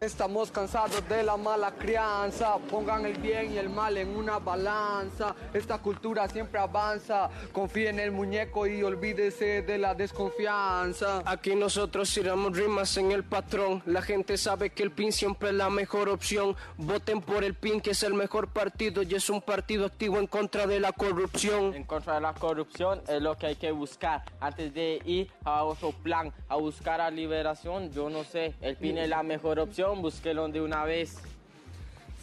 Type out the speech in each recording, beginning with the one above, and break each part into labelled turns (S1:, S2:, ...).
S1: Estamos cansados de la mala crianza, pongan el bien y el mal en una balanza. Esta cultura siempre avanza, confíen en el muñeco y olvídese de la desconfianza.
S2: Aquí nosotros tiramos rimas en el patrón, la gente sabe que el PIN siempre es la mejor opción. Voten por el PIN que es el mejor partido y es un partido activo en contra de la corrupción.
S3: En contra de la corrupción es lo que hay que buscar antes de ir a otro plan, a buscar a liberación. Yo no sé, el PIN es la mejor opción búsquelo de una vez.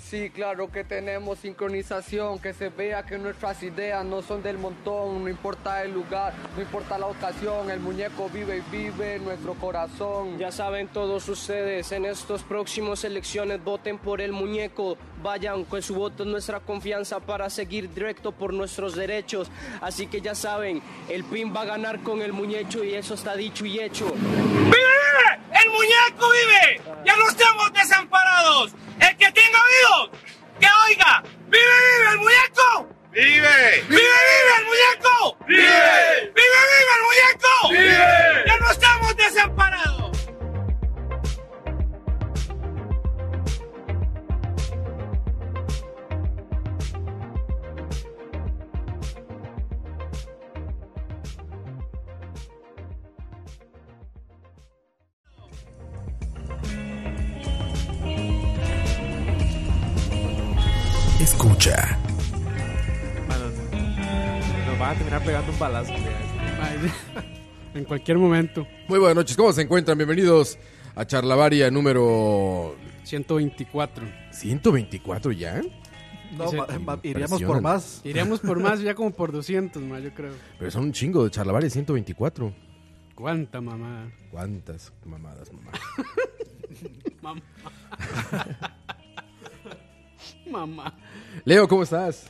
S1: Sí, claro que tenemos sincronización, que se vea que nuestras ideas no son del montón, no importa el lugar, no importa la ocasión, el muñeco vive y vive en nuestro corazón.
S2: Ya saben todos ustedes, en estos próximos elecciones voten por el muñeco, vayan con su voto nuestra confianza para seguir directo por nuestros derechos. Así que ya saben, el PIN va a ganar con el muñeco y eso está dicho y hecho.
S4: ¡Vive! ¡El muñeco vive! ¡Ya no estamos desamparados! ¡El que tenga oídos, que oiga! ¡Vive, vive el muñeco!
S5: ¡Vive!
S4: ¡Vive, vive el muñeco!
S5: ¡Vive!
S4: ¡Vive, vive el muñeco!
S5: ¡Vive!
S4: ¡Ya no estamos desamparados!
S6: Escucha.
S7: Mano, nos van a terminar pegando un balazo. mira.
S8: En cualquier momento.
S6: Muy buenas noches, ¿cómo se encuentran? Bienvenidos a Charlavaria número
S8: 124.
S6: 124 ya.
S9: No,
S8: Ese-
S9: ma- ma- iríamos
S6: impresionan.
S9: por más.
S8: Iremos por más, ya como por 200, ma, yo creo.
S6: Pero son un chingo de Charlavaria 124.
S8: Cuánta mamada.
S6: ¿Cuántas mamadas, mamá?
S8: Mamá.
S6: Leo, ¿cómo estás?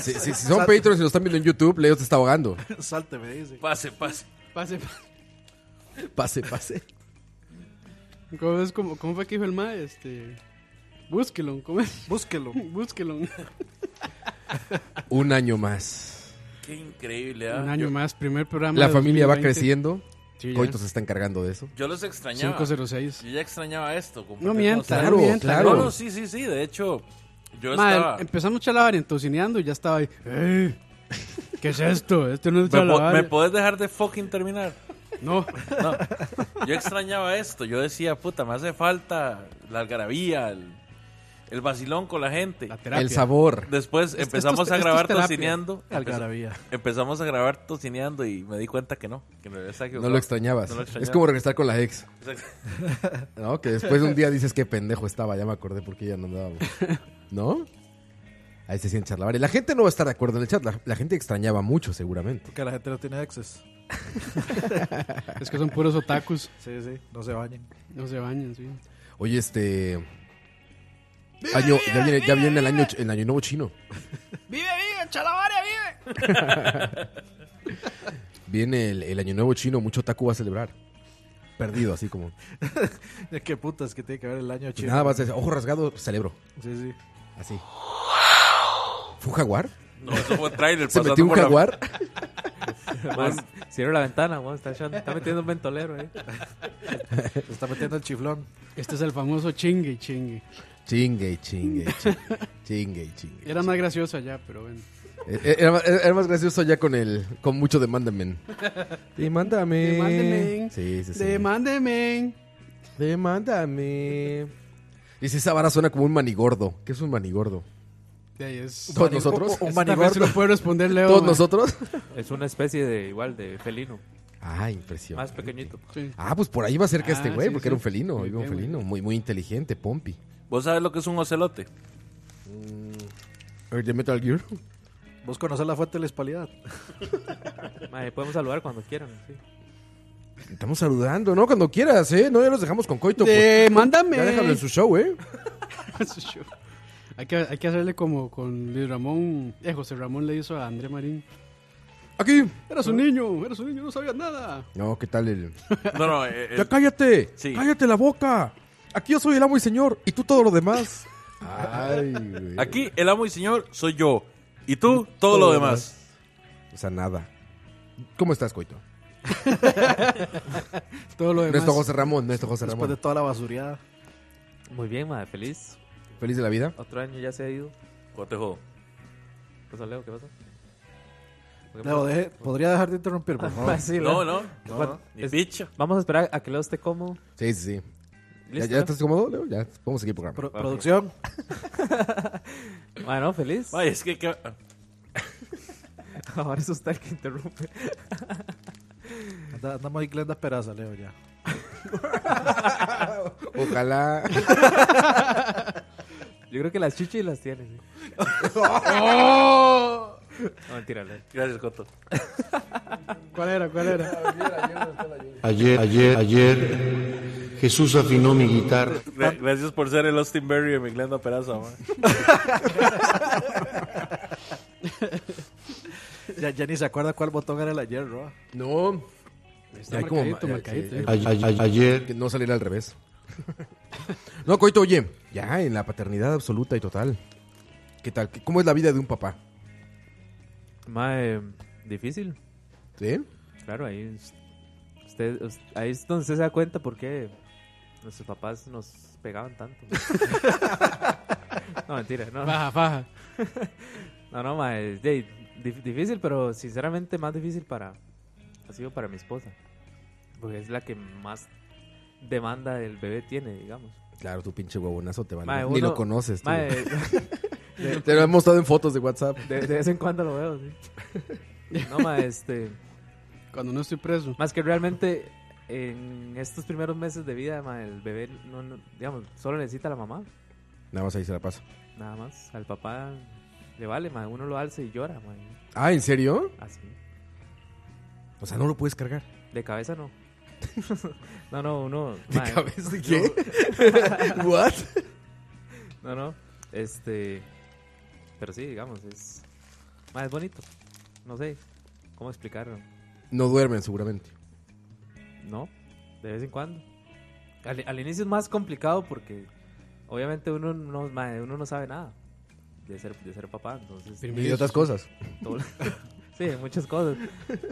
S6: si, si- si son patrons y lo están viendo en YouTube, Leo te está ahogando.
S9: Salte, me dice.
S5: Pase, pase.
S8: Pase, pase.
S6: Pase, pase.
S8: ¿Cómo, es, cómo, cómo fue que dijo el ma? Este. Búsquelo, ¿cómo es?
S9: Búsquelo.
S8: Búsquelo. Un
S6: Un año más.
S5: Qué increíble, ¿ah?
S8: año
S5: yo,
S8: más, primer programa.
S6: La
S8: de
S6: familia va
S8: 2020.
S6: creciendo.
S8: Sí, ya.
S6: Coito se está encargando de eso.
S5: yo los extrañaba.
S8: 506.
S5: Yo ya extrañaba esto.
S8: No
S5: compartir con
S8: mientas,
S5: ustedes.
S6: Claro,
S8: no mientas.
S6: claro.
S5: No, no, sí, sí, sí. De hecho, yo
S8: Ma,
S5: Pues estaba...
S8: empezamos chalabaria entocineando y ya estaba ahí. "Ey, ¿Qué es esto? Esto no es
S5: ¿Me, po-
S8: chalabaria.
S5: me puedes dejar de fucking terminar?
S8: No,
S5: No. Yo extrañaba esto. Yo decía, puta, me hace falta la algarabía, el, el vacilón con la gente.
S8: la terapia.
S6: El sabor.
S5: Después
S8: Esto-
S5: empezamos
S8: esto
S5: a
S8: es-
S5: grabar
S8: esto es terapia.
S5: tocineando. Empeza-
S9: Algarabía.
S5: empezamos a grabar tocineando y me di cuenta que no. Que en realidad estaba
S6: No
S5: equivocado.
S6: lo extrañabas.
S5: No lo
S6: Es
S5: extrañaba.
S6: como regresar con la ex.
S5: Exacto.
S6: ¿No? Que después de un día dices qué pendejo estaba. Ya me acordé porque ya no andábamos. ¿No? Ahí se siente charlavaria. La gente no va a estar de acuerdo en el chat. La, la gente extrañaba mucho, seguramente.
S9: Porque la gente no tiene access.
S8: Es que son puros otakus.
S9: Sí, sí. No se bañen.
S8: No se bañan, sí.
S6: Oye, este. Año, ya viene, ya viene el, año, el año nuevo chino.
S2: ¡Vive, vive, chalabaria, vive!
S6: Viene el, el año nuevo chino. Mucho taco va a celebrar. Perdido, así como.
S9: Ya qué putas que tiene que ver el año
S6: Y
S9: chino.
S6: Pues Nada más es ojo rasgado, celebro.
S9: Sí, sí.
S6: Así. ¿Fue un jaguar?
S5: No, eso fue un trailer.
S6: ¿Se
S5: pasando
S6: metió un
S5: por la-
S6: jaguar?
S7: Más, Cierro la ventana, weón, está, echando- está metiendo un ventolero ahí.
S9: Se está metiendo el chiflón.
S8: Este es el famoso chingue y chingue.
S6: Chingue, chingue, chingue. Chingue y chingue.
S8: Era más graciosa ya, pero bueno.
S6: Eh, eh, Era, más- era- era más gracioso ya con el con mucho de Mandamen. Demándame.
S8: Demándame.
S6: Sí, sí, sí.
S8: Demándeme.
S6: Demándame. Dice, esa vara suena como un manigordo. ¿Qué es un manigordo?
S8: De ahí es.
S6: ¿Todos nosotros?
S9: Un
S8: Esta vez se
S9: manigordo.
S8: lo puede responder Leo.
S6: ¿Todos
S8: ma.
S6: nosotros?
S7: Es una especie de igual, de felino.
S6: Ah, impresionante.
S7: Más pequeñito.
S8: Sí.
S6: Ah, pues por ahí va cerca este
S8: Ah,
S6: güey,
S8: sí,
S6: porque
S8: sí.
S6: era un felino,
S8: Muy
S6: iba un
S8: bien, muy
S6: felino, muy, muy inteligente, Pompi.
S5: ¿Vos sabés lo que es un ocelote?
S6: A ver, ¿De Metal Gear?
S9: Vos conocés la fuente de la espalidad.
S7: Mae, podemos saludar cuando quieran. sí.
S6: Estamos saludando, ¿no? Cuando quieras, ¿eh? No, ya los dejamos con coito. pues.
S8: Demándame.
S6: Ya déjalo en su show, ¿eh?
S8: Su show. Hay que, hay que hacerle como con Luis Ramón. Eh, José Ramón le hizo a André Marín.
S6: Aquí.
S8: Eras un niño, eras un niño, no sabías nada.
S6: No, ¿qué tal el...?
S5: No, no, eh,
S6: ¡Ya
S5: eh,
S6: cállate!
S5: Sí.
S6: ¡Cállate la boca! Aquí yo soy el amo y señor, y tú todo lo demás. Ay, güey.
S5: aquí el amo y señor soy yo. Y tú, todo lo demás.
S6: O sea, nada. ¿Cómo estás, coito?
S8: Todo lo demás.
S6: Nuestro José Ramón, nuestro José
S9: Después de
S6: Ramón.
S9: toda la basureada.
S7: Muy bien, mae, feliz.
S6: ¿Feliz de la vida?
S7: Otro año ya se ha ido.
S5: Cotejo.
S7: Pues Leo, ¿qué pasa? ¿Por qué
S9: Leo,
S7: pasa?
S9: deje- ¿Podría dejar de interrumpir, por favor?
S7: Ah, sí,
S5: No,
S7: Leo.
S5: no.
S7: Bueno,
S5: Ni
S7: es-
S5: picha.
S7: Vamos a esperar a que Leo este esté cómodo.
S6: Sí, sí, sí. ¿Ya,
S7: ¿Listo?
S6: ya estás cómodo, Leo? Ya, podemos seguir el programa.
S9: Pro- producción.
S7: Bueno, feliz.
S5: Ay, es que... que-
S7: Ahora es usted el que interrumpe.
S9: Anda- Andamos ahí Glenda Peraza, Leo, ya.
S6: Ojalá.
S7: Yo creo que las chichis las tiene. sí. no, mentira, Ah. Leo.
S5: Gracias, Coto.
S8: ¿Cuál era? ¿Cuál era?
S10: Ayer, ayer, ayer, Jesús afinó mi guitarra.
S5: Gra- gracias por ser el Austin Berry de mi Glenda Peraza, man.
S9: ya. Ya ni se acuerda cuál botón era el ayer, ¿no?
S6: No.
S8: Está
S6: Ya como
S8: marcadito,
S6: ma- ya,
S8: marcadito.
S6: sí,
S8: eh.
S10: Ayer, ayer, ayer,
S6: Que no salir al revés. No, coito, oye. Ya, en la paternidad absoluta y total. ¿Qué tal? ¿Qué- ¿Cómo es la vida de un papá?
S7: Mae, eh, difícil.
S6: ¿Sí?
S7: Claro, ahí es- usted, us- ahí es donde usted se da cuenta por qué nuestros papás nos pegaban tanto. no, mentira, no, no,
S8: Baja, baja.
S7: no, no, ma, es de- dif- difícil, pero sinceramente más difícil para ha sido para mi esposa, porque es la que más demanda del bebé tiene, digamos.
S6: Claro, tu pinche huevonazo te vale.
S7: Mae,
S6: Ni
S7: uno-
S6: lo conoces. tú.
S7: Ma, eh,
S6: Te lo he mostrado en fotos de WhatsApp.
S7: de, de vez en cuando lo veo, sí. No, ma, este,
S8: Cuando no estoy preso.
S7: más que realmente en estos primeros meses de vida, ma, el bebé, no- no, digamos, solo necesita a la mamá.
S6: Nada más ahí se la paso.
S7: Nada más, al papá le vale, ma, uno lo alza y llora, ma, y
S6: Ah, ¿en serio?
S7: así.
S6: O sea, no lo puedes cargar.
S7: De cabeza no. no, no, uno.
S6: ¿De
S7: ma,
S6: cabeza? ¿De qué? ¿What?
S7: No, no. Este. Pero sí, digamos, es. ma, es bonito. No sé cómo explicarlo.
S6: No duermen, seguramente.
S7: No, de vez en cuando. Al, al inicio es más complicado porque obviamente uno no, ma, uno no sabe nada de ser, de ser papá, entonces. eh,
S6: Y de otras cosas.
S7: todo le- sí, muchas cosas.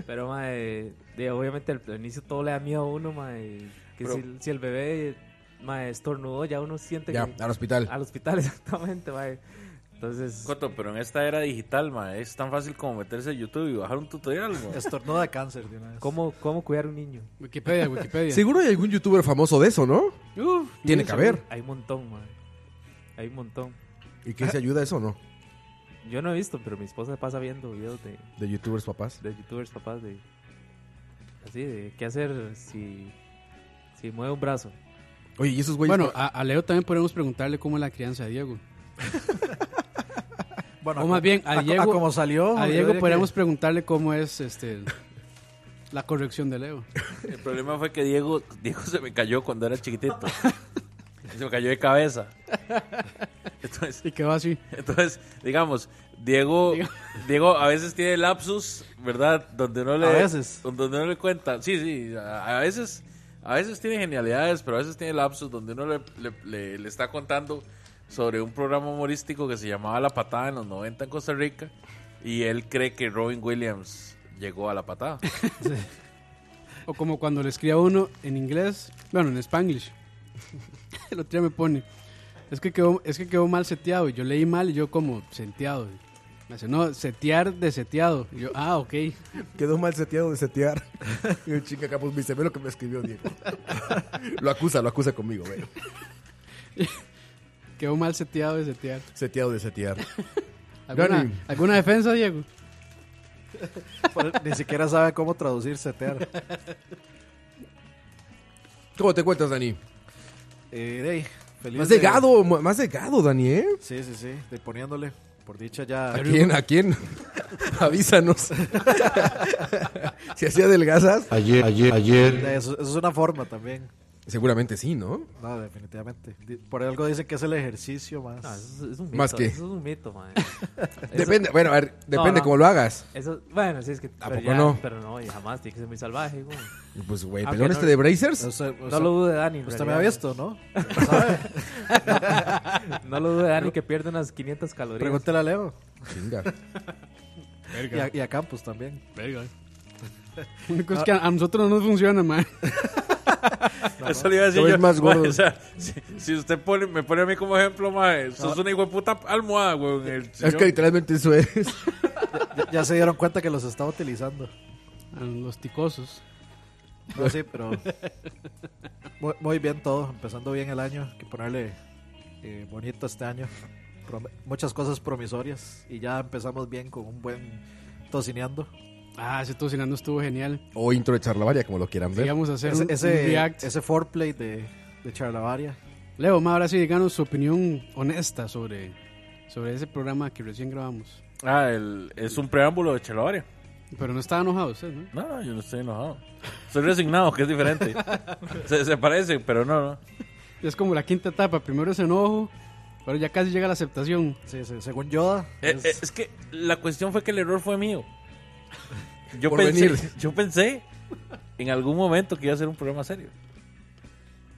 S7: Pero, mae, de- obviamente al, al inicio todo le da miedo a uno, mae. Que
S5: Pero-
S7: si, si el bebé, mae, estornudó, ya uno siente
S6: Ya,
S7: que...
S6: al hospital.
S7: Al hospital, exactamente, eh. mae. Entonces...
S5: Coto, pero en esta era digital, man, es tan fácil como meterse a YouTube y bajar un tutorial, man.
S9: Estornuda de cáncer de una vez.
S7: ¿Cómo, ¿Cómo cuidar un niño?
S8: Wikipedia, Wikipedia.
S6: Seguro hay algún youtuber famoso de eso, ¿no?
S8: Uf,
S6: Tiene que haber.
S7: Hay un montón, mae. Hay un montón.
S6: ¿Y
S8: Ah.
S6: qué se ayuda eso o no?
S7: Yo no he visto, pero mi esposa pasa viendo videos de,
S6: De youtubers papás.
S7: de youtubers papás de... Así, de qué hacer si, si mueve un brazo.
S6: Oye, ¿y esos güeyes?
S8: Bueno, a, a Leo también podemos preguntarle cómo es la crianza de Diego.
S9: Bueno,
S8: o más bien, a Diego-
S9: como salió.
S8: A
S9: yo
S8: Diego
S9: diría
S8: podríamos preguntarle cómo es este la corrección de Leo.
S5: El problema fue que Diego, Diego se me cayó cuando era chiquitito. se me cayó de cabeza. Entonces,
S8: Y quedó así.
S5: entonces digamos, Diego, Diego a veces tiene lapsus, ¿verdad? Donde no le,
S9: A veces.
S5: Donde no le cuenta. Sí, sí, a, a veces. A veces tiene genialidades, pero a veces tiene lapsus donde uno le, le- le- le está contando sobre un programa humorístico que se llamaba La Patada en los 90 en Costa Rica y él cree que Robin Williams llegó a la patada.
S8: O como cuando le escribía uno en inglés, bueno, en spanglish. El otro día me pone, Es que quedó, es que quedó mal seteado. Y yo leí mal y yo como seteado. Me dice, no, setear de seteado. Y yo, ah, ok.
S6: Quedó mal seteado de setear. Y un chinga capos me dice, ve lo que me escribió Diego. lo acusa, lo acusa conmigo, ve.
S8: Quedó mal seteado de setear.
S6: Seteado de setear.
S8: ¿Alguna,
S6: Johnny.
S8: ¿alguna defensa, Diego?
S9: Por- Ni siquiera sabe cómo traducir setear.
S6: ¿Cómo te cuentas, Dani?
S9: Eh, de ahí, feliz
S6: Más
S9: de-
S6: delgado, ma- más delgado, Dani, ¿eh?
S9: Sí, sí, sí. De poniéndole. Por dicha ya.
S6: ¿A quién? ¿A quién? Avísanos. si hacía delgazas,
S10: Ayer, ayer, ayer.
S9: Eso, eso es una forma también.
S6: seguramente sí, ¿no?
S9: No, definitivamente. Di- Por algo dicen que es el ejercicio más.
S7: No, eso es, es un mito.
S6: Más que-
S7: Eso es un mito, mae.
S6: Depende, bueno, a ver, depende
S7: no.
S6: cómo lo hagas.
S7: Eso, bueno, sí, es que. pero
S6: poco
S7: ya-
S6: no?
S7: Pero no, y jamás, tiene que ser muy salvaje, güey.
S6: Y Pues, güey,
S7: Aunque
S6: pelón
S7: no-
S6: este de Brazers.
S9: Usted, usted-
S7: No lo dude, Dani. en
S9: usted me ha
S7: realidad.
S9: visto, ¿no? ¿Sabe?
S7: No lo dude, Dani, que pierde unas 500 calorías.
S9: Pregúntele a Leo.
S6: Chinga.
S9: Y a, y a Campos también.
S8: Lo único es que a, a nosotros no nos funciona, man.
S5: Eso le iba a decir
S6: Lo ves
S5: yo.
S6: más
S5: mae,
S6: gordo.
S5: o sea, si, si usted pone, me pone a mí como ejemplo, mae, sos una hijo de puta almohada, güey. en el
S6: Es
S5: sillón.
S6: que literalmente eso es.
S9: Ya, ya se dieron cuenta que los estaba utilizando.
S8: A los ticosos.
S9: No, sí, pero. Muy, muy bien todo. Empezando bien el año. Hay que ponerle eh, bonito este año. Prom- muchas cosas promisorias. Y ya empezamos bien con un buen tocineando.
S8: Ah, ese tocinando estuvo genial.
S6: O intro de charlavaria, como lo quieran ver.
S8: Íbamos a hacer
S9: Ese,
S8: un, un
S9: ese,
S8: react.
S9: ese foreplay de, de Charlavaria.
S8: Leo, más ahora sí, díganos su opinión honesta sobre, sobre ese programa que recién grabamos.
S5: Ah, el- es un preámbulo de Chelabaria.
S8: Pero no estaba enojado usted, ¿no?
S5: No, no, yo no estoy enojado. Soy resignado, que es diferente. se, se parece, pero no, no.
S8: Es como la quinta etapa. Primero es enojo, pero ya casi llega la aceptación.
S9: Sí, sí, según Yoda.
S5: Eh, eh,
S9: es-
S5: Es... que la cuestión fue que el error fue mío. Yo
S6: Por
S5: pensé,
S6: venir.
S5: yo pensé en algún momento que iba a ser un programa serio.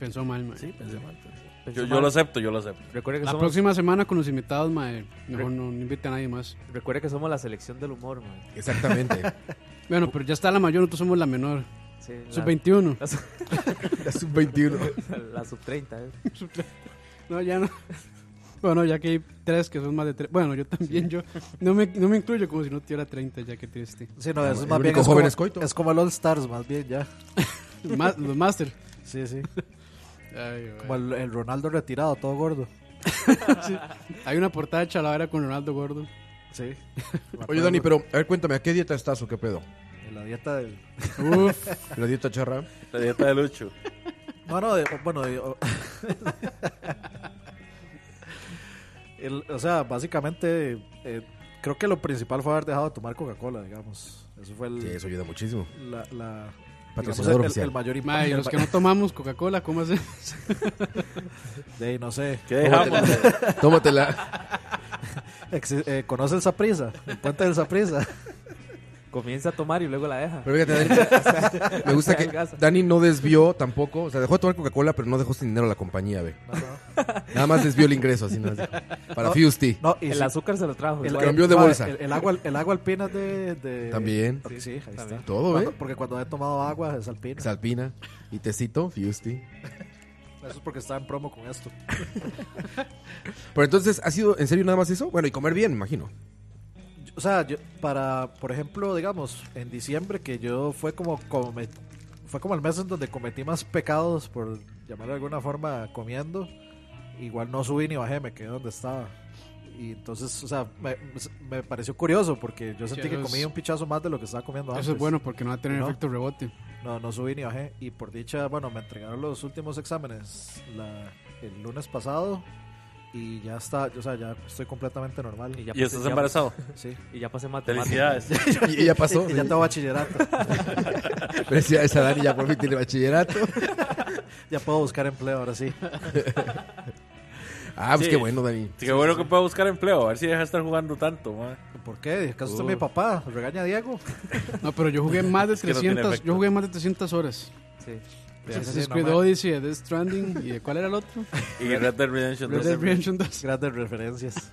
S8: Pensó mal, man.
S5: Sí, pensé mal. pensé.
S7: Pensó
S5: Yo, yo
S7: mal.
S5: lo acepto, yo lo acepto.
S7: Recuerde que,
S8: La
S7: somos,
S8: próxima semana con los invitados, mae, mejor no, no invite a nadie más.
S7: recuerde que somos la selección del humor, mae.
S6: Exactamente.
S8: Bueno, pero ya está la mayor, nosotros somos la menor.
S7: Sí, la-
S8: Sub-21.
S7: la sub-
S6: La sub-21.
S7: La sub 30, eh.
S8: No, ya no. Bueno, ya que hay tres que son más de tres. Bueno, yo también, yo no me, no me incluyo como si no tuviera 30, ya que triste.
S9: Sí, no, eso
S6: Ah, el
S9: es más bien.
S6: único
S9: es
S6: joven
S9: como-
S6: escoito.
S9: es como el All Stars, más bien, ya.
S8: Ma- los Master.
S9: Sí, sí.
S8: Ay,
S9: Como el, el Ronaldo retirado, todo gordo.
S8: Hay una portada de Chalavera con Ronaldo Gordo.
S9: Sí.
S6: Oye, Dani, pero a ver, cuéntame, ¿a qué dieta estás o qué pedo?
S9: En la dieta del.
S8: Uf,
S6: ¿La dieta charra?
S5: La dieta de Lucho.
S9: No, no, de- bueno, de- o- El- o sea, básicamente, eh, creo que lo principal fue haber dejado de tomar Coca-Cola, digamos. Eso fue el.
S6: Sí, eso ayuda muchísimo.
S9: la, la-
S6: Patrocinador
S9: digamos, el-
S6: oficial.
S9: El, mayor
S8: mae, y
S9: impacto.
S8: los que no tomamos Coca-Cola, ¿cómo hacen?
S9: De ahí, no sé.
S5: ¿Qué dejamos?
S6: Tómatela.
S9: Exi- eh, ¿Conoce el Saprisa? El puente del Saprisa.
S7: Comienza a tomar y luego la deja.
S6: Pero fíjate, Dani, me gusta que
S7: Adelgaza.
S6: Dani no desvió tampoco. O sea, dejó de tomar Coca-Cola, pero no dejó sin dinero a la compañía, ve. Nada más desvió el ingreso, así nada más dijo. Para
S9: No,
S6: Fusty.
S9: No, y
S7: El
S9: sí-
S7: azúcar se lo trajo.
S9: El,
S7: igual.
S6: Cambió de
S9: no,
S6: bolsa.
S9: El, el agua, el agua alpina es de, de-
S6: También.
S9: Sí, sí, ahí está.
S6: Todo,
S9: Cuando-
S6: ¿eh?
S9: Porque cuando he tomado agua es alpina.
S6: Salpina. Y tecito, Fusty.
S9: Eso es porque estaba en promo con esto.
S6: Pero entonces, ¿ha sido en serio nada más eso? Bueno, y comer bien, me imagino.
S9: Yo- O sea, yo, para, por ejemplo, digamos, en diciembre que yo fue como come- fue como el mes en donde cometí más pecados por llamarlo de alguna forma comiendo. Igual no subí ni bajé, me quedé donde estaba. Y entonces, o sea, me, me pareció curioso porque yo sentí que
S8: eso es-
S9: comí un pichazo más de lo que estaba comiendo antes.
S8: Eso es bueno porque no va a tener
S9: No.
S8: efecto rebote.
S9: No, no subí ni bajé. Y por dicha, bueno, me entregaron los últimos exámenes la- el lunes pasado. Y ya está, o sea, ya estoy completamente normal.
S7: Y ya
S5: ¿Y estás
S7: pasé- ya-
S5: embarazado?
S9: Sí.
S7: Y ya pasé matemáticas.
S5: Felicidades.
S6: Y, y ya pasó.
S9: Y ya tengo bachillerato.
S6: Felicidades a Dani, ya por fin tiene bachillerato.
S9: ya puedo buscar empleo ahora sí.
S6: Ah, pues
S5: Sí.
S6: qué bueno, Dani.
S5: Así que bueno que pueda buscar empleo, a ver si deja de estar jugando tanto, mae.
S9: ¿Por qué? ¿Acaso usted es mi papá? ¿Regaña a Diego?
S8: No, pero yo jugué más de
S5: que no tiene
S8: 300,
S5: efecto.
S8: yo jugué más de 300 horas.
S7: Sí.
S9: Sí, sí,
S8: Assassin's
S9: no,
S8: Creed
S9: mae.
S8: Odyssey, Death Stranding, ¿y de cuál era el otro?
S5: Y Red Dead Redemption
S8: Red
S5: 2.
S8: Dead Redemption 2,
S9: Grandes referencias.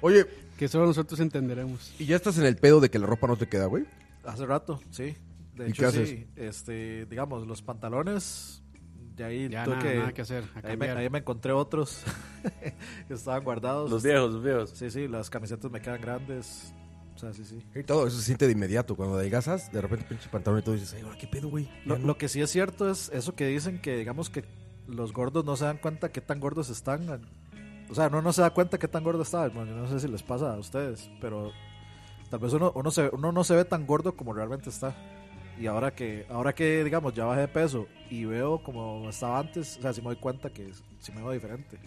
S6: Oye,
S8: que solo nosotros entenderemos.
S6: ¿y ya estás en el pedo de que la ropa no te queda, güey?
S9: Hace rato, sí. De
S6: ¿Y
S9: hecho,
S6: qué
S9: sí.
S6: haces?
S9: Este, digamos, los pantalones de ahí
S8: Ya
S9: tuve
S8: nada-
S9: que,
S8: nada que hacer, a
S9: ahí, me,
S8: cambiar.
S9: ahí me encontré otros que estaban guardados.
S5: Los viejos, los viejos.
S9: Sí, sí, las camisetas me quedan grandes. O sea, sí, sí.
S6: Y todo eso se siente de inmediato. Cuando adelgazas, de repente pinche pantalón y todo dices, ay, ahora qué pedo, güey.
S9: Lo, lo que sí es cierto es eso que dicen que, digamos, que los gordos no se dan cuenta qué tan gordos están. O sea, uno no se da cuenta qué tan gordo está. Bueno, yo no sé si les pasa a ustedes, pero tal vez uno, uno, se, uno no se ve tan gordo como realmente está. Y ahora que, ahora que, digamos, ya bajé de peso y veo como estaba antes, o sea, sí me doy cuenta que sí me veo diferente.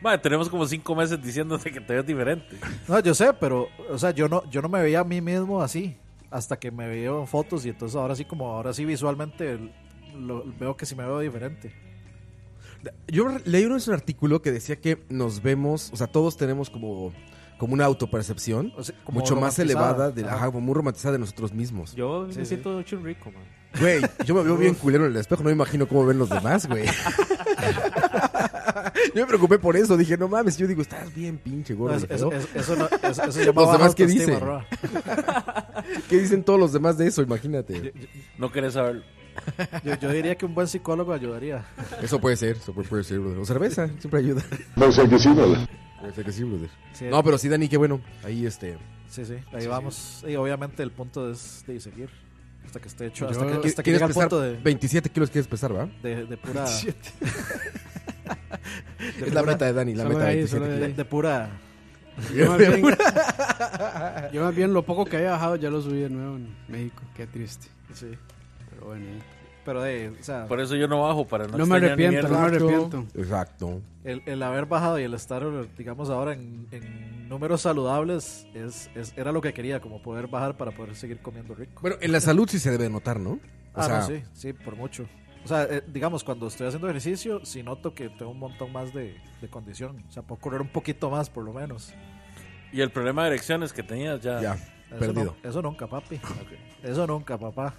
S5: Madre, tenemos como cinco meses diciéndote que te ves diferente.
S9: No, yo sé, pero, o sea, yo no, yo no me veía a mí mismo así hasta que me veo en fotos y entonces ahora sí, como ahora sí visualmente lo- veo que sí me veo diferente.
S6: Yo re- leí uno un artículo que decía que nos vemos, o sea, todos tenemos como, como una autopercepción
S9: O sea, como
S6: mucho más
S9: romantizada.
S6: elevada, de,
S9: Ajá.
S6: ajá, como muy romantizada de nosotros mismos.
S7: Yo
S9: Sí,
S7: me
S9: sí.
S7: siento hecho un rico, man.
S6: Güey, yo me veo bien culero en el espejo, no me imagino cómo ven los demás, güey. yo me preocupé por eso, dije, no mames, yo digo, estás bien pinche gordo.
S9: Es-
S6: feo".
S9: es- eso, no- eso- eso se
S6: Los
S9: llama baja
S6: demás que
S9: autoestima,
S6: dicen.
S9: Roa.
S6: ¿Qué dicen todos los demás de eso? Imagínate.
S5: No querés saberlo.
S9: Yo, yo diría que un buen psicólogo ayudaría.
S6: Eso puede ser, eso puede ser, brother. O cerveza, siempre ayuda. Puede ser que sí, brother.
S9: Sí,
S6: No, pero sí, Dani, qué bueno. Ahí, este...
S9: sí, sí, ahí vamos. Y obviamente el punto es de seguir hasta que esté hecho,
S8: Yo-
S9: hasta que, hasta que
S6: ¿Quieres
S9: llegue al
S6: pesar?
S9: punto de,
S6: 27 kilos quieres pesar, ¿va?
S9: de- de pura, de
S6: Es la
S9: pura-
S6: meta de Dani, la
S8: Solo
S6: meta
S8: de ahí,
S6: 27
S8: solo de ahí.
S9: de- de pura
S8: Yo más, bien, yo más bien lo poco que había bajado ya lo subí de nuevo en México. Qué triste.
S9: sí.
S8: Pero bueno. eh.
S9: Pero de, o sea,
S5: Por eso yo no bajo, para no
S8: No me
S5: extrañar ni
S8: arrepiento, no
S5: mierda.
S8: me arrepiento.
S6: Exacto.
S9: el, el haber bajado y el estar, digamos, ahora en, en números saludables es, es- era lo que quería, como poder bajar para poder seguir comiendo rico.
S6: Bueno, en la salud sí se debe notar, ¿no? O
S9: ah,
S6: sea,
S9: no, sí, sí, por mucho. O sea, eh, digamos, cuando estoy haciendo ejercicio, sí noto que tengo un montón más de, de condición. O sea, puedo correr un poquito más, por lo menos.
S5: Y el problema de erecciones que tenías ya.
S6: ya,
S9: Eso
S6: perdido.
S9: no- eso nunca, papi. Eso nunca, papá.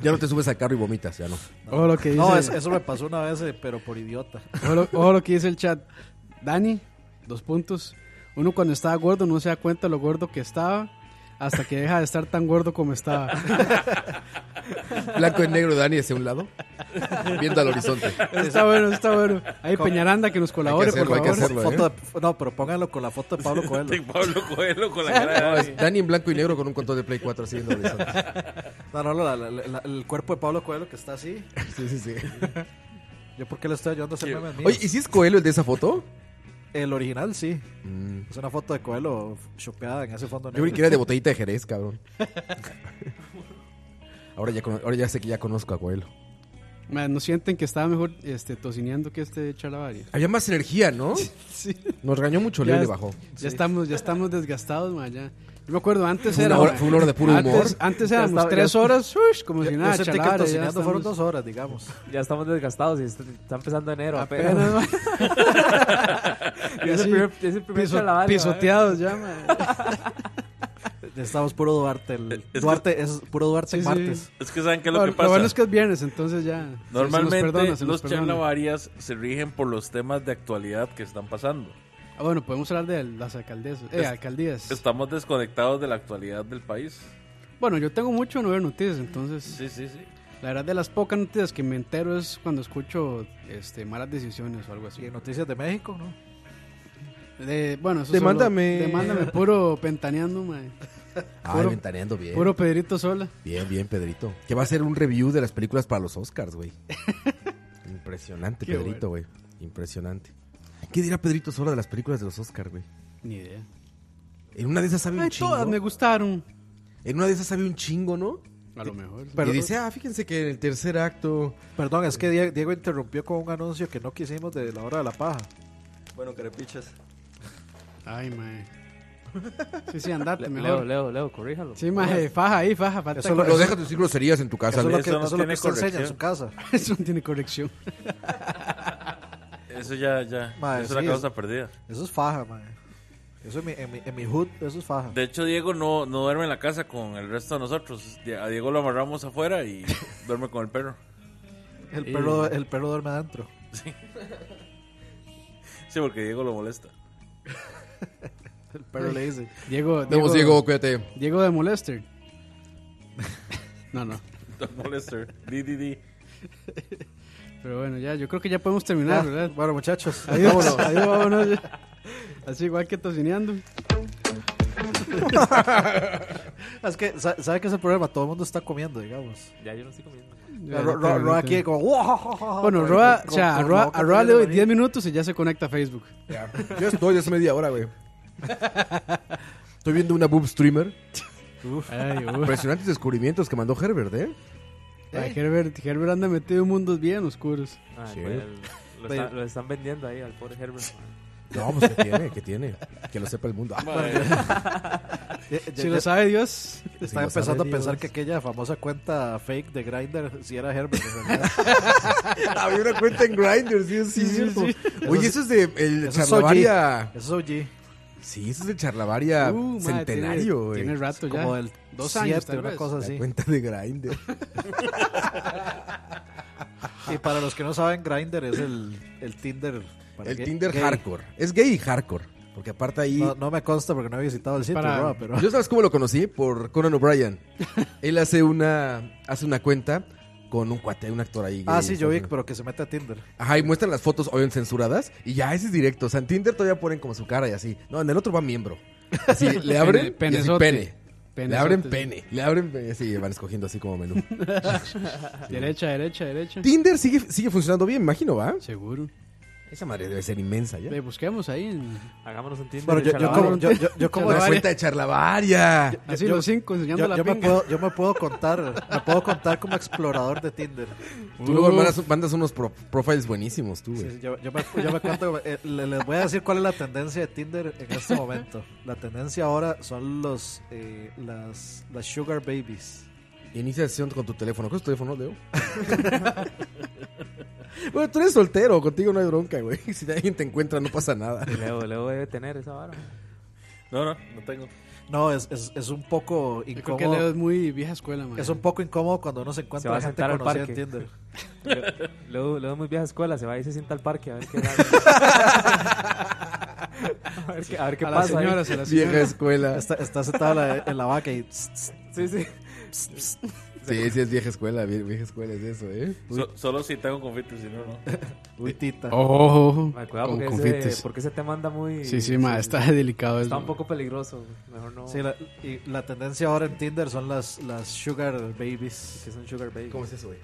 S6: Ya no te subes al carro y vomitas, ya no.
S8: Ojo Oh, lo que dice,
S9: No, eso, eso me pasó una vez, eh, pero por idiota.
S8: ojo lo- ojo lo que dice el chat. Dani, dos puntos. Uno cuando estaba gordo no se da cuenta lo gordo que estaba hasta que deja de estar tan gordo como estaba.
S6: Blanco y negro Dani hacia un lado, viendo al horizonte.
S8: Está bueno, está bueno. Ahí Peñaranda que nos colabore,
S6: hacerlo,
S8: por
S6: hay que
S8: favor.
S6: hacerlo. ¿eh? Hacerlo,
S9: Foto de- no, pero pónganlo con la foto de Pablo Coelho.
S5: Y Pablo Coelho con la cara de
S6: Dani en blanco y negro con un control de Play 4 así viendo al horizonte.
S9: No, no, la- la- la- el cuerpo de Pablo Coelho que está así.
S6: Sí, sí, sí.
S9: ¿Yo por qué le estoy ayudando a hacer
S5: Sí.
S9: memes míos?
S6: Oye, ¿y si es Coelho el de esa foto?
S9: El original, sí.
S6: Mm.
S9: Es una foto de Coelho chopeada en ese fondo
S6: Yo
S9: negro.
S6: creí que era de botellita de Jerez, cabrón. Ahora ya, cono- ahora ya sé que ya conozco a Coelho.
S8: Man, no sienten que estaba mejor este, tocineando que este charlavaria.
S6: Había más energía, ¿no?
S8: Sí.
S6: Nos regañó mucho
S8: Ya
S6: Leo y le
S8: es-
S6: bajó.
S8: Ya estamos, ya estamos desgastados, ma, ya. Yo me acuerdo, antes
S6: Fue una
S8: era
S6: hora- fue una hora de puro
S8: antes,
S6: humor.
S8: Antes
S9: Ya
S8: éramos
S9: estaba-
S8: tres
S9: ya-
S8: horas, ush, como
S9: Yo,
S8: si
S9: yo
S8: nada,
S9: sentí que
S8: chalabaria, ya
S9: tocineando fueron
S8: estamos-
S9: dos horas, digamos.
S7: Ya estamos desgastados y está, está empezando enero apenas.
S8: apenas, ma.
S7: Y es el
S8: Sí.
S7: primer, es el primer
S8: Piso-
S7: chalabaria,
S8: pisoteados ya, ma.
S9: Estamos puro Duarte. El, Duarte es puro Duarte
S8: Sí, sí.
S9: martes.
S5: Es que saben qué es lo
S8: Lo,
S5: que
S8: lo
S5: pasa.
S8: bueno es que es viernes, entonces ya. se- se nos
S5: Normalmente
S8: perdona, se nos
S5: los
S8: perdona.
S5: charlavarias se rigen por los temas de actualidad que están pasando.
S8: Ah, bueno, podemos hablar de las alcaldesas, eh,
S5: Es-
S8: alcaldías.
S5: Estamos desconectados de la actualidad del país.
S8: Bueno, yo tengo mucho no ver noticias, entonces.
S5: Sí, sí, sí.
S8: La verdad, de las pocas noticias que me entero es cuando escucho este, malas decisiones o algo
S9: Y
S8: así.
S9: en Noticias de México, ¿no?
S8: De, bueno, eso
S6: Demándame.
S8: solo- demándame, puro pentaneando, mae.
S6: Ay,
S8: Puro-
S6: ventaneando bien.
S8: Puro Pedrito Sola.
S6: Bien, bien, Pedrito. Que va a ser un review de las películas para los Oscars, güey. Impresionante,
S8: Qué
S6: Pedrito, güey. Impresionante. ¿Qué dirá Pedrito Sola de las películas de los Oscars, güey?
S8: Ni idea.
S6: En una de esas sabe un
S8: Ay,
S6: chingo.
S8: todas me gustaron.
S6: En una de esas sabe un chingo, ¿no?
S8: A lo mejor.
S6: y dice, ah, fíjense que en el tercer acto.
S9: Perdón, es que Die- Diego interrumpió con un anuncio que no quisimos de la hora de la paja.
S11: Bueno, carepichas.
S8: Ay, mae. Sí, sí, andate,
S7: Leo,
S8: mejor.
S7: Leo, Leo, Leo, corríjalo.
S8: Sí, mae, faja ahí, faja. Falta
S9: Eso lo-
S6: Lo dejas de decir groserías en tu casa,
S9: Eso es
S6: Leo.
S9: lo que,
S5: eso
S9: eso
S5: no
S9: es lo
S5: tiene
S9: que usted enseña en
S5: corrección.
S9: su casa.
S8: Eso no tiene corrección.
S5: Eso ya, ya.
S9: Madre,
S5: es una
S9: sí,
S5: causa perdida.
S9: Eso es faja, man. Eso en mi, en mi, en mi hood, eso es faja.
S5: De hecho, Diego no, no duerme en la casa con el resto de nosotros. Di- A Diego lo amarramos afuera y duerme con el perro.
S9: El, perro, el perro duerme adentro.
S5: Sí, porque Diego lo molesta.
S9: El perro le dice.
S8: Diego.
S6: Nos vemos, Diego, cuídate.
S8: Diego de Molester. No, no.
S5: Don't molester. DDD.
S8: Pero bueno, ya, yo creo que ya podemos terminar,
S9: Ah,
S8: ¿verdad?
S9: bueno, muchachos,
S8: Adiós,
S9: vámonos.
S8: adiós, vámonos. ya. Así igual que tocineando.
S9: es que, sa- ¿sabe qué es el problema? Todo el mundo está comiendo, digamos.
S7: Ya yo no estoy comiendo.
S9: Ya, Ro- Ro- Roa aquí como, "Wow".
S8: Bueno,
S9: Con-
S8: Roa,
S9: con-
S8: o sea, a
S9: con
S8: Roa,
S9: Roa
S8: a Roa le doy
S9: Catarina
S8: 10 minutos y ya se conecta a Facebook.
S6: Ya. Yo estoy hace media hora, güey. Estoy viendo una boob streamer.
S8: Ay, uf.
S6: Impresionantes descubrimientos que mandó Herbert, ¿eh?
S8: Ay, Herbert, Herbert anda metido en mundos bien oscuros.
S7: Ay,
S6: Sí.
S7: pues, lo, está- lo están vendiendo ahí al pobre Herbert.
S6: No, pues que tiene, que tiene. Que lo sepa el mundo. Ah,
S9: Ya- ya-
S8: si
S9: ya-
S8: lo sabe Dios.
S9: Estaba
S6: lo sabe
S9: empezando a
S6: Dios.
S9: pensar que aquella famosa cuenta fake de Grindr si era Herbert. en realidad.
S6: Había una cuenta en Grindr, sí, sí,
S8: Sí, sí,
S6: cierto.
S8: sí.
S6: Oye, eso es de el
S9: Eso es
S6: charlavaria.
S9: OG. Eso es OG.
S6: Sí, eso es de charlavaria
S8: Uh, madre,
S6: centenario,
S8: tiene,
S6: güey.
S8: tiene rato ya.
S9: Como del
S8: Dos
S9: 2
S8: años,
S9: años,
S8: tal
S9: una
S8: vez.
S9: cosa
S6: La
S9: así.
S6: cuenta de Grindr.
S9: Y para los que no saben, Grindr es el, el Tinder. para
S6: El
S9: gay-
S6: Tinder
S9: gay.
S6: hardcore. Es gay y hardcore. Porque aparte ahí.
S9: No, no me consta porque no he visitado el sitio,
S8: Para-
S9: Roa, pero.
S6: Yo sabes cómo lo conocí por Conan O'Brien. Él hace una hace una cuenta con un cuate, un actor ahí.
S9: Ah,
S6: gay,
S9: sí, yo vi,
S6: entonces-
S9: pero que se mete a Tinder.
S6: Ajá, y muestran las fotos obviamente censuradas y ya ese es directo. O sea, en Tinder todavía ponen como su cara y así. No, en el otro va miembro. Así le abren
S8: Pene-
S6: y así,
S8: penezote.
S6: pene. Le abren
S8: Penezote.
S6: pene, le abren pene, sí, van escogiendo así como menú.
S8: Derecha, derecha, derecha.
S6: Tinder sigue, sigue funcionando bien, me imagino, ¿va?
S8: Seguro.
S6: Esa madre debe ser inmensa ya.
S8: Le Eh, busquemos ahí. En... Ah,
S7: Hagámonos un Tinder.
S9: Bueno,
S7: de
S9: yo, yo
S7: Chalabaria.
S9: como, yo, yo- yo como
S6: Una
S8: Charlavaria.
S6: cuenta de charlavaria.
S8: Así
S9: yo-
S8: los cinco enseñando
S9: yo,
S8: la
S9: yo me
S8: pinga.
S9: puedo, yo me puedo contar, me puedo contar como explorador de Tinder.
S6: Tú luego mandas, mandas unos pro- profiles buenísimos, tú,
S9: Sí,
S6: güey.
S9: sí, yo, yo me, yo me cuento, eh, le- les voy a decir cuál es la tendencia de Tinder en este momento. La tendencia ahora son los eh, las, las sugar babies.
S6: Inicia sesión con tu teléfono. ¿Cuál es tu teléfono, Leo? bueno, tú eres soltero, contigo no hay bronca, güey. Si alguien te encuentra, no pasa nada.
S7: Leo, Leo debe tener esa vara.
S5: No, no, no tengo.
S9: No, es, es, es un poco
S8: Yo creo que Leo
S9: incómodo.
S8: es muy vieja escuela, man.
S9: Es un poco incómodo cuando uno se
S7: Se
S9: encuentra
S7: va a
S9: gente
S7: sentar al
S9: conocida en
S7: parque.
S9: Tinder.
S7: Leo, Leo, Leo es muy vieja escuela, se va y se sienta al parque a ver qué, a ver qué, a ver qué
S8: a las
S7: pasa. ahí.
S8: señoras, a las
S6: Vieja
S8: señoras.
S6: escuela.
S9: Está, está sentado en la- en la vaca y Ah, tss, tss,
S7: Sí, sí.
S6: Sí, sí, es vieja escuela. vie- Vieja escuela es eso, ¿eh?
S5: So- solo si tengo conflicto, si no, no.
S9: uy, tita.
S6: Oh,
S8: Ojo,
S7: Ma, cuidado,
S6: Con
S7: porque,
S6: confites.
S7: ese, porque ese tema anda muy.
S8: Sí, sí, ma, está delicado
S7: Está
S8: eso.
S7: un poco peligroso. Mejor no.
S9: Sí, la, y la tendencia ahora en Tinder son las, las sugar babies.
S7: que es un sugar baby.
S6: es eso, güey?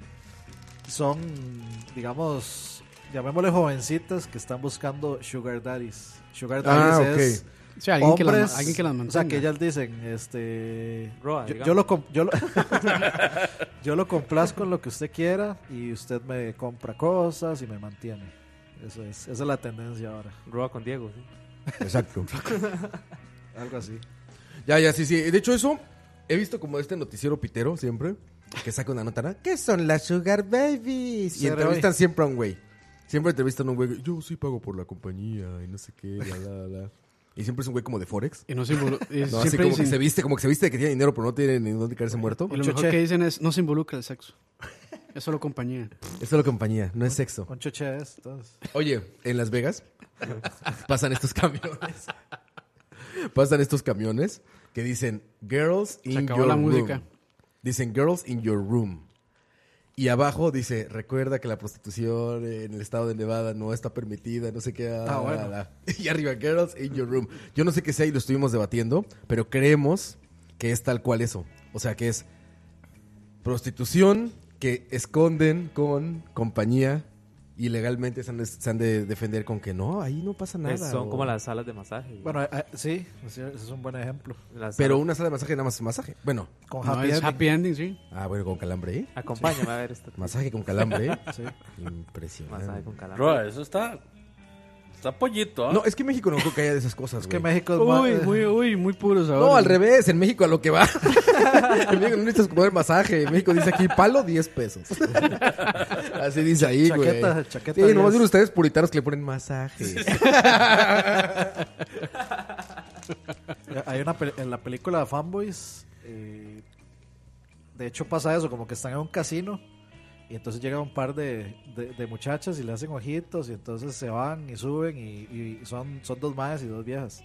S9: Son, digamos, llamémosle jovencitas que están buscando sugar daddies. Sugar
S6: Ah,
S9: daddies es
S6: ok.
S8: O sea, alguien, que
S9: hombres,
S8: las, alguien que las mantenga.
S9: O sea, que ellas dicen, este...
S7: Roa,
S9: yo,
S7: digamos.
S9: yo lo com- yo, lo, yo lo complazco en lo que usted quiera y usted me compra cosas y me mantiene. Eso es, esa es la tendencia ahora.
S7: Roba con Diego. sí.
S6: Exacto.
S9: Algo así.
S6: Ya, ya, sí, sí. De hecho, eso he visto como este noticiero pitero siempre que saca una nota, ¿no? ¿Qué son las Sugar Babies? Y
S9: Cero,
S6: entrevistan siempre a un güey. Siempre entrevistan a un güey. Yo sí pago por la compañía y no sé qué, la, la, la. Y siempre es un güey como de Forex.
S8: Y no se involucra. y
S6: No, así
S8: siempre
S6: como
S8: dicen,
S6: que se viste, como que se viste de que tiene dinero, pero no tiene ni dónde caerse muerto.
S8: y lo mejor
S9: Choche.
S8: que dicen es, no se involucra el sexo. Es solo compañía.
S6: Es solo compañía, no es sexo.
S9: Un choche es, entonces.
S6: Oye, en Las Vegas pasan estos camiones. Pasan estos camiones que dicen Girls in
S8: acabó
S6: Your
S8: la
S6: Room.
S8: música.
S6: Dicen Girls in Your Room. Y abajo dice, recuerda que la prostitución en el estado de Nevada no está permitida, no sé qué. la, la,
S9: bueno.
S6: la". Y arriba, Girls in Your Room. Yo no sé qué sea y lo estuvimos debatiendo, pero creemos que es tal cual eso. O sea, que es prostitución que esconden con compañía ilegalmente se han, de- se han de defender con que no, ahí no pasa nada.
S7: Es- son
S6: o-
S7: como las salas de masaje.
S9: Bueno, eh, eh, sí, sí, ese es un buen ejemplo.
S7: Las
S6: Pero
S7: salas-
S6: una sala de masaje nada más es masaje. Bueno,
S9: Con
S8: No,
S9: happy
S8: es
S9: ending.
S8: happy ending, sí.
S6: ah, bueno, con calambre, ¿eh?
S7: Acompáñame a ver este
S6: Masaje con calambre, ¿eh?
S9: Sí.
S6: Impresionante.
S7: masaje con calambre.
S5: Roa, eso está. Está pollito, ¿ah?
S6: No, es que en México no creo que haya de esas cosas,
S9: Es que
S6: güey.
S9: México es más-
S8: Uy,
S9: eh,
S8: muy, uy, muy puros ahora.
S6: No, al revés, en México a lo que va. en México no necesitas poner masaje. En México dice aquí palo 10 pesos. Así dice ahí, güey.
S9: Chaqueta, chaqueta
S6: Sí, nomás
S9: 10.
S6: dicen ustedes puritanos que le ponen masaje.
S9: Hay una pel- en la película Fanboys, eh, de hecho pasa eso, como que están en un casino y entonces llega un par de, de- de muchachas y le hacen ojitos y entonces se van y suben y, y son, son dos madres y dos viejas.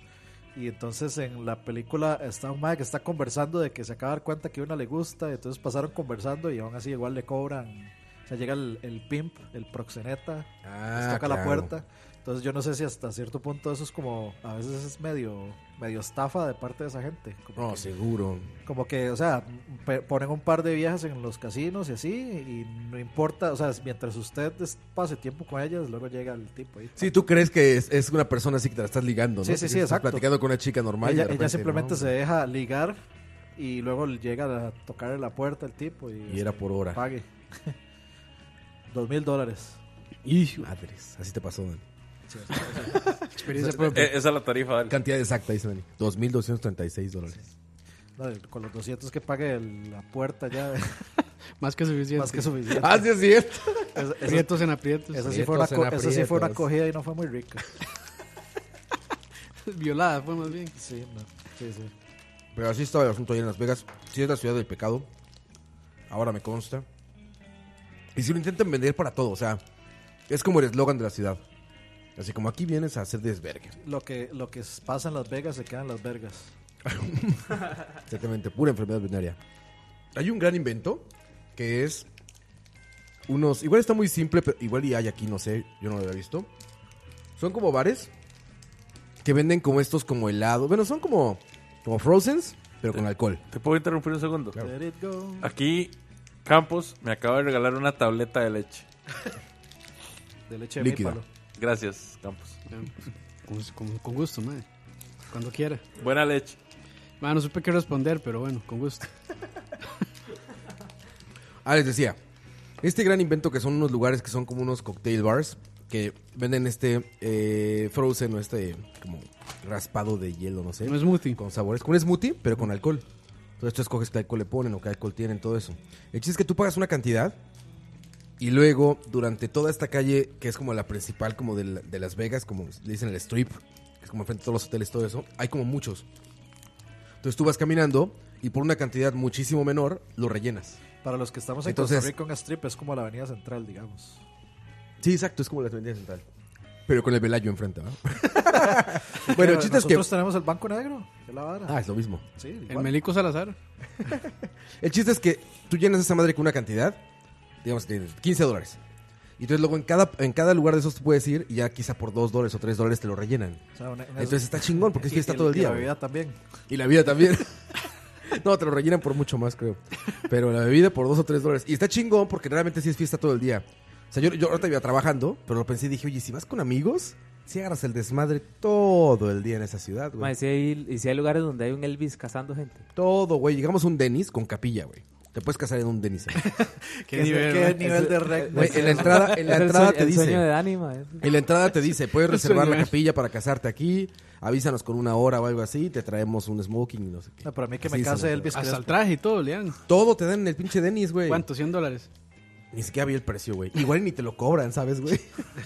S9: Y entonces en la película está un madre que está conversando de que se acaba de dar cuenta que una le gusta, y entonces pasaron conversando y aún así igual le cobran sea, llega el, el pimp, el proxeneta,
S6: Ah,
S9: les toca la
S6: claro.
S9: puerta. Entonces yo no sé si hasta cierto punto eso es como, a veces es medio, medio estafa de parte de esa gente. Como
S6: No,
S9: que-
S6: seguro.
S9: como que, o sea, pe- ponen un par de viejas en los casinos y así, y no importa, o sea, mientras usted des- pase tiempo con ellas, luego llega el tipo ahí.
S6: Sí, tú crees que es, es una persona así que te la estás ligando, ¿no?
S9: Sí, sí,
S6: Que
S9: sí,
S6: estás
S9: exacto.
S6: platicando con una chica normal. y
S9: ella,
S6: de
S9: ella
S6: repente,
S9: simplemente
S6: ¿no?
S9: se deja ligar y luego le llega a tocar la puerta el tipo y, este,
S6: Y era por hora.
S9: pague. Dos mil dólares.
S6: Y madres, así te pasó, Dani.
S9: Experiencia
S6: Esa-
S9: propia.
S6: eh,
S5: es la tarifa.
S6: Cantidad exacta, dice Dani. 2.236 dólares.
S9: No, y con los 200 que pague el- la puerta ya.
S8: Más que suficiente.
S9: Más que suficiente.
S6: Ah, sí, es cierto.
S9: Esa- esa-
S8: Aprietos en aprietos.
S9: Esa sí, fue una,
S8: Aprietos
S9: co-
S8: en
S9: esa sí fue una
S8: aprietos.
S9: cogida y no fue muy rica.
S8: Violada fue más bien.
S9: Sí, no. Sí, sí.
S6: Pero así estaba el asunto ayer en Las Vegas. Sí es la ciudad del pecado. Ahora me consta. Y si lo intentan vender para todo, o sea, es como el eslogan de la ciudad. Así como aquí vienes a hacer desvergue.
S9: Lo que, lo que pasa en Las Vegas se queda en Las Vegas.
S6: Exactamente, pura enfermedad binaria. Hay un gran invento que es unos. Igual está muy simple, pero igual y hay aquí, no sé, yo no lo había visto. Son como bares que venden como estos, como helados. Bueno, son como, como frozens, pero con alcohol.
S5: ¿Te puedo interrumpir un segundo?
S9: Let it go.
S5: Aquí, Campos me acaba de regalar una tableta de leche.
S9: De leche de
S5: Líquida.
S9: mípalo.
S5: Gracias, Campos.
S8: Con, con- con gusto, madre. Cuando quiera.
S5: Buena leche.
S8: Bueno, no supe qué responder, pero bueno, con gusto.
S6: Ah, les decía. Este gran invento que son unos lugares que son como unos cocktail bars que venden este eh, frozen o este como raspado de hielo, no sé.
S8: Un smoothie.
S6: Con sabores. Con un smoothie, pero con alcohol. Entonces tú escoges qué alcohol le ponen o qué alcohol tienen, todo eso. El chiste es que tú pagas una cantidad y luego durante toda esta calle que es como la principal como de, la- de Las Vegas, como le dicen el strip, que es como frente a todos los hoteles, todo eso, hay como muchos. Entonces tú vas caminando y por una cantidad muchísimo menor lo rellenas.
S9: Para los que estamos en
S6: Entonces-
S9: Costa Rica, un strip es como la avenida central, digamos.
S6: Sí, exacto, es como la Avenida Central. Pero con el Velayo enfrente, ¿no? bueno, el chiste es que.
S9: Nosotros tenemos el Banco Negro, que la vara.
S6: Ah, es lo mismo.
S9: Sí,
S8: El
S9: igual.
S8: Melico Salazar.
S6: El chiste es que tú llenas esa madre con una cantidad, digamos que 15 dólares. Y entonces luego en cada, en cada lugar de esos tú puedes ir y ya quizá por 2 dólares o 3 dólares te lo rellenan.
S9: O sea, una- una-
S6: Entonces está chingón porque es que
S9: y-
S6: está
S9: y-
S6: todo el
S9: y La
S6: día. güey.
S9: bebida también.
S6: Y la vida también. No, te lo rellenan por mucho más, creo. Pero la bebida por dos o tres dólares. Y está chingón porque realmente sí es fiesta todo el día. O sea, yo, yo ahorita iba trabajando, pero lo pensé y dije, oye, si vas con amigos, si agarras el desmadre todo el día en esa ciudad,
S9: pues.
S6: güey.
S7: Mae, sí hay, y sí hay lugares donde hay un Elvis cazando gente.
S6: Todo, güey. Llegamos a un Denis con capilla, güey. Te puedes casar en un Denis. güey.
S9: ¿Qué, nivel, qué nivel de rec-
S6: Güey, en la entrada, en la
S7: Es el
S6: entrada
S7: sueño-
S6: te
S7: el
S6: dice.
S7: sueño de Dani, mae.
S6: En la entrada te dice, puedes reservar la
S8: sueño.
S6: capilla para casarte aquí, avísanos con una hora o algo así, te traemos un smoking y no sé qué.
S9: No, para mí que
S6: Sí,
S9: me
S6: se
S9: case
S6: me-
S9: Elvis
S8: Hasta el
S9: Crespo.
S8: traje y todo, Lean.
S6: Todo te dan en el pinche Denis, güey.
S8: ¿Cuánto? ¿100 dólares?
S6: Ni siquiera vi el precio, güey. Igual ni te lo cobran, ¿sabes, güey?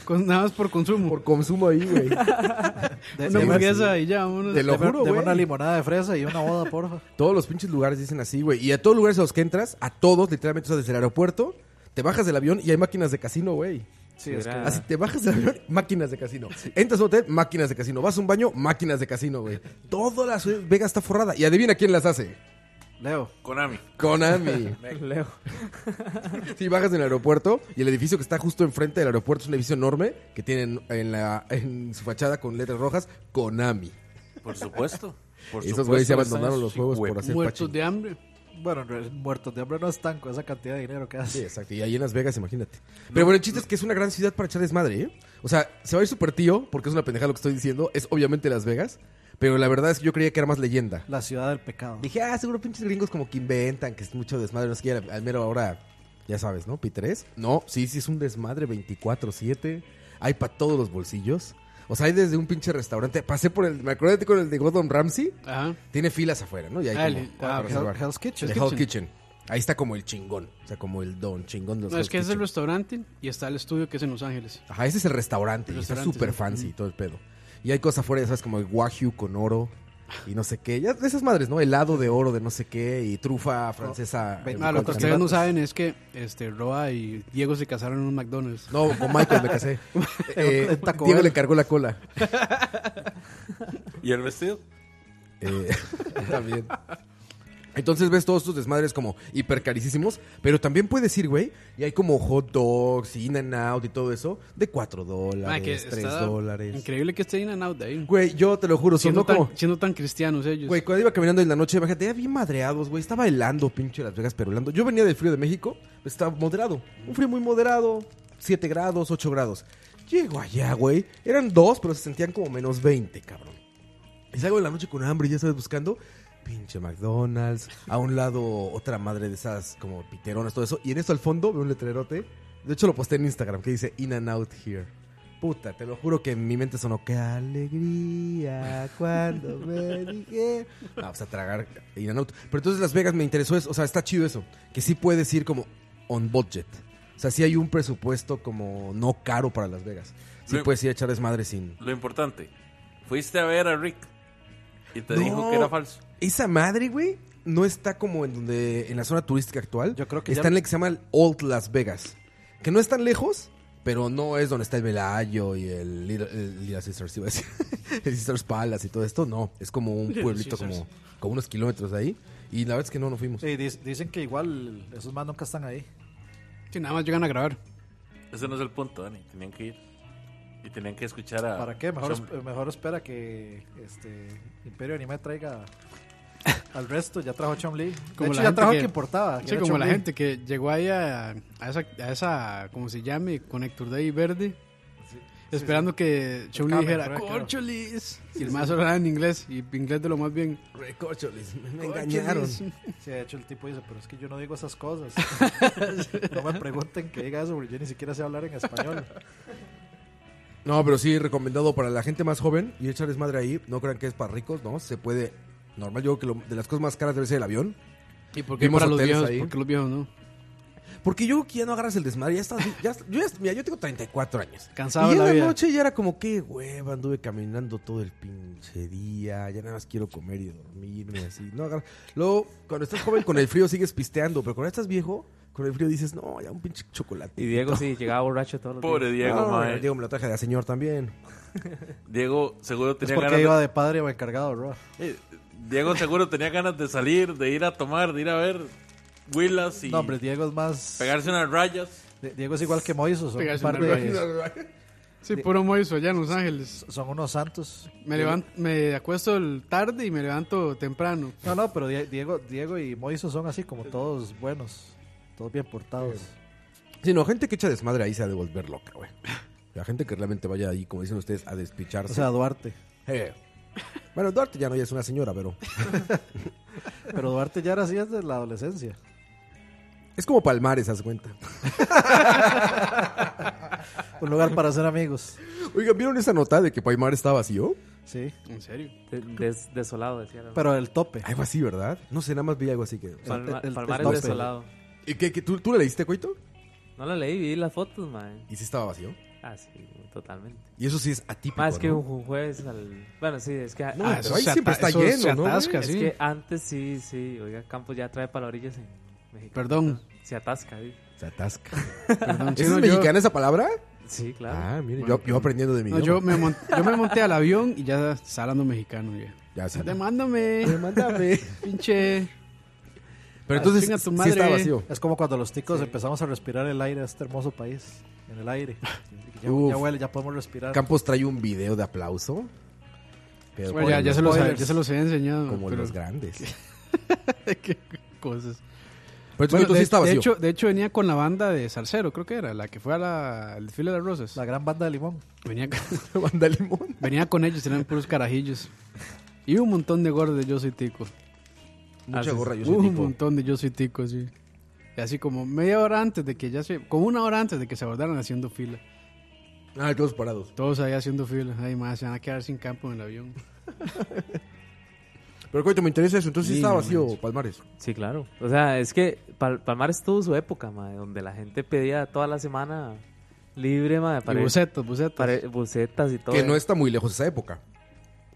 S8: Con- nada más por consumo.
S6: Por consumo ahí, güey.
S9: De-
S8: una
S6: sí,
S9: deme-
S8: hamburguesa y ya, vámonos.
S6: Te lo
S9: deme-
S6: juro,
S9: deme
S6: güey.
S9: una limonada de fresa y una boda, porfa.
S6: Todos los pinches lugares dicen así, güey. Y a todos los lugares a los que entras, a todos, literalmente, o sea, desde el aeropuerto, te bajas del avión y hay máquinas de casino, güey.
S9: Sí, es que
S7: Era-
S6: Así te bajas del avión, máquinas de casino. Entras a un hotel, máquinas de casino. Vas a un baño, máquinas de casino, güey. Toda la ciudad de Vegas está forrada. Y adivina quién las hace.
S9: Leo,
S5: Konami.
S6: Konami.
S7: Leo.
S6: Si bajas del aeropuerto y el edificio que está justo enfrente del aeropuerto es un edificio enorme que tienen en, la, en su fachada con letras rojas Konami.
S5: Por supuesto. Por
S6: Esos güeyes se
S5: supuesto,
S6: abandonaron
S5: están
S6: los juegos por
S5: hue-
S6: hacer
S8: Muertos
S6: pachín.
S8: de hambre.
S9: bueno, en realidad, muertos de hambre no están con esa cantidad de dinero que
S6: Sí,
S9: hace.
S6: exacto. Y ahí en Las Vegas, imagínate. Pero bueno, el chiste es que es una gran ciudad para echar desmadre, ¿eh? O sea, se va a ir súper tío, porque es una pendeja lo que estoy diciendo. Es obviamente Las Vegas. Pero la verdad es que yo creía que era más leyenda.
S9: La ciudad del pecado.
S6: Dije, ah, seguro pinches gringos como que inventan, que es mucho desmadre. No sé qué, al- al mero ahora, ya sabes, ¿no? Peter es. No, sí, sí es un desmadre 24-7. Hay para todos los bolsillos. O sea, hay desde un pinche restaurante. Pasé por el, me acuerdo con el de Gordon Ramsay.
S8: Ajá.
S6: Tiene filas afuera, ¿no? Y hay
S8: Ah, el-
S6: como
S8: ah,
S6: para
S8: Hell-
S6: reservar.
S9: Hell's Kitchen.
S6: El
S8: Hell's
S6: Hell Kitchen. Ahí está como el chingón. O sea, como el don chingón de los
S8: No, es
S6: Hell's
S8: que es el
S6: Kitchen.
S8: restaurante y está el estudio que es en Los Ángeles.
S6: Ajá, ese es el restaurante.
S8: El
S6: y está
S8: restaurante,
S6: súper
S8: sí.
S6: fancy y todo el pedo. Y hay cosas afuera, ya sabes, como el wagyu con oro y no sé qué. Ya, de esas madres, ¿no? Helado de oro de no sé qué y trufa francesa.
S9: ve-
S6: eh,
S8: Ah, lo que
S6: con-
S8: ustedes no saben es que este, Roa y Diego se casaron en un McDonald's.
S6: No, con Michael me casé. Eh,
S9: En Taco
S6: Diego
S9: Bell.
S6: le cargó la cola.
S5: ¿Y el vestido?
S6: Eh, también. Entonces ves todos estos desmadres como hipercarísimos, pero también puedes ir, güey, y hay como hot dogs, y in and out y todo eso, de 4
S8: Ma, que
S6: dólares, 3
S8: está
S6: dólares.
S8: Increíble que esté in and out de ahí.
S6: Güey, yo te lo juro,
S8: siendo
S6: siendo
S8: tan,
S6: como...
S8: siendo tan cristianos ellos.
S6: Güey, cuando iba caminando en la noche, bájate, ya bien madreados, güey. Estaba helando, pinche Las Vegas, pero helando. Yo venía del frío de México, pues, estaba moderado. Un frío muy moderado, 7 grados, 8 grados. Llego allá, güey. Eran 2, pero se sentían como menos 20, cabrón. Y salgo en la noche con hambre, ya sabes, buscando. Pinche McDonald's. A un lado, otra madre de esas, como piteronas, todo eso. Y en eso al fondo veo un letrerote. De hecho, lo posté en Instagram que dice In and Out Here. Puta, te lo juro que en mi mente sonó qué alegría cuando me dije. Ah, pues a tragar In and Out. Pero entonces Las Vegas me interesó eso. O sea, está chido eso. Que sí puedes ir como on budget. O sea, sí hay un presupuesto como no caro para Las Vegas. Sí
S5: Lo-
S6: puedes ir a echar desmadre sin.
S5: Lo importante, fuiste a ver a Rick y te dijo
S6: No,
S5: que era falso.
S6: Esa madre, güey, no está como en donde en la zona turística actual. Yo creo
S5: que
S6: está
S5: ya-
S6: en la que se llama el Old Las Vegas, que no es tan lejos, pero no es donde está el Velayo y el Little, el Little Caesars, iba a decir. el Caesars Palace y todo esto. No, es como un
S9: Little
S6: pueblito
S9: Caesars.
S6: como, como unos kilómetros de ahí. Y la verdad es que no, no fuimos.
S9: Sí, dic- dicen que igual esos más nunca están ahí.
S8: Que nada más llegan a grabar.
S5: Ese no es el punto, Dani. Tenían que ir. Y tenían que escuchar a.
S9: Ah, ¿Para qué? Mejor,
S5: Sean-
S9: esp- mejor espera que este Imperio Anime traiga al resto. Ya trajo Chun Li. De hecho, ya trajo que, importaba. que
S8: Sí,
S9: era
S8: como la
S9: Chun-Li.
S8: gente que llegó ahí a, a esa, a esa, ¿cómo se llame? Connector Day verde. esperando que Chun-Li
S9: Kamen,
S8: dijera,
S9: creo que era.
S8: ¡Corcholis! Y
S9: Sí,
S8: el más
S9: sí.
S8: hablaba en inglés, y inglés de lo más bien.
S6: Recorcholis, me
S8: engañaron.
S9: Sí, de hecho el tipo dice, pero es que yo no digo esas cosas. no me pregunten que diga eso, porque yo ni siquiera sé hablar en español.
S6: No, pero sí, recomendado para la gente más joven y echar desmadre ahí. No crean que es para ricos, ¿no? Se puede. Normal, yo creo que lo- de las cosas más caras debe ser el avión.
S8: ¿Y por qué
S6: Vimos
S8: para los
S6: hoteles
S8: viejos?
S6: ahí.
S8: ¿Por qué los viejos no?
S6: Porque yo creo que ya no agarras el desmadre. Ya estás. Ya, yo, ya- mira, yo tengo 34 años.
S8: Cansado
S6: y
S8: de
S6: en
S8: la
S6: la,
S8: vida.
S6: noche ya era como, qué hueva, anduve caminando todo el pinche día. Ya nada más quiero comer y dormirme así. No agarras. Luego, cuando estás joven con el frío sigues pisteando, pero cuando estás viejo, con el frío dices, no, ya un pinche chocolate.
S7: Y Diego sí, llegaba borracho todos los
S5: Pobre
S7: días.
S9: Ah,
S5: Diego, mae.
S6: Diego me lo traje de señor también.
S5: Diego seguro
S9: Es
S5: tenía
S9: porque
S5: ganas.
S9: iba de padre o encargado, bro.
S5: Eh, Diego seguro tenía ganas de salir, de ir a tomar, de ir a ver Willas y
S9: No, hombre, Diego es más...
S5: pegarse unas rayas.
S9: Di- Diego es igual que Moisos. Son, un
S8: Pegarse
S9: par
S8: una
S9: de-
S8: Sí, puro moiso allá en Los Ángeles.
S9: son unos santos.
S8: Me, levanto, me acuesto el tarde y me levanto temprano.
S9: No, no, pero Die- Diego, Diego y Moisos son así como todos buenos. Todos bien portados.
S6: Sí, no, gente que echa desmadre ahí se ha de volver loca, güey. La gente que realmente vaya ahí, como dicen ustedes, a despicharse.
S9: O sea, Duarte.
S6: Eh. Bueno, Duarte ya no, ya es una señora, pero...
S9: Pero Duarte ya era así desde la adolescencia.
S6: Es como Palmares, haz cuenta.
S9: Un lugar para ser amigos.
S6: Oigan, ¿vieron esa nota de que Palmares está vacío?
S9: Sí.
S8: ¿En serio?
S7: De- des- desolado, decía. la-
S9: Pero el tope.
S6: Algo así, ¿verdad? No sé, nada más vi algo así que...
S7: Palma-
S9: el- el-
S7: Palmares
S9: el-
S7: desolado.
S6: ¿Y qué, qué- tú, ¿Tú le leíste, Coito?
S7: No la leí, vi las fotos, mae.
S6: Y sí estaba vacío.
S7: Ah, sí, güey, totalmente.
S6: Y eso sí es atípico,
S7: Más Ah, que
S6: ¿no?
S7: un un jueves al... Bueno, sí, es que...
S6: No,
S7: ah,
S6: pero
S8: eso
S6: ahí
S8: se
S6: siempre
S8: ata-
S6: está
S8: eso se
S6: lleno, ¿no?
S8: atasca,
S7: es
S8: sí.
S7: que antes sí, sí. Oiga, Campos ya trae palabrillas en México.
S8: Perdón.
S7: Se atasca, sí.
S6: Se atasca.
S8: Perdón,
S6: ¿Esa
S8: chino,
S6: ¿Es
S8: yo-
S6: mexicana esa palabra?
S7: Sí, claro.
S6: Ah, mire, yo, yo aprendiendo de mi
S8: No, yo, me mon- yo me monté al avión y ya está hablando mexicano. Ya.
S6: Ya, sí.
S8: Demándame,
S6: Mándame.
S8: pinche.
S6: Pero
S8: Ah,
S6: entonces
S8: chinga tu
S6: sí
S8: madre.
S6: estaba vacío.
S9: Es como cuando los ticos empezamos a respirar el aire a este hermoso país. En el aire. Ya, ya
S6: Uf.
S9: huele, ya podemos respirar.
S6: Campos trae un video de aplauso. Pero
S8: Bueno, ya, ya se los, ya se los he enseñado.
S6: Como
S8: pero-
S6: los grandes.
S8: qué cosas.
S6: Pero
S8: Bueno,
S6: tú
S8: de,
S6: sí estaba
S8: de
S6: vacío.
S8: hecho, de hecho, venía con la banda de Salcero, creo que era, la que fue a la- al desfile de las rosas.
S9: La gran banda de limón.
S8: Venía, con-
S6: Banda Limón.
S8: venía con ellos, eran puros carajillos. Y un montón de gordos de Yo Soy Tico.
S6: Mucha
S7: sí,
S6: gorra, yo soy
S8: un
S6: tipo.
S8: montón de Yo Soy Tico, sí. Y así como media hora antes de que ya se... Como una hora antes de que se abordaran haciendo fila.
S6: Ah, todos parados.
S8: Todos ahí haciendo fila. Ay, más, se van a quedar sin campo en el avión.
S6: Pero coito, me interesa eso. Entonces sí
S8: Sí,
S6: estaba
S8: no
S6: vacío,
S8: manches.
S6: Palmares.
S7: Sí, claro. O sea, es que Pal- Palmares tuvo su época, mae, donde la gente pedía toda la semana libre, mae, para
S8: y
S7: ir-
S8: bucetos, bucetos.
S7: para ir- bucetas y todo.
S6: Que no está muy lejos esa época.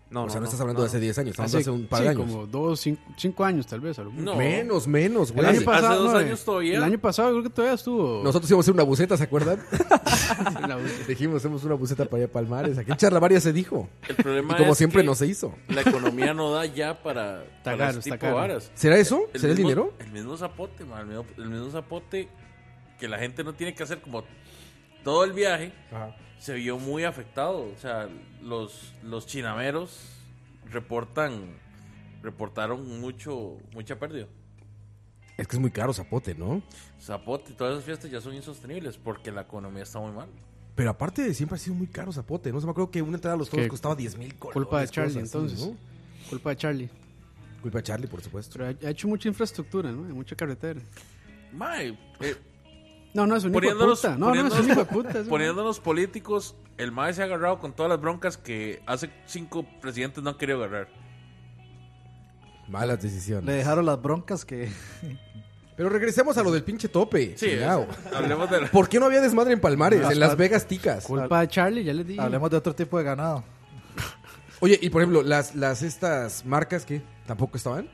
S7: No,
S6: o
S7: no,
S6: sea, no,
S7: no,
S6: estás hablando
S7: no,
S6: de hace
S7: no.
S6: 10 años, estamos hace un par de
S8: sí,
S6: años.
S8: como dos, cinco, cinco años tal vez. a lo mucho.
S6: No. Menos, menos, güey.
S8: El año
S6: Hace-
S8: pasado,
S6: hace dos
S8: no, eh,
S6: años todavía.
S8: El año pasado creo que todavía estuvo.
S6: Nosotros íbamos a hacer una buceta, ¿se acuerdan?
S8: La buceta.
S6: Dijimos, hacemos una buceta para allá a Palmares. Aquí en Charlavaria se dijo.
S5: El problema
S6: y como
S5: es
S6: siempre
S5: que
S6: no se hizo.
S5: La economía no da ya para,
S6: Está
S5: para
S6: caro,
S5: ese
S6: está
S5: tipo de
S6: caro.
S5: varas.
S6: ¿Será eso? ¿Será el
S5: mismo-
S6: dinero?
S5: El mismo zapote, ma, el, mismo, el mismo zapote que la gente no tiene que hacer como todo el viaje
S6: Ajá.
S5: se vio muy afectado. O sea, los, los chinameros reportan reportaron mucho mucha pérdida.
S6: Es que es muy caro Zapote, ¿no?
S5: Zapote y todas esas fiestas ya son insostenibles porque la economía está muy mal.
S6: Pero aparte de siempre ha sido muy caro Zapote. No se me acuerdo que una entrada a los toros
S8: Que-
S6: costaba 10 mil colones.
S8: Culpa de Charlie,
S6: cosas así,
S8: entonces.
S6: ¿no?
S8: Culpa de Charlie.
S6: Culpa de Charlie, por supuesto.
S8: Pero ha, ha hecho mucha infraestructura, ¿no? Hay Mucha carretera.
S5: Mae, eh,
S8: No, no, es un hijo de
S5: poniéndonos,
S8: puta. No, no, es un hijo de puta. es un-
S5: poniéndonos políticos, el MAE se ha agarrado con todas las broncas que hace cinco presidentes no han querido agarrar.
S6: Malas decisiones.
S9: Le dejaron las broncas que.
S6: Pero regresemos a lo del pinche tope.
S9: Sí,
S6: chingao.
S9: es- hablemos de la-
S6: ¿Por qué no había desmadre en Palmares?
S9: Las
S6: en Las
S9: par-
S6: Vegas Ticas.
S8: Culpa de Charlie, ya les dije.
S9: Hablemos de otro tipo de ganado.
S6: Oye, y por ejemplo, las, las estas marcas que tampoco estaban.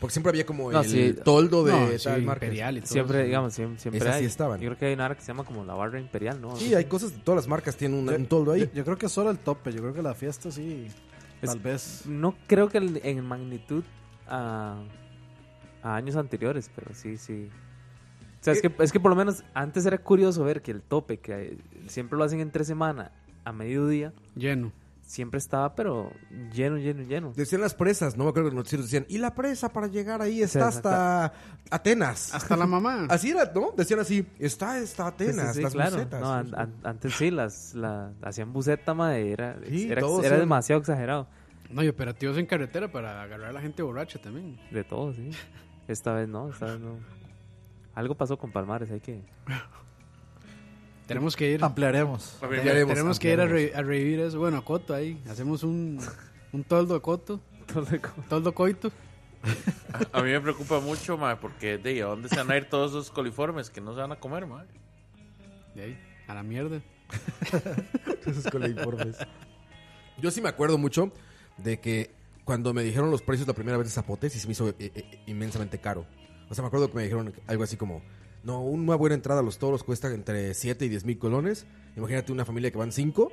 S6: Porque siempre había como
S7: No,
S6: el
S7: sí.
S6: toldo de
S8: No, sí,
S6: tal marca.
S8: imperial y todo
S7: Siempre,
S8: eso.
S7: digamos, siempre, siempre
S6: Esas sí
S7: hay.
S6: estaban.
S7: Yo creo que hay una que se llama como la barra imperial, ¿no?
S6: Sí, hay cosas, todas las marcas tienen un, un toldo
S9: Yo,
S6: ahí.
S9: yo creo que solo el tope. Yo creo que la fiesta sí.
S7: Es-
S9: Tal vez.
S7: No creo que en- en magnitud a, a años anteriores, pero sí, sí. O sea, es que, es que por lo menos antes era curioso ver que el tope, que eh, siempre lo hacen entre semana, a mediodía,
S8: Lleno.
S7: siempre estaba, pero lleno, lleno, lleno.
S6: Decían las presas, no me acuerdo que los noticieros decían, y la presa para llegar ahí está
S7: Sí,
S6: hasta Atenas.
S8: Hasta la mamá.
S6: Así era, ¿no? Decían así, está hasta
S7: Sí, sí,
S6: Atenas,
S7: sí,
S6: las
S7: claro.
S6: bucetas.
S7: No, an- an- antes sí, las, la- hacían buceta, madre, era,
S6: Sí,
S7: era,
S6: todos
S7: era
S6: eran-
S7: demasiado exagerado.
S8: No, y operativos en carretera para agarrar a la gente borracha también.
S7: De todo, sí. Esta vez no, esta vez no. Algo pasó con Palmares, hay que...
S8: Tenemos que ir.
S9: Ampliaremos.
S6: Ampliaremos,
S8: Tenemos que ir a,
S6: ampliaremos.
S8: re- a revivir eso. Bueno, a Coto ahí. Hacemos un, un toldo de Coto. Toldo coito.
S5: A mí me preocupa mucho, mae, porque de ¿a dónde se van a ir todos esos coliformes que no se van a comer, mae?
S8: De ahí. A la mierda.
S6: Esos coliformes. Yo sí me acuerdo mucho de que cuando me dijeron los precios la primera vez de Zapote, sí se me hizo eh, eh, inmensamente caro. O sea, me acuerdo que me dijeron algo así como, no, una buena entrada a los toros cuesta entre 7 y 10 mil colones. Imagínate una familia que van 5.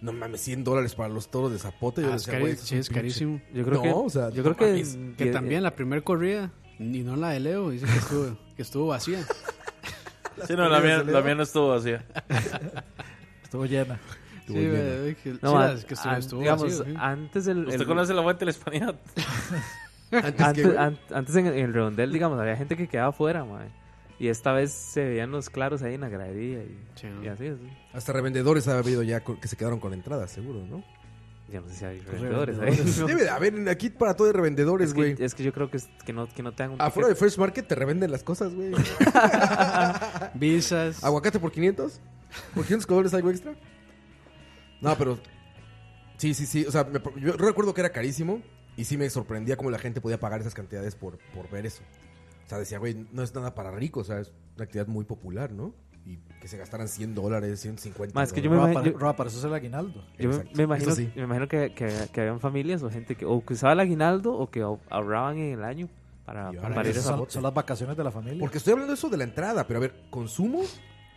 S6: No mames, 100 dólares para los toros de Zapote. Yo
S8: Ah, es
S6: decía,
S8: cari-
S6: "Güey,
S8: sí, es
S6: un pinche-".
S8: carísimo.
S7: Yo creo
S6: No,
S7: que...
S6: o sea,
S7: yo
S6: no
S7: creo que...
S6: mames.
S8: Que también la primera corrida, ni no la de Leo, dice que estuvo, que estuvo vacía.
S5: Sí, no, la mía, la mía no estuvo vacía.
S9: Estuvo llena.
S8: Sí,
S6: Estuvo llena.
S8: eh, que-
S7: No,
S8: sí,
S7: an-
S8: la- es que
S5: ah.
S8: estuvo,
S7: an-
S8: estuvo
S7: digamos,
S8: vacío, sí.
S7: antes el,
S5: ¿Usted
S7: el-
S5: conoce la fuente de la hispanidad?
S6: Antes que,
S7: antes,
S6: güey.
S7: an- antes en, el- en el redondel, digamos, había gente que quedaba afuera, mae. Y esta vez se veían los claros ahí en la gradería y,
S8: Sí, ¿no?
S7: y así, así.
S6: Hasta revendedores ha habido ya co- que se quedaron con entradas, seguro, ¿no?
S7: Ya no sé si hay vendedores ahí.
S6: pues, Debe de haber aquí para todo de revendedores,
S7: Es
S6: güey.
S7: que, es que yo creo que, es- que no, que no te dan
S9: Ah,
S7: un
S6: Afuera de
S7: ticket.
S6: First Market te revenden las cosas, güey.
S8: Visas.
S6: ¿Aguacate por 500? ¿Por 500 colores algo extra? No, pero... Sí, sí, sí. O sea, me- yo recuerdo que era carísimo y sí me sorprendía cómo la gente podía pagar esas cantidades por, por ver eso. O sea, decía, güey, no es nada para ricos, o sea, es una actividad muy popular, ¿no? Y que se gastaran 100 dólares, 150
S7: Más que yo me
S9: Roba
S7: imagino-
S9: para,
S7: yo-
S9: roba para eso es el aguinaldo.
S7: Yo me,
S6: Exacto.
S7: me imagino,
S6: Eso sí.
S7: me imagino que, que- que habían familias o gente que o que usaba el aguinaldo o que ahor- ahorraban en el año para,
S6: Y
S7: para
S6: ahora
S7: ir a
S6: eso.
S7: esa
S6: bote.
S9: Son, son las vacaciones de la familia.
S6: Porque estoy hablando de eso de la entrada, pero a ver, consumo.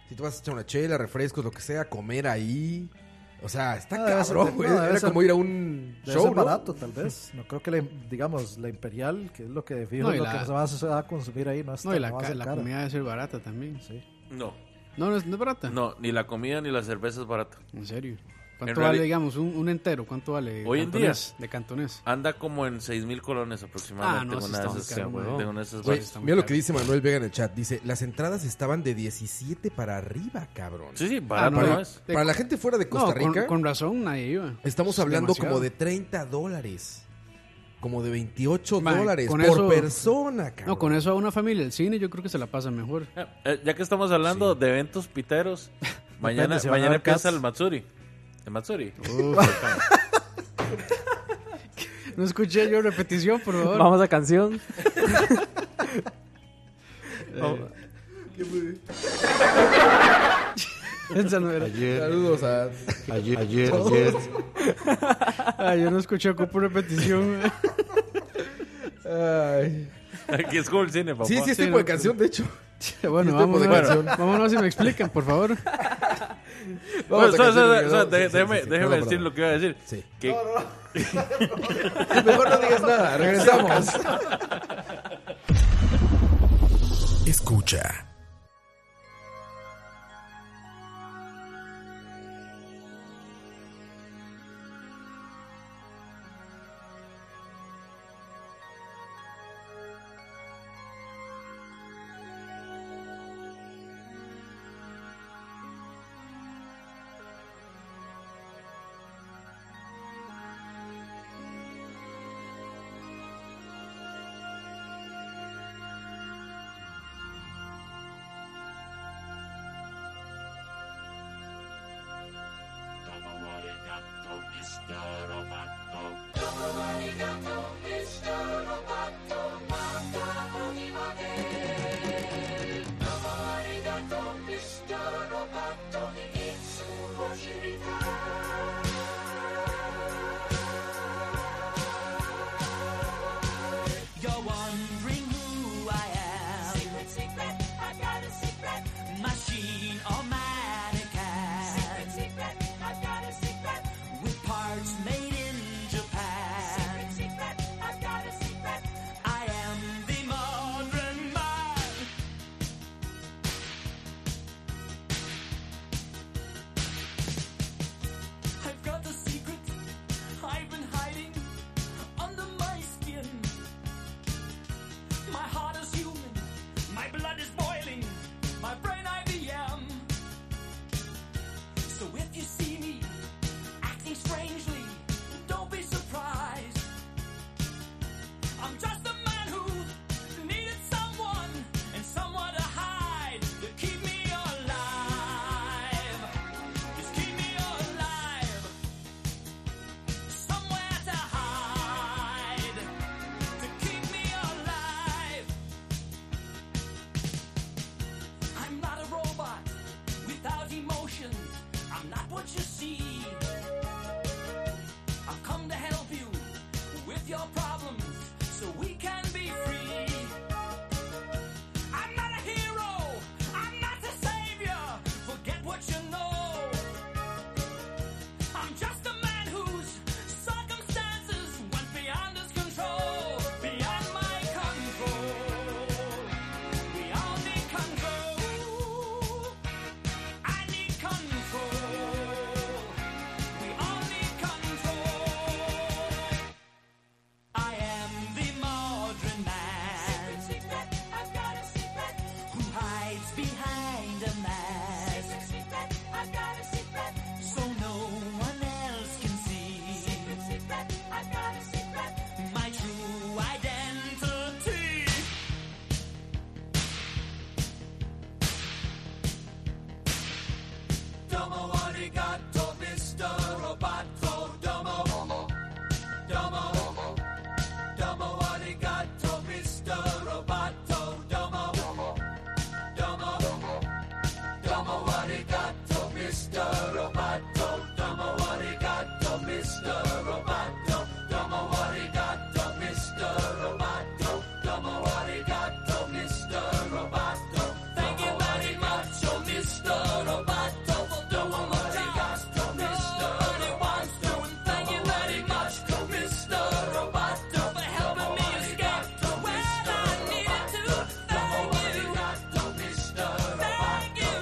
S6: Si tú vas a echar una chela, refrescos, lo que sea, comer ahí. O sea, está
S9: No, Ah, debe
S6: cabrón,
S9: ser-
S6: güey.
S9: no, debe
S6: Era
S9: ser-
S6: como ir a un
S9: Debe
S6: show.
S9: ser
S6: ¿no?
S9: barato, tal vez. No creo que, la, digamos, la imperial, que es lo que de fijo
S8: No, y
S9: es lo
S8: la-
S9: que se va, a- se va a consumir ahí, no es
S8: No, y
S9: tan-
S8: la,
S9: no va a
S8: ca-
S9: ser
S8: la
S9: cara.
S8: comida debe ser barata también.
S9: Sí.
S5: No,
S8: No, no es, no es barata.
S5: no, ni la comida ni la cerveza es barata.
S8: En serio. ¿Cuánto
S5: En
S8: vale,
S5: reali-
S8: digamos, un, un entero? ¿Cuánto vale?
S5: Hoy en
S8: cantonés? De cantonés.
S5: Anda como en 6 mil colones
S8: Ah,
S5: aproximadamente.
S8: no,
S5: en
S8: sí
S5: una
S8: está
S5: de
S8: muy
S5: esas-
S8: caro,
S7: huevón.
S5: de una de esas
S8: Güey,
S5: barras.
S8: está muy
S6: Mira lo
S8: caro.
S6: que dice Manuel Vega en el chat. Dice, las entradas estaban de 17 para arriba, cabrón.
S5: Sí, sí, barato
S8: no,
S5: no,
S8: no.
S5: es.
S6: Para la gente fuera de Costa
S8: no, con-
S6: Rica,
S8: Con, razón nadie iba.
S6: estamos
S8: Es
S6: hablando
S8: demasiado.
S6: como de 30 dólares. Como de 28
S8: Mae,
S6: dólares
S8: con
S6: por
S8: eso-
S6: persona, cabrón.
S8: No, con eso a una familia el cine yo creo que se la pasa mejor.
S5: Eh, eh, Ya que estamos hablando de eventos piteros, mañana,
S9: si van a
S5: mañana
S9: dar cats.
S5: empieza el Matsuri. ¿El Matsuri?
S8: No escuché yo repetición, por favor.
S7: Vamos a canción.
S8: Eh, Oh. Esa no era.
S9: Ayer.
S8: Saludos a-
S9: Ayer, ayer,
S8: Todos.
S9: ayer.
S8: Ay, yo no escuché ocupo repetición. Ay.
S5: Aquí es como el cine, papá.
S8: Sí, sí, es tipo de canción, de hecho.
S5: Sí,
S8: Bueno,
S5: es tipo
S8: vámonos,
S5: de
S8: bueno.
S5: canción.
S8: vámonos si me explican, por favor.
S5: Bueno,
S8: Vamos a
S5: espera, espera,
S8: canción,
S5: espera,
S8: ¿no?
S5: dé-
S8: Sí, sí,
S5: déjeme-
S8: sí, sí,
S5: Déjeme
S8: perdón,
S5: decir
S8: perdón.
S5: lo que iba a decir. Que-
S6: Mejor no digas nada, regresamos. Escucha.
S4: You're wondering who I am. Secret, secret, I've got a secret. Machine or mannequin. Secret, secret, I've got a secret. With parts made in Japan. Secret, secret, I've got a secret. I am the modern man. I've got a secret I've been hiding under my skin. My heart is human, my blood is boiling, my brain IBM. So if you see me acting strangely, don't be surprised. I'm just a man who needed someone and someone to hide to keep me alive. Just keep me alive. Somewhere to hide to keep me alive. I'm not a robot without emotions. I'm not what you see. I've come to help you with your problems so we can be free. I'm not a hero. I'm not a savior. Forget what you know. I'm just a man whose circumstances went beyond his control, beyond my control, beyond the control. I need control. We all need control. I am the modern man. Secret, secret, I've got a secret. Who hides behind a mask? Secret, secret, I've got a secret. So no one else can see. Secret, secret, I've got a secret. My true identity. Domo arigato, Mr. Roboto. Oh, Domo, domo. Domo arigato, Mr. Roboto. Oh, Domo, domo, domo arigato, Mr. Roboto. Domo arigato, Mr. Roboto. Domo arigato, Mr. Roboto. Domo arigato, Mr. Roboto. Thank you very much, oh Mr. Roboto. Domo arigato, Mr. Roboto. Thank you very much, oh Mr. Roboto, for helping me escape when I needed to. Thank you. Thank you, thank you. Ah. I wanna thank you. Please, thank you.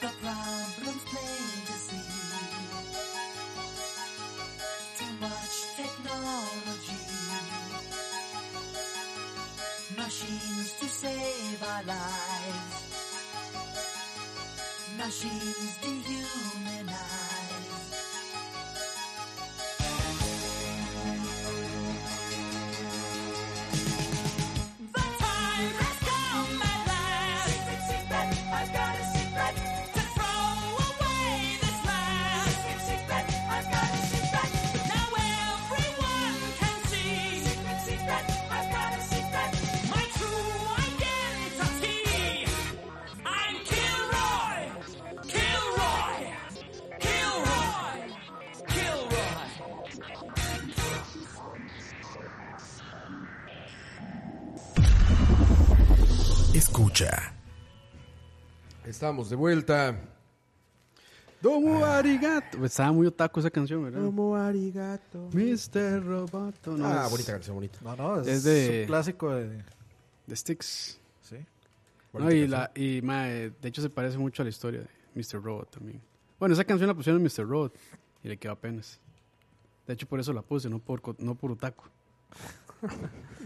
S4: The problem's plain to see. Too much technology. Machines to save our lives.
S12: Now she's dehumanized. The time has come, my lad. Secret, secret, I've got a secret to throw away this lad. Secret, secret, I've got a secret. Now everyone can see. Secret, secret, I've got a secret. My true identity. I'm Kilroy. Kilroy. Kilroy. Kilroy.
S6: Escucha. Estamos de vuelta.
S8: Domo arigato. Estaba muy otaku esa canción, ¿verdad? Domo arigato. Mr. Roboto.
S6: Ah,
S8: es-
S6: bonita canción, bonita.
S9: No, no, es,
S8: Es de-
S9: un clásico de...
S8: De Sticks.
S9: Sí.
S8: No, y, la, y mae, de hecho se parece mucho a la historia de Mr. Robot también. Bueno, esa canción la pusieron en Mr. Robot y le quedó apenas. De hecho, por eso la puse, no por, co- no por otaku.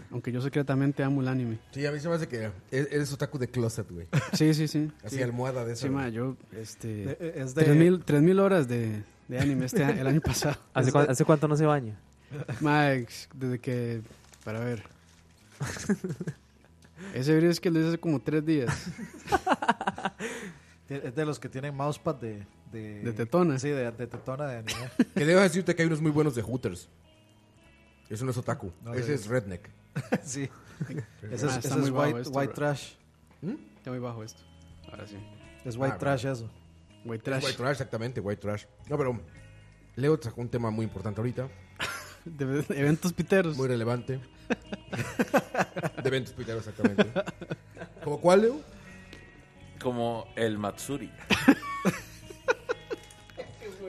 S8: Aunque yo secretamente amo el anime.
S6: Sí, a mí se me hace que e- eres otaku de closet, güey.
S8: Sí, sí, sí.
S6: Así
S8: Sí.
S6: almohada de esa.
S8: Sí,
S6: güey.
S8: ma, yo, este...
S9: Eh, es de-
S8: 3.000 3.000 horas de, de anime este, a- el año pasado.
S7: ¿Hace, cua- hace cuánto no se baña?
S8: Max, desde que... Para ver. Ese video es que lo hice hace como tres días.
S9: de- Es de los que tienen mousepad de... De,
S8: De tetona.
S9: Sí, de, de tetona de anime.
S6: Que debo decirte que hay unos muy buenos de Hooters. Eso no es otaku.
S9: No,
S6: Ese
S9: de-
S6: es redneck.
S9: sí.
S6: Ma,
S9: Ese es,
S8: está
S9: ese
S8: muy
S9: es
S8: guau
S9: white,
S8: esto,
S9: white
S8: bro.
S9: trash. ¿Mm?
S8: Está muy bajo esto. Ahora sí.
S9: Es white
S6: Ah,
S9: trash eso.
S8: White
S6: Es
S8: trash.
S6: White trash, exactamente, white trash. No, pero Leo sacó un tema muy importante ahorita,
S8: De eventos piteros.
S6: muy relevante. de eventos piteros, exactamente. ¿Como cuál, Leo?
S5: Como el Matsuri.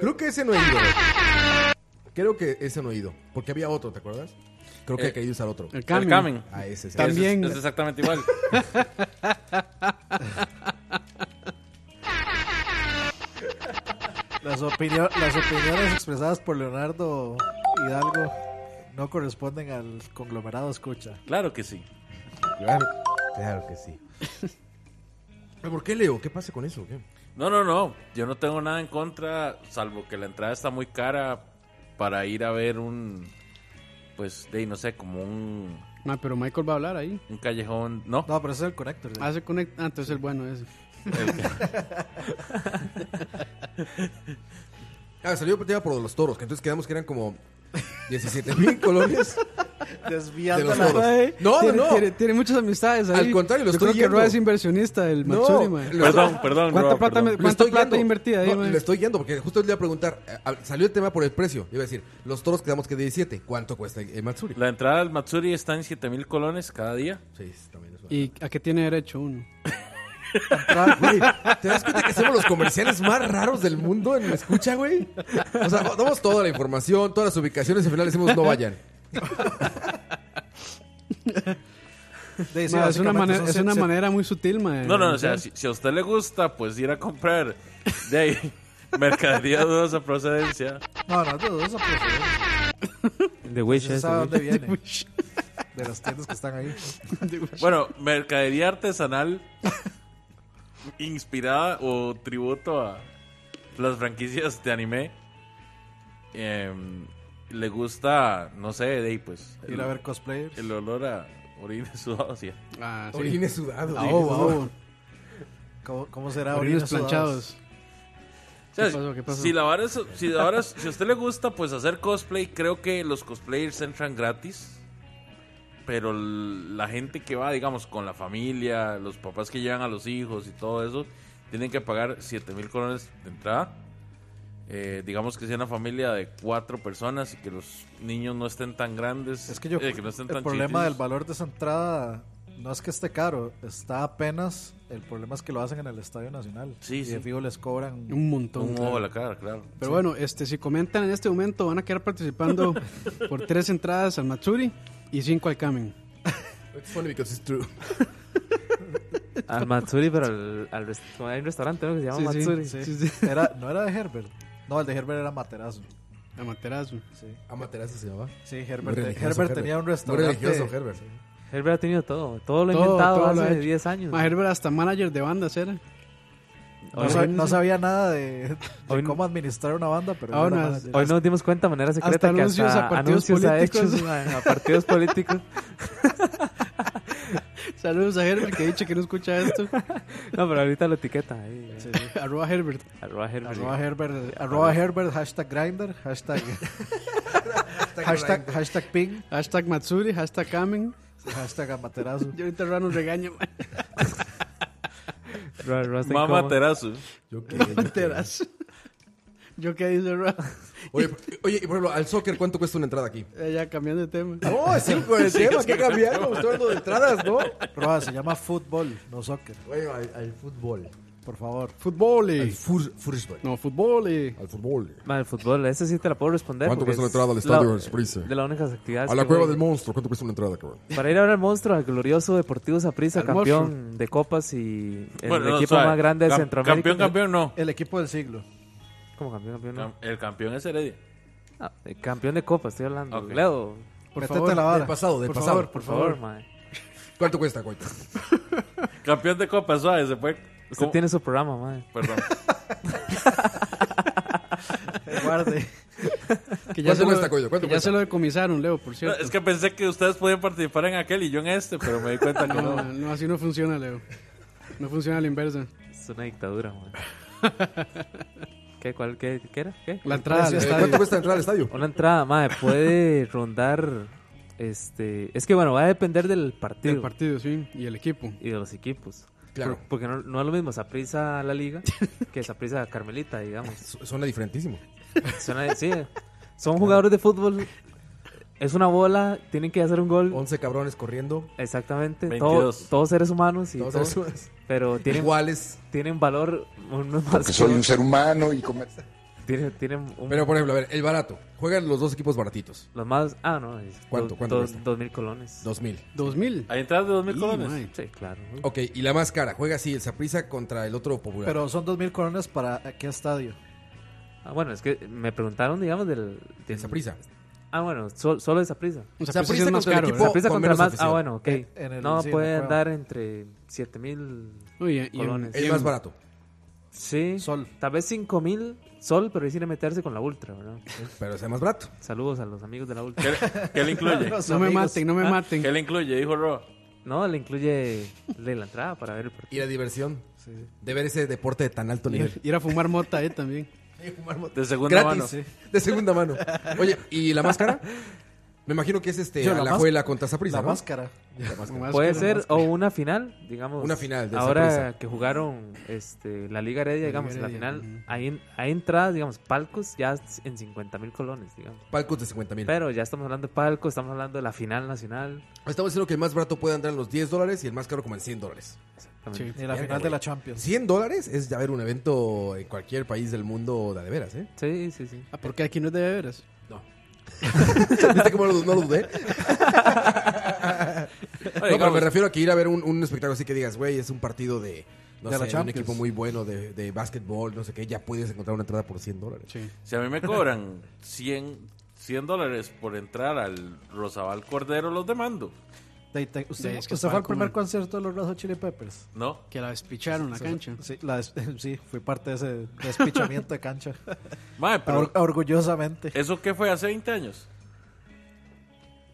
S6: Creo que ese no he ido. Creo que ese no he ido. Porque había otro, ¿te acuerdas? Creo que
S5: Eh,
S6: he querido usar otro.
S8: El
S5: El
S8: Kamen.
S5: Kamen.
S6: Ah, ese sí.
S8: También.
S5: Es, es exactamente igual.
S9: Las, opinio- las opiniones expresadas por Leonardo Hidalgo no corresponden al conglomerado escucha.
S5: Claro que sí.
S6: Claro, claro que sí. ¿Pero ¿Por qué, Leo? ¿Qué pasa con eso? ¿Qué?
S5: No, no, no. Yo no tengo nada en contra, salvo que la entrada está muy cara para ir a ver un. Pues, de ahí, no sé, como un,
S8: Ma, pero Michael va a hablar ahí.
S5: un callejón. No,
S9: No, pero ese es el connector. ¿sí?
S8: Ah, se conecta. Ah, entonces el bueno ese.
S6: Ah, salió partida por los toros, que entonces quedamos que eran como 17 mil colonias.
S9: Desviando
S6: De los
S9: la-
S6: toros. No,
S8: tiene,
S6: no, no.
S8: Tiene, tiene muchas amistades ahí.
S6: Al contrario, lo
S8: Yo
S6: estoy
S8: creo que
S6: yendo.
S8: Roa es inversionista del
S6: No,
S8: Matsuri, ma.
S6: lo-
S5: perdón, perdón.
S8: ¿Cuánta
S5: Roa,
S8: plata
S5: perdón.
S8: me-
S6: Le
S8: ¿Cuánta
S6: estoy
S8: plata
S6: yendo.
S8: invertida ahí,
S6: No,
S8: ma?
S6: le estoy yendo porque justo le iba a preguntar. eh, ah, salió el tema por el precio. Yo iba a decir, los toros quedamos que de 17. ¿Cuánto cuesta el Matsuri?
S5: La entrada al Matsuri está en 7000 colones cada día.
S6: Sí, eso también es bueno.
S8: ¿Y a qué tiene derecho uno?
S6: Güey, ¿Te das cuenta que hacemos los comerciales más raros del mundo en escucha, güey? O sea, damos toda la información, todas las ubicaciones y al final decimos no vayan.
S9: de- sí,
S8: Ma, es una,
S9: básicamente
S8: manera,
S9: son
S8: es
S9: cien-
S8: una
S9: cien-
S8: manera muy sutil,
S9: eh,
S8: ma.
S5: No, no, o sea, si, si a usted le gusta, pues ir a comprar de ahí mercadería de dudosa procedencia.
S9: No, no, no, eso pues,
S7: De
S9: se
S6: Pues,
S7: Wishes.
S9: sabe dónde viene. De las tiendas que están ahí.
S5: Bueno, mercadería artesanal inspirada o tributo a las franquicias de anime. Em, le gusta, no sé, de ahí pues.
S9: Ir
S5: El,
S9: a ver cosplayers.
S5: el olor a orines sudados. sí.
S8: Ah, sí.
S6: Orines sudados.
S8: Ah, oh, oh.
S9: ¿Cómo, cómo será?
S8: Orines
S9: Orines sudados.
S8: planchados.
S5: O sea,
S8: ¿Qué pasó? ¿Qué pasó?
S5: Si la vara es- si la vara es- si a usted le gusta, pues hacer cosplay, creo que los cosplayers entran gratis. Pero l- la gente que va, digamos, con la familia, los papás que llevan a los hijos y todo eso, tienen que pagar 7 mil colones de entrada. Eh, digamos que sea una familia de cuatro personas y que los niños no estén tan grandes.
S9: Es que yo.
S5: eh, que no estén tan
S9: el problema del
S5: chiquitos.
S9: valor de esa entrada no es que esté caro, está apenas. El problema es que lo hacen en el Estadio Nacional.
S5: Sí,
S9: y de
S5: sí.
S9: fijo les cobran.
S8: Un montón.
S5: Un ojo a la cara, claro.
S8: Pero bueno, este, si comentan en este momento, van a quedar participando por tres entradas al Matsuri y cinco al Kamen.
S6: It's funny because it's true.
S7: Al Matsuri, pero al, al rest- hay un restaurante ¿no? que se llama
S8: Sí, sí,
S7: Matsuri.
S9: Sí.
S8: Sí, sí.
S9: Era, no era de Herbert. No, el de Herbert era Materazo.
S8: Amaterasu.
S9: Sí,
S6: Amaterasu se llamaba.
S9: sí
S6: Muy
S9: Herbert,
S6: religioso,
S9: Herbert tenía un restaurante.
S6: Muy religioso, Herbert.
S7: Herbert ha tenido todo. Todo lo ha
S8: Todo,
S7: inventado
S8: todo lo ha
S7: hace
S8: hecho.
S7: 10 años.
S8: Ma, Herbert hasta manager de bandas era.
S9: No, sa- no sabía nada de, de cómo administrar una banda, pero...
S7: Hoy,
S9: era
S7: no-
S9: manager.
S7: hoy nos dimos cuenta de manera secreta
S9: Hasta
S7: que
S9: anuncios
S7: hasta
S9: a partidos
S7: anuncios a
S9: políticos.
S7: hechos, man, a partidos políticos.
S8: Saludos a Herbert, que ha dicho que no escucha esto.
S7: No, pero ahorita lo etiqueta. Ahí,
S8: Arroba Herbert.
S7: Arroba Herbert.
S9: Arroba Herbert, arroba Herbert, hashtag Grindr, hashtag... hashtag, hashtag Ping.
S8: Hashtag Matsuri, hashtag Kamen.
S9: Hashtag Amaterasu.
S8: Yo ahorita Rano regaña, man.
S7: Ra- Ra está en
S5: Mamá
S7: coma.
S5: Terazo.
S6: Yo qué, yo qué.
S8: Amaterasu. Yo qué dice Rano.
S6: Oye, p- oye, y por ejemplo, al soccer, ¿cuánto cuesta una entrada aquí?
S8: Eh, Ya cambiando de tema.
S6: Oh, sí, por el tema, qué cambiaron. Estoy hablando de entradas, ¿no?
S9: Roa, se llama fútbol, no soccer.
S6: Bueno, al, al fútbol.
S9: Por favor.
S8: Fútbol.
S6: Al
S8: eh.
S6: fur- fútbol.
S8: No, fútbol. eh.
S6: Al fútbol.
S7: Man, el fútbol, esa sí te la puedo responder.
S6: ¿Cuánto
S7: porque
S6: cuesta la
S7: es
S6: entrada al estadio del Saprissa?
S7: De las únicas actividades.
S6: A la
S7: que
S6: cueva
S7: voy.
S6: del monstruo, ¿cuánto cuesta una entrada, cabrón?
S7: Para ir a ver al monstruo, al glorioso Deportivo Saprissa,
S8: Al
S7: campeón de copas y el
S5: Bueno, no,
S7: equipo
S5: suave.
S7: más grande de
S5: Cam-
S7: Centroamérica.
S5: Campeón, campeón, no.
S9: El equipo del siglo.
S7: ¿Cómo campeón, campeón? No.
S5: Cam- El campeón es Heredia.
S7: Ah, eh, campeón de copa, estoy hablando.
S5: Ok.
S7: Leo,
S8: Por
S9: Métete
S8: favor.
S9: la vara.
S6: Del pasado, del
S8: Por
S6: pasado.
S8: favor,
S7: por
S8: por
S7: favor,
S8: favor.
S7: mae.
S6: ¿Cuánto cuesta, cuenta?
S5: Campeón de Copa, suave, se fue.
S7: Usted
S5: ¿Cómo?
S7: tiene su programa, mae.
S5: Perdón.
S9: Guarde.
S8: Que
S6: ¿Cuánto
S8: se lo-
S6: cuesta, Coyo? ¿Cuánto
S8: que Ya
S6: cuesta?
S8: se lo decomisaron, Leo, por
S5: No,
S8: cierto.
S5: es que pensé que ustedes podían participar en aquel y yo en este, pero me di cuenta que
S8: No,
S5: no.
S8: no, así no funciona, Leo. No funciona a la inversa.
S7: Es una dictadura, mae. ¿Qué, cuál, qué, qué era? ¿Qué?
S8: La entrada al
S6: Eh,
S8: estadio.
S6: ¿Cuánto cuesta entrar al estadio?
S7: Una entrada, mae, puede rondar. Este, es que bueno, va a depender del partido,
S8: del partido, sí. Y el equipo.
S7: y de los equipos.
S6: Claro.
S7: Por- porque no, no es lo mismo Saprissa a la liga que Saprissa a Carmelita, digamos.
S6: Su- Suena diferentísimo.
S7: Suena- sí, son jugadores de fútbol. Es una bola, tienen que hacer un gol.
S6: 11 cabrones corriendo.
S7: Exactamente. todo-
S5: 22.
S7: todos seres humanos y
S6: todos
S7: todo,
S6: esos-
S7: pero tienen,
S6: iguales.
S7: tienen valor unos más
S13: Porque
S7: que
S13: soy un
S7: otros.
S13: ser humano y comer.
S7: tienen, tienen un-
S6: Pero, por ejemplo, a ver, el barato. Juegan los dos equipos baratitos.
S7: los más ah no, es
S6: ¿Cuánto-
S7: dos-
S6: cuánto
S7: dos,
S6: cuesta?
S7: dos mil colones.
S6: 2000.
S8: ¿Dos mil?
S5: Hay entradas de 2000 colones.
S7: Sí, claro.
S6: Ok, y la más cara. Juega así el Saprisa contra el otro popular.
S9: Pero son 2.000 coronas para qué estadio.
S7: Ah, bueno, es que me preguntaron, digamos, del,
S6: el
S7: del
S6: Saprissa.
S7: Ah, bueno, sol- solo de Saprissa.
S8: O sea,
S6: Saprissa
S8: Saprissa es más
S6: contra el
S8: caro.
S6: equipo-
S8: ¿verdad?
S7: Saprissa
S6: con
S7: contra
S6: menos
S7: más
S6: afición.
S7: ah bueno, ok.
S9: En- en el-
S7: no
S9: sí, en la
S7: puede
S9: cueva.
S7: andar entre siete mil
S8: Uy, y- y-
S7: colones.
S6: El más barato.
S7: Sí.
S9: Sol.
S7: Tal vez 5000 sol, pero deciden meterse con la Ultra, ¿verdad?
S6: Pero es el más barato.
S7: Saludos a los amigos de la Ultra. Ah,
S5: ¿Qué, qué le incluye?
S9: Los
S8: No me
S9: amigos.
S8: maten, no me maten.
S5: ¿Qué le incluye? Dijo Roa.
S7: No, le incluye de la entrada para ver el partido.
S6: Y la diversión de ver ese deporte de tan alto nivel.
S8: Ir a fumar mota ahí también.
S5: De segunda mano.
S6: Gratis. De segunda mano. Oye, ¿y la máscara? Me imagino que es este
S9: Yo, la
S6: Alajuela contra Saprisa.
S9: La máscara.
S8: Más
S7: Puede
S8: caro.
S7: ser o una final, digamos.
S6: Una final de
S7: Ahora
S6: Saprissa.
S7: que jugaron este, la Liga Heredia, digamos,
S8: Liga
S7: la
S8: Heredia,
S7: final, hay, en- hay entradas, digamos, palcos ya en 50 mil colones, digamos.
S6: Palcos de 50 mil.
S7: Pero ya estamos hablando de palcos, estamos hablando de la final nacional.
S6: Estamos diciendo que el más barato puede andar en los 10 dólares y el más caro como en 100 dólares.
S7: Exactamente.
S9: Y la final de la Champions.
S6: 100 dólares es ya ver un evento en cualquier país del mundo de, de veras, ¿eh?
S7: Sí, sí, sí.
S8: Ah, porque aquí no es de veras.
S6: ¿Viste cómo lo- no lo dudé? No, pero me refiero a que ir a ver un, un espectáculo así que digas, güey, es un partido de, no
S9: De la
S6: sé, de un
S9: Champions.
S6: equipo muy bueno de, de básquetbol, no sé qué, ya puedes encontrar una entrada por 100 dólares.
S8: Sí.
S5: Si a mí me cobran 100, 100 dólares por entrar al Rosabal Cordero, los demando.
S9: De- de- usted
S8: Sí, es que
S9: usted
S8: es
S9: fue al
S8: para
S9: primer
S8: comer.
S9: concierto de los Red Hot Chili Peppers.
S5: ¿No?
S8: Que la despicharon la
S9: Sí,
S8: cancha.
S9: Sí, la des- sí, fui parte de ese despichamiento de cancha.
S5: Mae, pero
S9: Or- orgullosamente.
S5: ¿eso qué fue hace 20 años?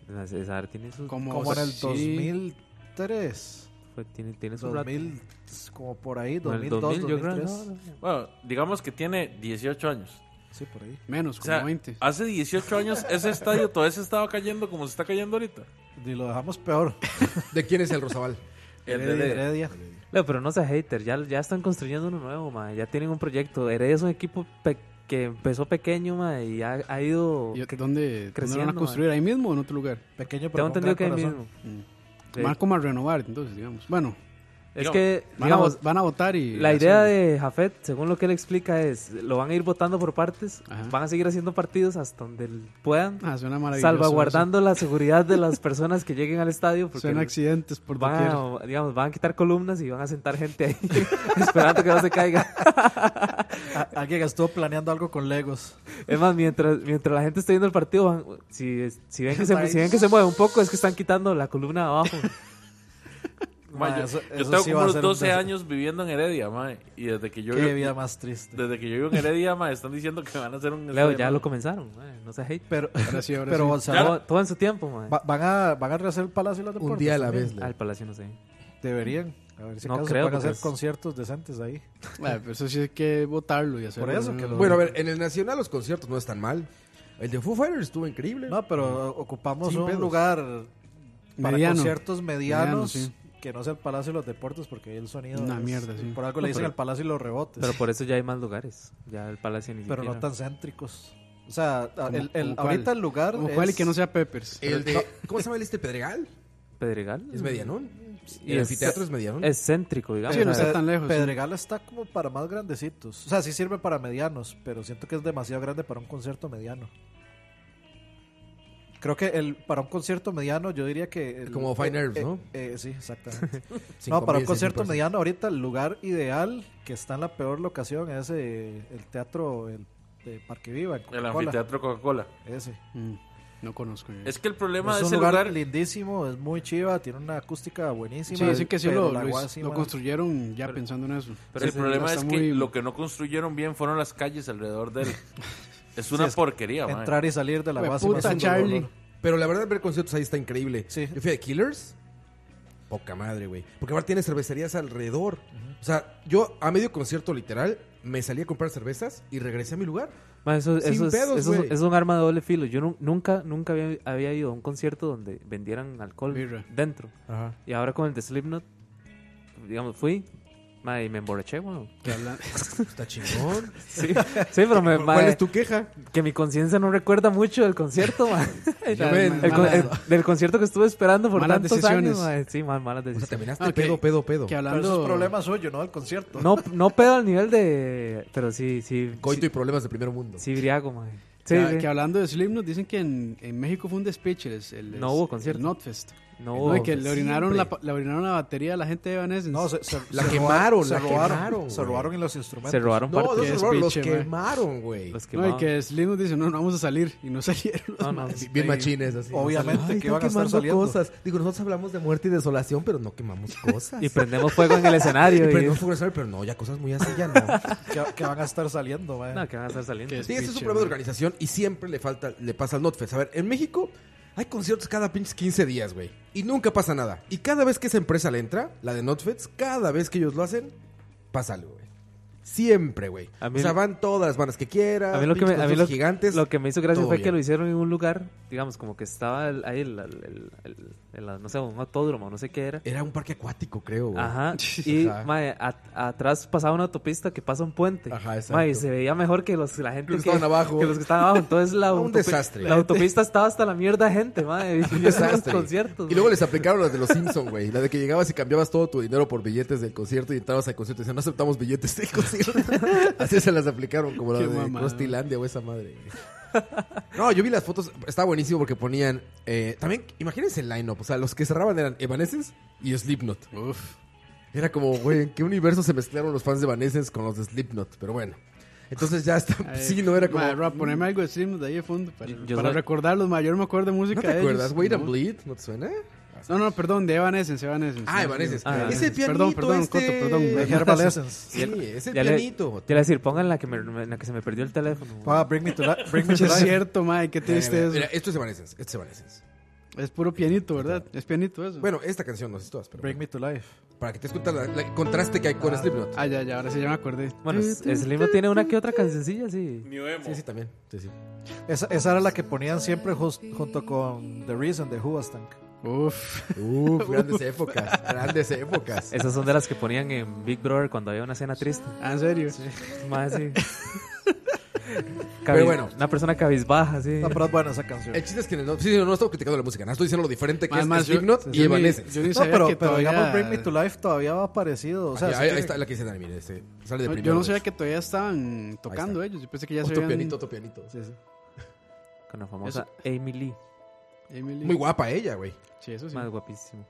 S7: Esa esa tiene su,
S8: Como,
S9: Como en el
S8: sí.
S9: 2003.
S7: fue- Pues, tiene, tiene su rato.
S9: 2000, pues, como por ahí,
S7: Como en el
S9: 2002,
S7: 2000, yo creo,
S9: 2003.
S7: no, no.
S5: Bueno, digamos que tiene 18 años.
S9: Sí, por ahí.
S8: Menos,
S5: O
S8: como
S5: sea,
S8: 20.
S5: hace 18 años ese estadio todavía se estaba cayendo como se está cayendo ahorita.
S9: Y lo dejamos peor.
S6: ¿De quién es el Rosabal?
S5: El
S9: Heredia,
S5: de-
S9: Heredia.
S7: Leo, pero no sea hater, ya, ya están construyendo uno nuevo, ma, ya tienen un proyecto. Heredia es un equipo pe- que empezó pequeño ma, y ha, ha ido...
S8: ¿Y
S7: que-
S8: ¿Dónde, ¿Dónde lo van
S7: creciendo,
S8: a construir? ¿Ahí mismo o en otro lugar?
S9: Pequeño,
S7: tengo
S9: pero con
S7: entendido que
S9: gran
S7: ahí
S9: corazón.
S7: mismo. Sí.
S8: Van como a renovar, entonces, digamos. Bueno,
S7: Es
S5: Digamos,
S7: que,
S8: van, a,
S7: digamos,
S8: vo- van a votar y...
S7: la idea de Jafet, según lo que él explica, es lo van a ir votando por partes,
S8: Ajá.
S7: van a seguir haciendo partidos hasta donde puedan,
S8: Ah, suena maravilloso.
S7: salvaguardando la seguridad de las personas que lleguen al estadio.
S8: eso.
S7: Porque
S8: Suena accidentes por
S7: van
S8: doquier.
S7: a, digamos, van a quitar columnas y van a sentar gente ahí esperando que no se caiga.
S9: A- Alguien estuvo planeando algo con Legos.
S7: Es más, mientras, mientras la gente está viendo el partido, van- si, si, ven que se,
S9: Está ahí.
S7: si ven que se mueve un poco, es que están quitando la columna de abajo.
S9: Ma,
S5: Ma, yo,
S9: Ah, eso-
S5: yo
S9: eso
S5: tengo
S9: sí va
S5: como
S9: a
S5: unos
S9: ser un
S5: 12
S9: des-
S5: años viviendo en Heredia, ma, y desde que yo
S9: Qué
S5: vivo-
S9: vida más triste.
S5: Desde que yo vivo en Heredia, ma, están diciendo que van a hacer un
S7: Leo,
S5: estadio
S7: ya lo
S5: nuevo.
S7: comenzaron, mae, no se hate.
S9: Pero,
S7: pero
S9: pero Gonzalo-
S7: todo, todo en su tiempo, mae.
S9: Va- van, a, van a rehacer el Palacio de los Deportes. también.
S7: Al palacio no sé.
S9: Deberían. A ver si
S7: No
S9: acaso
S7: creo,
S9: pueden hacer
S7: porque es-
S9: conciertos decentes ahí.
S8: Bueno, pero eso sí hay que votarlo y hacerlo.
S9: Por eso que lo-
S6: Bueno, a ver, en el Nacional los conciertos no están mal. El de Foo Fighters estuvo increíble.
S9: No, pero ocupamos
S6: Sin
S9: un
S6: pedos.
S9: lugar para
S6: Mediano.
S9: conciertos medianos
S6: Mediano,
S9: que no sea el Palacio de los Deportes porque ahí el sonido
S8: Una
S9: es-
S8: mierda, sí.
S9: por algo
S7: No,
S9: le dicen
S7: pero-
S9: el Palacio y los rebotes.
S7: Pero por eso ya hay más lugares. Ya el palacio ni
S9: Pero
S7: siquiera.
S9: no tan céntricos. O sea,
S7: ¿Cómo-
S9: el, el-
S7: cómo cuál?
S9: ahorita el lugar
S7: ¿Cómo
S9: es...
S7: cuál y que no sea Peppers?
S6: El
S9: Pero-
S6: de, ¿Cómo se llama el este Pedregal?
S7: Pedregal.
S6: Es medianón.
S7: Y
S6: el anfiteatro es medianón.
S7: Es céntrico, digamos.
S9: Pedre-
S7: O sea,
S9: Pedregal está como para más grandecitos. O sea, sí sirve para medianos, pero siento que es demasiado grande para un concierto mediano. Creo que el para un concierto mediano yo diría que... el-
S6: Como Fine
S9: eh,
S6: Herbs,
S9: eh,
S6: ¿no?
S9: eh, sí, exactamente. no,
S6: Cinco
S9: para un
S6: mil,
S9: concierto
S6: seis mil
S9: mediano ahorita el lugar ideal que está en la peor locación es eh, el teatro el, de Parque Viva. en
S5: El
S9: Coca-Cola.
S5: anfiteatro Coca-Cola.
S9: Ese.
S8: Mm, No conozco. yo.
S5: Es que el problema
S9: es
S5: de
S9: un
S5: ese
S9: lugar,
S5: lugar-
S9: lindísimo, es muy chiva, tiene una acústica
S8: Sí,
S9: buenísima.
S8: dicen que sí
S9: pero
S8: lo,
S9: la
S8: lo,
S9: agua
S8: hiz-
S9: sí,
S8: lo
S9: man.
S8: construyeron ya pensando en eso.
S5: Pero el problema es que lo que no construyeron bien fueron las calles alrededor de él. es una
S6: Sí, es
S5: porquería, ma.
S6: Hue
S9: base
S6: puta,
S9: más un
S6: Charlie.
S9: dolor.
S6: Pero la verdad, ver conciertos ahí está increíble. Yo fui a Killers. Poca madre, güey. Porque ahora tiene cervecerías alrededor. O sea, yo a medio concierto, literal, me salí a comprar cervezas y regresé a mi lugar.
S7: Ma, eso,
S6: Sin
S7: eso es,
S6: pedos,
S7: eso es-
S6: güey.
S7: es un arma de doble filo. Yo nu- nunca, nunca había, había ido a un concierto donde vendieran alcohol dentro.
S6: Ajá.
S7: Y ahora con el de Slipknot, digamos, fui ma, y me emborraché, weón.
S6: Está chingón.
S7: Sí, sí, pero me,
S6: ¿Cuál
S7: ma,
S6: es tu queja?
S7: Que mi conciencia no recuerda mucho del concierto, ma.
S6: Ya ven,
S7: El con-
S6: malas-
S7: el- del concierto que estuve esperando por
S6: malas
S7: tantos
S6: decisiones.
S7: años, ma. Sí, ma, malas decisiones.
S6: terminaste Ah, que- pedo, pedo, pedo. que
S9: Pero eso es problema suyo, ¿no? El concierto.
S7: No, no pedo al nivel de. Pero sí, sí.
S6: Coito
S7: sí-
S6: y problemas de primer mundo.
S7: Sí, briago, mae. Sí,
S8: que,
S7: sí.
S8: que hablando de Slipknot, dicen que en, en México fue un despeche el, el-
S7: No hubo
S8: el
S7: concierto.
S8: Notfest.
S7: No
S8: El
S7: hubo.
S8: y que le orinaron
S7: Siempre.
S8: la, pa- le orinaron la batería a la gente de Evanescence.
S9: No, se- se-
S6: La
S9: se robaron,
S6: quemaron, la
S9: se robaron,
S6: quemaron,
S9: Se
S6: güey.
S9: robaron en los instrumentos.
S7: Se robaron
S6: No, no
S7: parte.
S6: se robaron, los
S8: Despiche, mae.
S6: quemaron, güey.
S7: Los
S8: No, y que Slipknot dice, no, no vamos a salir. Y no salieron. los madres.
S6: Bien machines, así.
S9: Obviamente
S6: Ay,
S9: que
S6: están
S9: iban a estar
S6: quemando
S9: saliendo.
S6: cosas. Digo, nosotros hablamos de muerte y desolación, pero no quemamos cosas.
S7: Y prendemos fuego en el escenario,
S6: Y
S7: y-
S6: prendemos fuego en el escenario, pero no, ya cosas muy así ya no.
S9: que, que van a estar saliendo, man.
S7: No, que van a estar saliendo.
S6: Sí, ese es un problema de organización y siempre le falta, le pasa al NotFest. A ver, en México hay conciertos cada pinches 15 días, güey. Y nunca pasa nada. Y cada vez que esa empresa le entra, la de NotFest, cada vez que ellos lo hacen, pasa algo, güey. Siempre, güey.
S7: A mí-
S6: O sea, van todas las bandas que quieran.
S7: A mí lo que me,
S6: pinches
S7: a mí lo,
S6: conciertos gigantes.
S7: lo que me hizo gracia
S6: todo
S7: fue que
S6: bien.
S7: lo hicieron en un lugar, digamos, como que estaba el- ahí, el, el- el- el- no sé, un autódromo, no sé qué era.
S6: Era un parque acuático, creo, güey.
S7: Ajá. Y
S6: Ajá.
S7: mae, at- atrás pasaba una autopista que pasa un puente.
S6: Ajá, exacto.
S7: Mae, y se veía mejor que los, la gente
S6: Los que estaban abajo.
S7: que los que estaban abajo. Entonces la,
S6: Un
S7: autopi-
S6: desastre.
S7: la autopista estaba hasta la mierda de gente, mae.
S6: Un desastre. y luego les aplicaron las de los Simpson, güey. La de que llegabas y cambiabas todo tu dinero por billetes del concierto y entrabas al concierto y decían, no aceptamos billetes del concierto. Así se las aplicaron, como la
S8: Qué
S6: de
S8: mamada.
S6: Crostilandia o esa madre. güey. No, yo vi las fotos, estaba buenísimo porque ponían. eh, también, imagínense el line-up. O sea, los que cerraban eran Evanescence y Slipknot. Era como, güey, ¿en qué universo se mezclaron los fans de Evanescence con los de Slipknot? Pero bueno. Entonces ya está.
S8: Ay,
S6: sí, no era como.
S8: madre, Rob, Eh, poneme algo de Slipknot ahí de fondo para,
S6: yo
S8: para
S6: soy-
S8: recordarlos. Mayor me acuerdo de música
S6: ¿No te
S8: de ellos.
S6: acuerdas? Wait and
S8: No.
S6: Bleed, ¿no te suena?
S8: No, no, perdón, de Evanescence, Evanescence.
S6: Ah,
S8: Sí,
S6: Evanescence.
S8: sí, Evanescence.
S6: Ese pianito
S8: Perdón, perdón,
S6: este-
S8: Coto, perdón.
S6: De
S8: perdón.
S6: Herbal Essence. Sí, es el
S7: Ya le-
S6: pianito.
S7: ya le decir, pongan la que, me, me- la que se me perdió el teléfono.
S9: Ah, Bring Me to Li- Bring Me to
S8: Es
S9: Life.
S8: cierto, Mike, qué
S6: Mira, mira,
S8: triste
S6: mira,
S8: eso.
S6: mira, esto es Evanescence, esto es Evanescence.
S8: Es puro pianito, ¿verdad? Es pianito eso.
S6: Bueno, esta canción no sé si todas, pero
S9: Bring Me to Life.
S6: para que te escuches la- la- el contraste que hay con este
S8: Ah,
S6: Slipknot.
S8: Ah, ya, ya, ahora sí ya me acordé.
S7: Bueno, S- Slipknot tiene una que otra cancioncilla, sí.
S6: Sí, sí, también. Sí, sí.
S9: Esa, esa era la que ponían siempre jus- junto con The Reason de Hoobastank.
S8: Uf.
S6: Uf, grandes épocas, grandes épocas.
S7: Esas son de las que ponían en Big Brother cuando había una cena triste.
S8: Ah, ¿en serio?
S7: Más, sí.
S6: Pero bueno.
S7: Una persona cabizbaja, sí.
S9: No, pero es buena esa canción.
S6: El chiste es que en el, no- sí, sí, no, no estoy criticando la música, no estoy diciendo lo diferente que
S9: Además,
S6: es
S9: yo-
S6: Slipknot
S9: yo
S6: y
S9: ni-
S6: Evanescence.
S9: yo ni No, sabía pero- que pero todavía- digamos, Bring Me to Life todavía va parecido, o sea,
S6: Ah,
S9: sí
S6: ahí, ahí
S9: tiene-
S6: está la que dice Dani, mire, este, sale de
S8: No,
S6: primero.
S8: yo no sabía que todavía estaban tocando ellos. Yo pensé que ya se
S6: Otro
S8: habían...
S6: pianito, otro pianito.
S8: Sí, sí.
S7: Con la famosa Amy Lee.
S8: Emily.
S6: Muy guapa ella, güey.
S8: Sí, eso sí.
S7: Más guapísimo.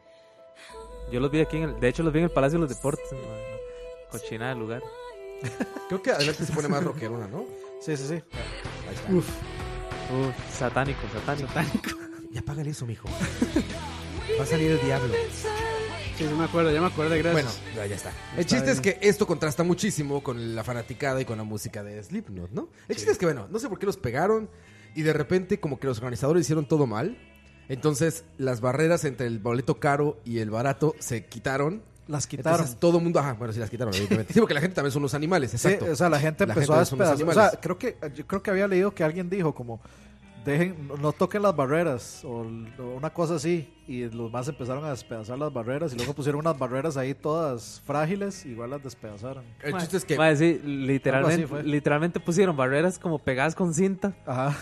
S7: Yo los vi aquí en el... De hecho, los vi en el Palacio de los Deportes. ma. Cochina de lugar.
S6: Creo que adelante se pone más rockerona, ¿no?
S9: Sí, sí, sí.
S6: Ahí está.
S7: Uf. Uf, satánico, satánico.
S6: Ya apágale eso, mijo. Va a salir el diablo.
S8: Sí, yo me acuerdo, ya me acordé, gracias.
S6: Bueno, ya, ya está. El chiste es que esto contrasta muchísimo con la fanaticada y con la música de Slipknot, ¿no? El chiste es que, bueno, no sé por qué los pegaron y de repente como que los organizadores hicieron todo mal. Entonces las barreras entre el boleto caro y el barato se quitaron.
S9: Las quitaron.
S6: Entonces todo mundo, ajá, bueno, sí las quitaron, evidentemente. Sí, porque la gente también son unos animales,
S9: Sí,
S6: exacto.
S9: o sea, la gente empezó a
S6: son unos
S9: despedazar. O
S6: animales.
S9: sea, creo que, yo creo que había leído que alguien dijo como, dejen, no- no toquen las barreras o, l- o una cosa así. Y los más empezaron a despedazar las barreras y luego pusieron unas barreras ahí todas frágiles, igual las despedazaron.
S6: el chiste es que...
S7: Mae, sí,
S9: Algo así
S7: literalmente,
S9: fue.
S7: literalmente pusieron barreras como pegadas con cinta,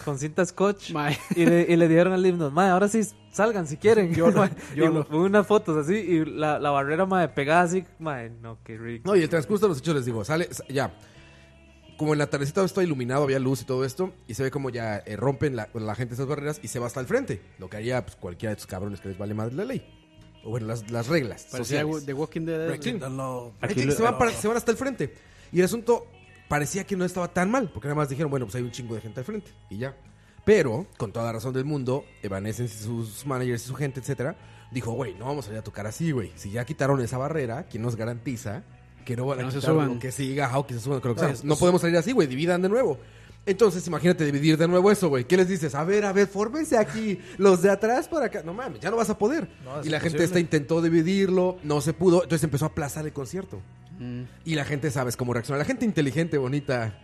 S7: con cinta scotch, y le, y le dieron al himno, "Mae, ahora sí, salgan si quieren. Mae, y
S6: YOLO.
S7: fue unas fotos así, y la, la barrera, mae, pegada así, mae, no, qué rico.
S6: No, y el transcurso de los hechos les digo, sale, sa- ya. Como en la tardecita todo está iluminado, había luz y todo esto, y se ve como ya eh, rompen la, la gente esas barreras y se va hasta el frente. Lo que haría pues, cualquiera de estos cabrones que les vale madre la ley. O bueno, las, las reglas.
S8: Parecía
S6: sociales.
S8: The Walking Dead.
S6: Breaking the
S9: law.
S6: Hay que- se,
S8: ah,
S6: van para- se van hasta el frente. Y el asunto parecía que no estaba tan mal, porque nada más dijeron, bueno, pues hay un chingo de gente al frente y ya. Pero, con toda la razón del mundo, Evanescence y sus managers y su gente, etcétera, dijo, güey, no vamos a ir a tocar así, güey. Si ya quitaron esa barrera, ¿quién nos garantiza que no van a
S8: Que no se
S6: quitar
S8: suban.
S6: o que siga ajá, o que se suban con lo que
S8: No,
S6: sea?
S8: es-
S6: No
S8: es-
S6: podemos salir así, güey, dividan de nuevo. Entonces, imagínate dividir de nuevo eso, güey. ¿Qué les dices? A ver, a ver, fórmense aquí, los de atrás para acá. No mames, ya no vas a poder.
S9: No, es
S6: y la gente
S9: imposible.
S6: está intentó dividirlo, no se pudo, entonces empezó a aplazar el concierto.
S8: Mm.
S6: Y la gente sabes cómo reacciona. La gente inteligente, bonita,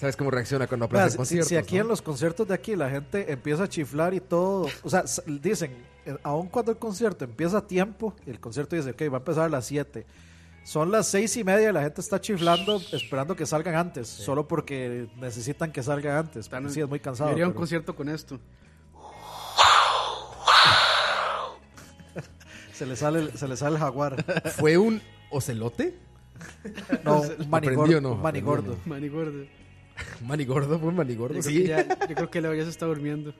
S6: sabes cómo reacciona cuando
S9: Vea,
S8: Pues,
S6: aplazas
S9: si- si,
S6: conciertos.
S9: si aquí
S6: ¿no?
S9: en los conciertos de aquí la gente empieza a chiflar y todo, o sea, s- dicen, eh, aun cuando el concierto empieza a tiempo, el concierto dice, ok, va a empezar a las 7. Son las seis y media y la gente está chiflando esperando que salgan antes, solo porque necesitan que salgan antes. porque sí, es muy cansado.
S8: Yo haría un
S9: pero-
S8: concierto con esto.
S9: se, le sale, el- se le sale el jaguar.
S6: ¿Fue un ocelote?
S9: No, un
S6: Pues, ¿Aprendió o
S9: manigordo.
S6: no?
S9: un manigordo.
S6: ¿Aprendió
S8: Manigordo.
S6: o no? ¿Manigordo? ¿Fue un manigordo?
S8: Yo, creo
S6: Sí.
S8: que ya- yo creo que Leo ya se está durmiendo.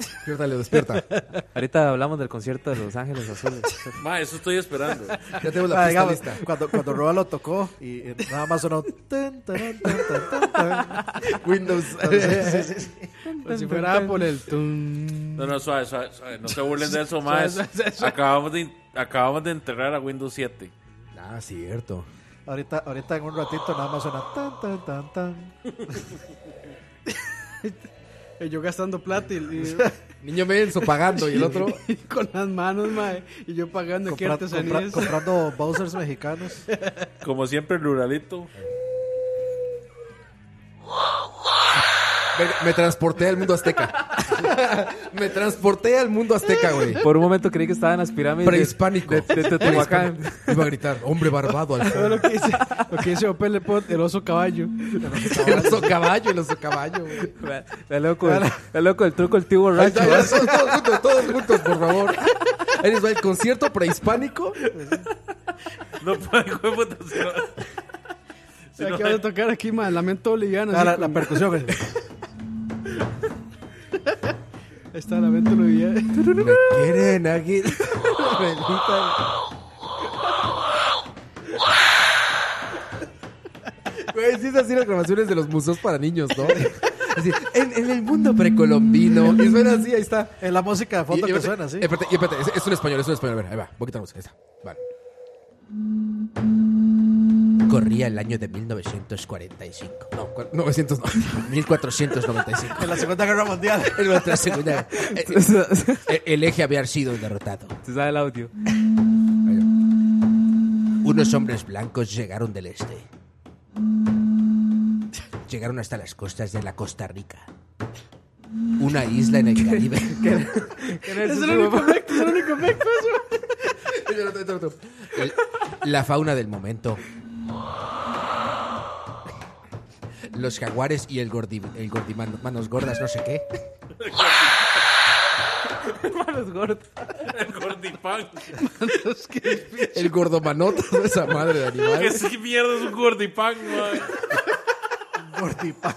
S6: Despiértale, despierta.
S7: Ahorita hablamos del concierto de Los Ángeles Azules.
S5: Ma, eso estoy esperando.
S6: Ya tenemos
S9: Ah,
S6: la pista
S9: digamos,
S6: lista.
S9: Cuando, cuando Roa lo tocó y eh, nada más sonó... tan, tarán, tan, tan, tan, tan.
S6: Windows.
S9: Entonces, sí, sí, sí. Pues
S8: Como si fuera Apple el tum.
S9: eh.
S5: No, no, suave, suave, suave. No se burlen de eso,
S8: Suave,
S5: más.
S8: suave, suave, suave.
S5: Acabamos de, acabamos de enterrar a Windows 7.
S6: Ah, cierto.
S9: Ahorita, ahorita en un ratito nada más suena tan tan tan tan.
S8: Y Eh, Yo gastando plata y, y-
S6: Niño menso pagando y el otro.
S8: y con las manos, mae. Y yo pagando aquí
S9: Compra- compra-
S8: artesanías.
S9: comprando Bowsers mexicanos.
S5: Como siempre, el ruralito.
S6: Me, me transporté al mundo azteca. me transporté al mundo azteca, güey.
S7: Por un momento creí que estaban las pirámides. de-
S6: Prehispánico.
S7: De, de Teotihuacán.
S6: Prehispánico. Iba a gritar, hombre barbado al
S8: Todo
S6: fondo.
S8: lo que dice, lo que dice Opel le pone el oso caballo.
S6: El oso caballo, el oso caballo, güey.
S7: Vea- vea loco, el- vea loco el truco, el tío borracho.
S6: Ahí está, ya, todos juntos, todos juntos, por favor. Ahí les va el concierto prehispánico.
S5: No puede, hijo de puta, si no- si
S8: ¿Sabes
S5: no-
S8: qué vas a tocar aquí, mae? Lamento boliviano.
S9: Ah,
S8: así
S9: la, la
S8: con-
S9: percusión. güey.
S8: Ahí está, lamento boliviano.
S6: Me quieren aquí. Bendita. Güey, sí es así las grabaciones de los museos para niños, ¿no? Así, en, en el mundo precolombino. Y
S8: Ah,
S6: suena así, ahí está.
S9: Es la música de fondo
S6: Y- eh, y
S9: que
S6: espérate,
S9: suena, sí.
S6: espérate, y espérate, es, es un español, es un español. A ver, ahí va, voy a quitar la música, ahí está. Vale. Corría el año de 1945. No, cua- 900 no. 1495.
S9: En la Segunda Guerra Mundial.
S6: En nuestra segunda- eh, eh, El eje había sido derrotado.
S7: Tú sabes el audio.
S6: Unos hombres blancos llegaron del este. Llegaron hasta las costas de la Costa Rica. Una isla en el Caribe.
S8: Es el único mecto, es el único mecto.
S6: La fauna del momento. Los jaguares y el gordi, el gordimano- manos gordas, no sé qué.
S7: Manos gordas.
S5: El gordipán.
S6: El gordomanoto, esa madre de
S5: ¿Qué
S6: animales.
S5: es- qué mierda es un gordipán, man?
S9: Gordipa.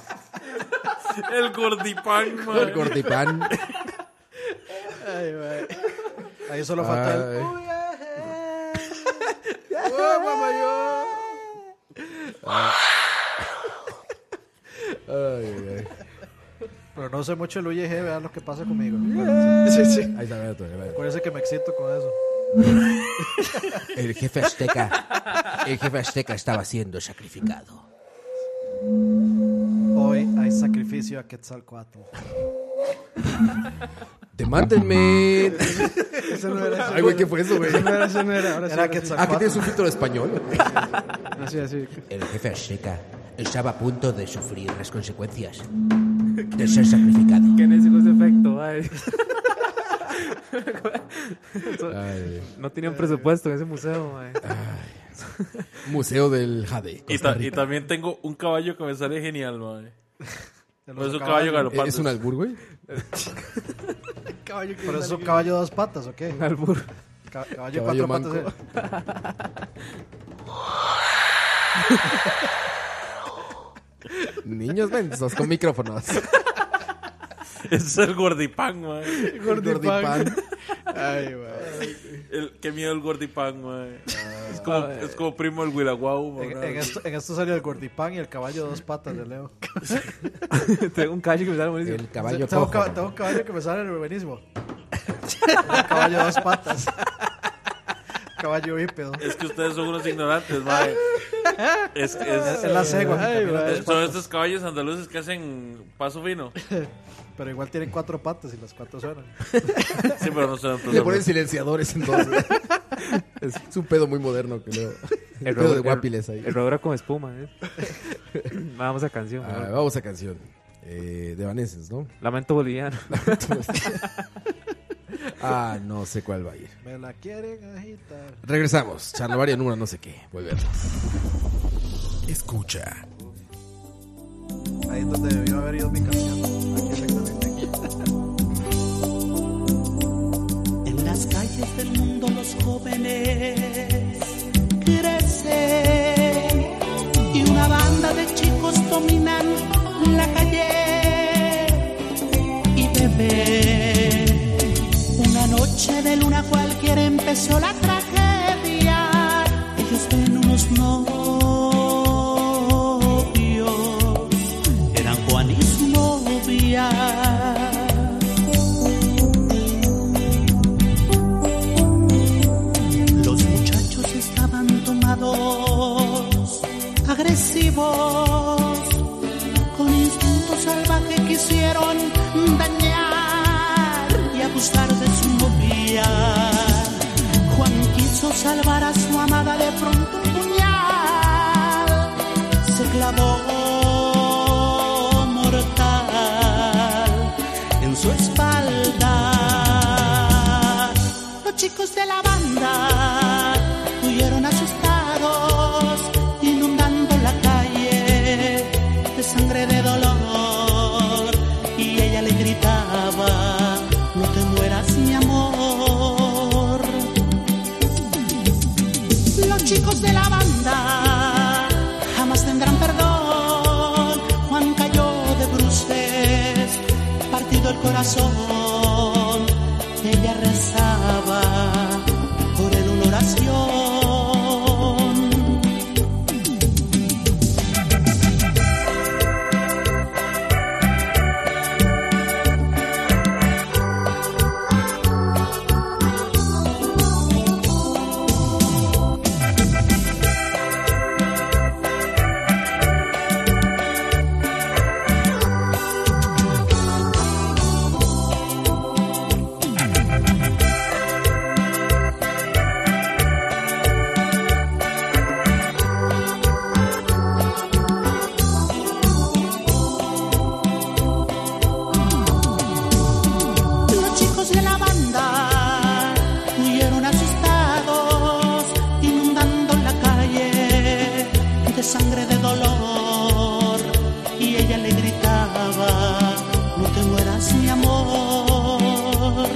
S5: El gordipán, man.
S6: El gordipan.
S9: Ahí solo falta el.
S6: Ay. Ay, ay, ay.
S9: Pero no sé mucho el UYG, vean lo que pasa conmigo.
S6: Ahí está, mira tú, mira, mira.
S9: Acuérdense que me excito con eso.
S13: El jefe azteca, el jefe azteca estaba siendo sacrificado.
S9: Hoy hay sacrificio a Quetzalcoatl.
S6: Demándenme.
S9: Ese no era, ese
S6: Ay, güey,
S9: no
S6: ¿qué
S9: era.
S6: fue eso, güey?
S9: Ese no era, ese no era, ahora sí, ahora sí.
S6: Ah, que tienes un filtro de español.
S8: Así, así.
S13: El jefe azteca estaba a punto de sufrir las consecuencias de ser sacrificado.
S7: ¿Qué necesito ese efecto? Ay. no tenían presupuesto en ese museo, mae.
S6: Museo del Jade.
S5: Y, ta- y también tengo un caballo que me sale genial, madre. No es un caballo
S9: caballo.
S6: ¿E-,
S5: galopante.
S9: ¿Es un albur,
S6: güey?
S9: Caballo que Pero es un caballo de dos patas, ¿o qué?
S7: Un albur.
S9: Ca- caballo,
S6: Caballo
S9: de cuatro patas. ¿eh?
S6: Niños mensos con micrófonos.
S5: Es el gordipán, eh. man.
S6: Gordipán.
S5: Ay, el, Qué miedo el gordipán, man. Es, como, es como primo el Guiraguau, man.
S9: Ah. eh. En, en esto, en esto salió el gordipán y el caballo de dos patas de Leo.
S7: tengo un caballo que me sale buenísimo.
S9: El caballo tengo, un
S7: cojo.
S9: cab- tengo un caballo que me sale en el urbanismo. un caballo de dos patas. caballo bípedo.
S5: Es que ustedes son unos ignorantes, madre. Es, es,
S9: Es la cegua que camina
S5: mae.
S9: a dos
S5: Son
S9: patas.
S5: estos caballos andaluces que hacen paso fino.
S9: Pero igual tienen cuatro patas y las cuatro suenan.
S5: Sí, pero no suenan
S6: Le ponen silenciadores ¿eh? entonces. es, es un pedo muy moderno que luego. El pedo de guapiles ahí.
S7: El rodora con espuma, ¿eh? Vamos a canción.
S6: Ah,
S7: ¿no?
S6: vamos a canción. Eh, de Vaneses, ¿no?
S7: Lamento boliviano.
S6: Ah, no sé cuál va a ir.
S9: Me la quieren agitar.
S6: Regresamos. Charlavaria número no sé qué. Volvemos. Escucha.
S9: Ahí es donde debió haber ido mi canción. Aquí exactamente.
S12: En las calles del mundo los jóvenes crecen y una banda de chicos dominan la calle y beben. Una noche de luna cualquiera empezó la tragedia. Ellos ven unos novios, eran Juan y su novia. Los muchachos estaban tomados, agresivos, con instinto salvaje quisieron dañar y abusar de su novia. Juan quiso salvar a su amada de pronto un puñal, se clavó mortal en su espalda. Los chicos de la banda huyeron asustados, inundando la calle de sangre de dolor. Y ella le gritaba, no te mueras mi amor. Los chicos de la banda jamás tendrán perdón. Juan cayó de bruces, partido el corazón. Ella rezaba por él una oración. Los chicos de la banda huyeron asustados, inundando la calle de sangre de dolor. Y ella le gritaba, no te mueras mi amor.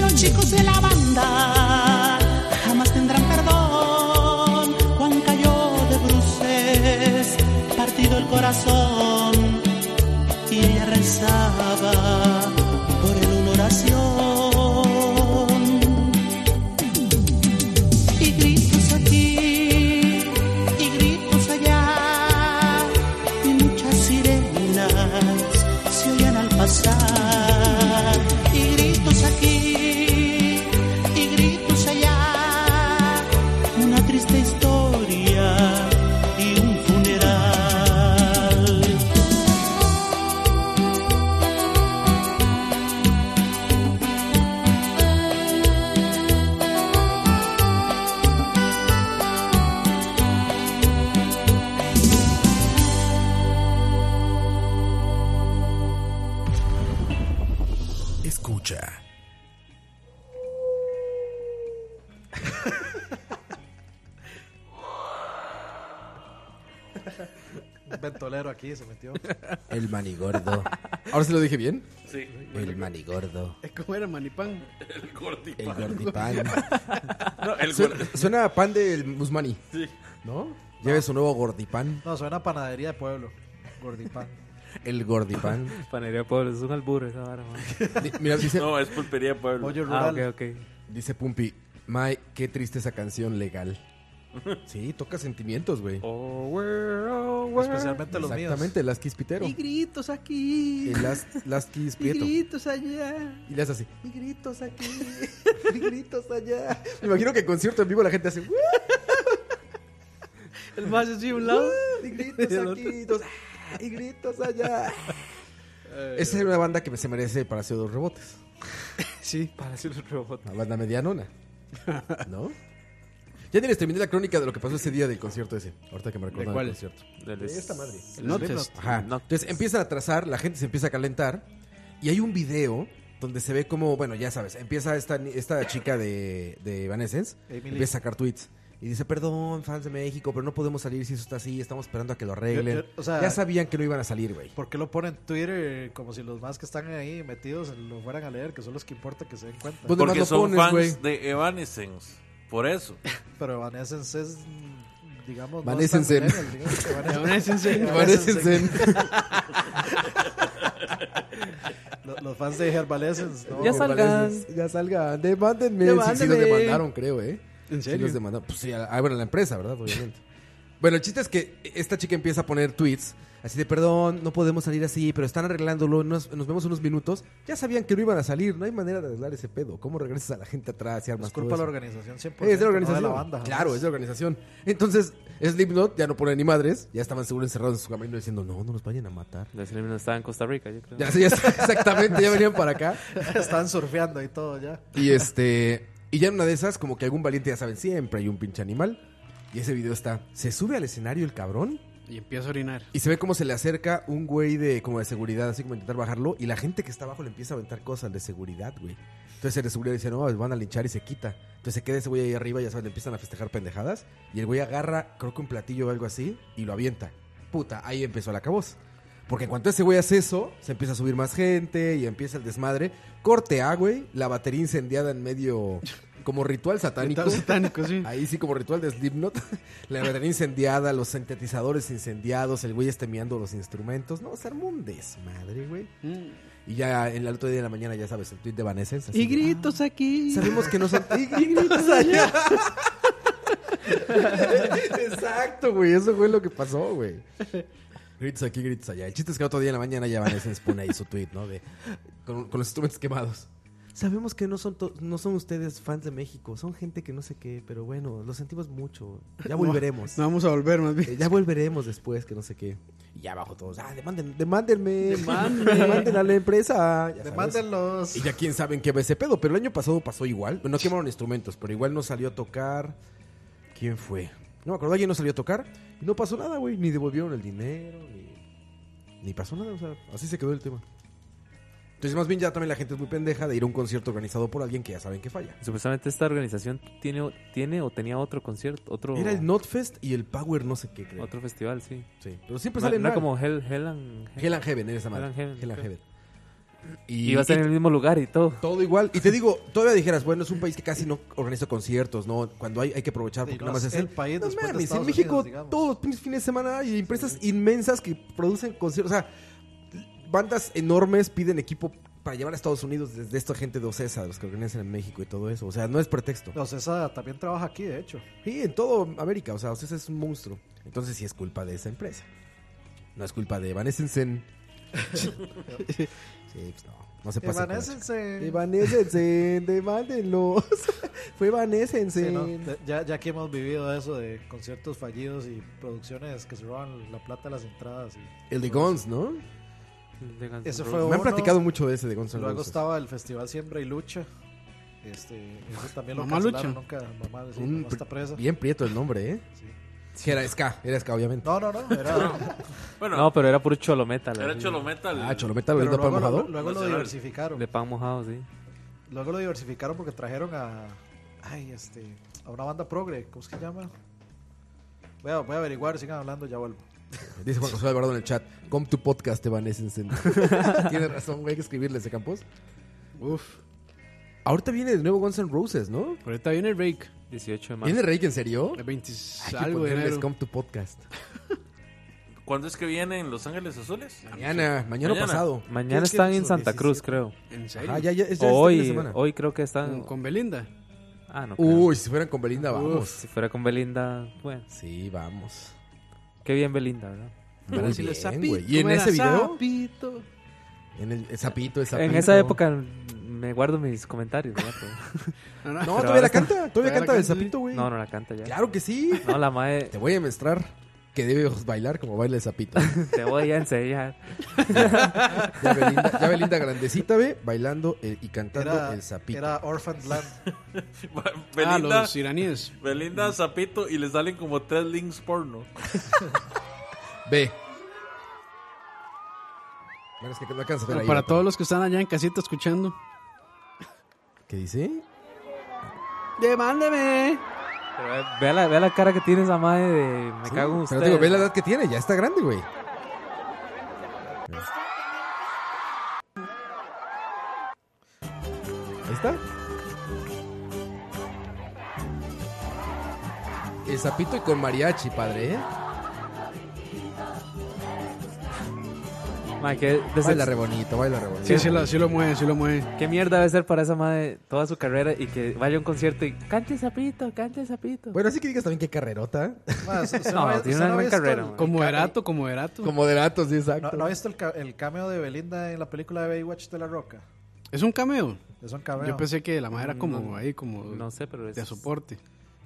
S12: Los chicos de la banda jamás tendrán perdón. Juan cayó de bruces, partido el corazón y ella rezaba por él una oración. Y gritos aquí, y gritos allá, y muchas sirenas se oían al pasar. Y gritos aquí,
S6: escucha.
S9: Un ventolero aquí se metió.
S13: El manigordo.
S6: ¿Ahora se lo dije bien?
S9: Sí.
S13: El manigordo.
S8: Eh, ¿Cómo era Manipán?
S5: El gordipán.
S13: El gordipan.
S5: No, el
S6: Suena-
S5: gordi-
S6: Suena a pan del Guzmani.
S5: Sí.
S6: ¿No? Lleve su nuevo gordipan.
S9: No, suena a panadería de pueblo. Gordipán.
S6: El gordipan.
S7: Panería Pueblo, es un albur esa vara, man.
S6: Di- Mira, dice,
S5: No, es pulpería pueblo.
S7: Ah, ok, ok.
S6: dice Pumpi, Mae, qué triste esa canción legal. Sí, toca sentimientos, güey.
S8: Oh,
S9: Especialmente los míos.
S6: Exactamente, el Askis Pitero.
S8: Y gritos aquí.
S6: El As- Laskis
S8: Y
S6: Prieto.
S8: gritos allá.
S6: Y le hace así.
S8: Y gritos aquí. Y gritos allá.
S6: Me imagino que en concierto en vivo la gente hace. "Woo".
S8: El más así a un lado.
S6: Uh, Y gritos aquí, dos, ah, y gritos allá. Esa es una banda que se merece para hacer dos rebotes.
S8: Sí.
S7: Para hacer un robot.
S6: Una banda medianona. ¿No? Ya ni les terminé la crónica de lo que pasó ese día del concierto ese. Ahorita que me recordaron
S8: cuál?
S6: el concierto.
S7: Del-
S6: De esta madre.
S8: El Notest.
S6: Ajá. Entonces empiezan a trazar, la gente se empieza a calentar. Y hay un video donde se ve como, bueno, ya sabes, empieza esta, ni- esta chica de, de Evanescence,
S9: Emily.
S6: empieza a sacar tweets. Y dice, perdón, fans de México, pero no podemos salir si eso está así, estamos esperando a que lo arreglen.
S9: Yo- yo- o sea-
S6: ya sabían que no iban a salir, güey.
S9: ¿Por qué lo ponen en Twitter como si los más que están ahí metidos lo fueran a leer? Que son los que importa que se den cuenta.
S6: Pues- ¿Dónde más lo
S5: Porque son
S6: pones,
S5: fans
S6: güey?
S5: de Evanescence. Por eso.
S9: Pero Evanescence es, mm, digamos, no
S6: Evanescence.
S9: es tan millennial, digamos que
S8: Evanescence.
S6: Evanescence.
S9: Lo- Los fans de Herbalescence, ¿no?
S7: Ya salgan.
S6: Ya salgan, demándenme.
S8: Demándenme.
S6: Sí, sí los demandaron, creo, ¿eh?
S8: ¿En
S6: Sí
S8: serio?
S6: los demandaron. Pues sí, a, a- bueno, a la empresa, ¿verdad? Obviamente. bueno, el chiste es que esta chica empieza a poner tweets así de, perdón, no podemos salir así, pero están arreglándolo, nos, nos vemos unos minutos. Ya sabían que no iban a salir, no hay manera de arreglar ese pedo. ¿Cómo regresas a la gente atrás y armas
S9: Es
S6: todo
S9: culpa de la
S6: eso?
S9: organización 100%.
S6: Es de la
S9: no
S6: organización.
S9: de la banda. jamás.
S6: claro, es de la organización. Entonces, Slipknot ya no pone ni madres, ya estaban seguro encerrados en su camino diciendo, no, no nos vayan a matar.
S7: Ya se no estaba en Costa Rica, yo creo.
S6: Ya, sí, ya está- exactamente, ya venían para acá.
S9: Están surfeando y todo ya.
S6: Y este. Y ya en una de esas, como que algún valiente, ya saben, siempre hay un pinche animal. Y ese video está. Se sube al escenario el cabrón.
S8: Y empieza a orinar.
S6: Y se ve como se le acerca un güey de como de seguridad, así como intentar bajarlo. Y la gente que está abajo le empieza a aventar cosas de seguridad, güey. Entonces el de seguridad dice, no, pues, van a linchar y se quita. Entonces se queda ese güey ahí arriba, ya saben, le empiezan a festejar pendejadas. Y el güey agarra, creo que un platillo o algo así, y lo avienta. Puta, ahí empezó la acabos. Porque en cuanto ese güey hace eso, se empieza a subir más gente y empieza el desmadre. Corte A, güey, la batería incendiada en medio, como ritual satánico.
S8: Está satánico, sí.
S6: Ahí sí, como ritual de Slipknot. La batería incendiada, los sintetizadores incendiados, el güey estemeando los instrumentos. No, se armó un desmadre, güey.
S8: Mm.
S6: Y ya en el otro día de la mañana, ya sabes, el tweet de Vanessa.
S8: Y gritos aquí.
S6: Sabemos que no son... Y gritos allá. Exacto, güey. Eso fue lo que pasó, güey. Gritos aquí, gritos allá. El chiste es que el otro día en la mañana ya Vanessa pone ahí su tweet, ¿no? De, con, con los instrumentos quemados. Sabemos que no son, to- no son ustedes fans de México, son gente que no sé qué, pero bueno, lo sentimos mucho. Ya volveremos.
S8: No vamos a volver más
S6: Eh,
S8: bien.
S6: Ya volveremos después, que no sé qué. Y ya abajo todos, ah, demanden, demándenme,
S8: Demándenme.
S6: demanden a la empresa. Ya sabes.
S9: Demándenlos.
S6: Y ya quién sabe en qué va ese pedo, pero el año pasado pasó igual. No quemaron instrumentos, pero igual no salió a tocar. ¿Quién fue? No me acuerdo, alguien no salió a tocar y no pasó nada, güey. Ni devolvieron el dinero, ni, ni pasó nada, o sea, así se quedó el tema. Entonces, más bien ya también la gente es muy pendeja de ir a un concierto organizado por alguien que ya saben que falla.
S7: Supuestamente esta organización tiene, o- tiene o tenía otro concierto, otro,
S6: Era el Notfest y el Power no sé qué, creo.
S7: otro festival, sí.
S6: Sí, pero siempre
S7: no,
S6: salen
S7: no era
S6: mal.
S7: como Hell, Hell and-
S6: Hell and Heaven, era esa madre.
S7: Hell and Heaven,
S6: Hell and
S7: creo.
S6: Heaven.
S7: Y
S6: Y,
S7: iba a ser en el mismo lugar y todo.
S6: todo igual. Y te digo, todavía dijeras, bueno, es un país que casi no organiza conciertos, ¿no? Cuando hay, hay que aprovechar porque
S9: Sí, no,
S6: nada más es
S9: es el
S6: él.
S9: país
S6: No
S9: después de
S6: mames, en
S9: Estados
S6: México
S9: Unidos, digamos.
S6: todos los pinches fines de semana hay empresas inmensas que producen conciertos. O sea, bandas enormes piden equipo para llevar a Estados Unidos desde esta gente de Ocesa, los que organizan en México y todo eso. O sea, no es pretexto.
S9: Los esa también trabaja aquí, de hecho.
S6: Sí, en todo América, o sea, Ocesa es un monstruo. Entonces sí es culpa de esa empresa. No es culpa de Evanescence. sí, pues no, no se pasa.
S9: Evanescence.
S6: Evanescence, demándenlos. Fue Evanescence.
S9: Sí, ¿no? De- ya, ya que hemos vivido eso de conciertos fallidos y producciones que se roban la plata de las entradas. y-
S6: El de Guns, ¿no?
S7: De Guns N'
S9: Eso
S7: Roses.
S9: fue
S6: Me han
S9: uno.
S6: platicado mucho de ese de Guns N'
S9: Luego
S6: Roses.
S9: estaba el Festival Siembra y Lucha. Este, ese también lo
S8: Mamá
S9: cancelaron
S8: Lucha.
S9: nunca. Mamá, sí,
S6: Un
S9: mamá está presa.
S6: Bien prieto el nombre, ¿eh?
S9: Sí.
S6: Sí, era ska, era ska, obviamente.
S9: No, no, no. Era...
S5: Bueno.
S7: no, pero era puro cholometal.
S5: Era Cholometal.
S6: Ah, Cholometal, ¿verdad? Pan mojado.
S9: Luego lo diversificaron.
S7: De pan mojado, sí.
S9: Luego lo diversificaron porque trajeron a. Ay, este. A una banda progre. ¿Cómo es que se llama? Voy a, voy a averiguar, sigan hablando, ya vuelvo.
S6: Dice Juan José Alvarado en el chat. Come tu podcast, Evanescence. Tienes razón, güey, hay que escribirle ese campos. Uf. Ahorita viene de nuevo Guns N' Roses, ¿no?
S8: Ahorita viene el Rake.
S7: 18 de marzo.
S6: ¿Viene Rake en serio?
S8: El 20
S6: Hay que
S8: algo de
S6: ponerles
S8: enero.
S6: Come tu podcast.
S5: ¿Cuándo es que vienen Los Ángeles Azules? Ah,
S6: Mañana, mañana, o
S5: Mañana.
S6: pasado.
S7: Mañana
S6: ¿Qué- qué
S7: están
S6: es
S7: en
S6: eso?
S7: Santa Cruz,
S6: 17.
S7: creo.
S8: ¿En serio?
S6: Ajá, ya, ya, es- ya es este
S7: Hoy,
S6: fin de semana.
S7: hoy creo que están.
S8: Con- Con Belinda.
S7: Ah, no. creo.
S6: Uy, si fueran con Belinda,
S7: Uf,
S6: vamos.
S7: si fuera con Belinda, bueno,
S6: Sí, vamos.
S7: qué bien Belinda, ¿verdad?
S6: Muy
S8: Si le
S6: bien,
S8: sapito,
S6: güey. Y en
S8: era
S6: ese video,
S8: sapito.
S6: en el, el sapito, el sapito.
S7: En esa época me guardo mis comentarios, ¿verdad? Pero-
S8: No,
S6: No,
S8: no.
S6: todavía la
S7: ahora-
S6: canta, todavía
S8: todavía
S6: canta
S8: la
S6: del
S8: canta,
S6: sapito, güey.
S7: No, no la canta ya.
S6: Claro que sí.
S7: No, la madre
S6: Te voy a mestrar que debes bailar como baila el sapito.
S7: te voy a enseñar.
S6: Ya Belinda, ya Belinda grandecita, ve, bailando eh, y cantando
S9: Era,
S6: el sapito.
S9: era Orphan Land.
S8: Ah,
S5: Belinda,
S8: los iraníes.
S5: Belinda, Zapito y le salen como tres links porno.
S6: Ve. Bueno, es que no alcanzas a ver
S8: Bueno,
S6: ahí,
S8: para
S6: ¿no?
S8: todos los que están allá en casita escuchando.
S6: ¿Qué dice?
S8: ¡Demándeme!
S7: Pero ve, vea la, vea la cara que tiene esa madre de me
S6: Sí,
S7: cago en
S6: Pero
S7: usted.
S6: te digo, ve la edad que tiene, ya está grande, güey. Ahí está. El sapito y con mariachi, padre, ¿eh?
S7: Mae, qué, des-
S6: Baila re bonito, baila re bonito.
S8: Sí, sí lo, sí lo mueve, sí lo mueve.
S7: qué mierda debe ser para esa madre toda su carrera y que vaya a un concierto y cante sapito, cante sapito.
S6: Bueno, así que digas también qué carrerota. ¿eh?
S8: Ah,
S9: Más, ¿usted
S7: No,
S9: había-
S7: tiene
S9: usted
S7: una gran
S9: había visto
S7: carrera,
S9: el-
S7: man.
S8: Con moderato, con moderato.
S6: Como de datos, sí, exacto.
S9: ¿No, ¿No ha visto el, ca- el cameo de Belinda en la película de Baywatch de la Roca?
S8: ¿Es un cameo?
S9: Es un cameo.
S8: Yo pensé que la madre era como
S7: No,
S8: ahí, como
S7: No sé, pero es
S8: de soporte.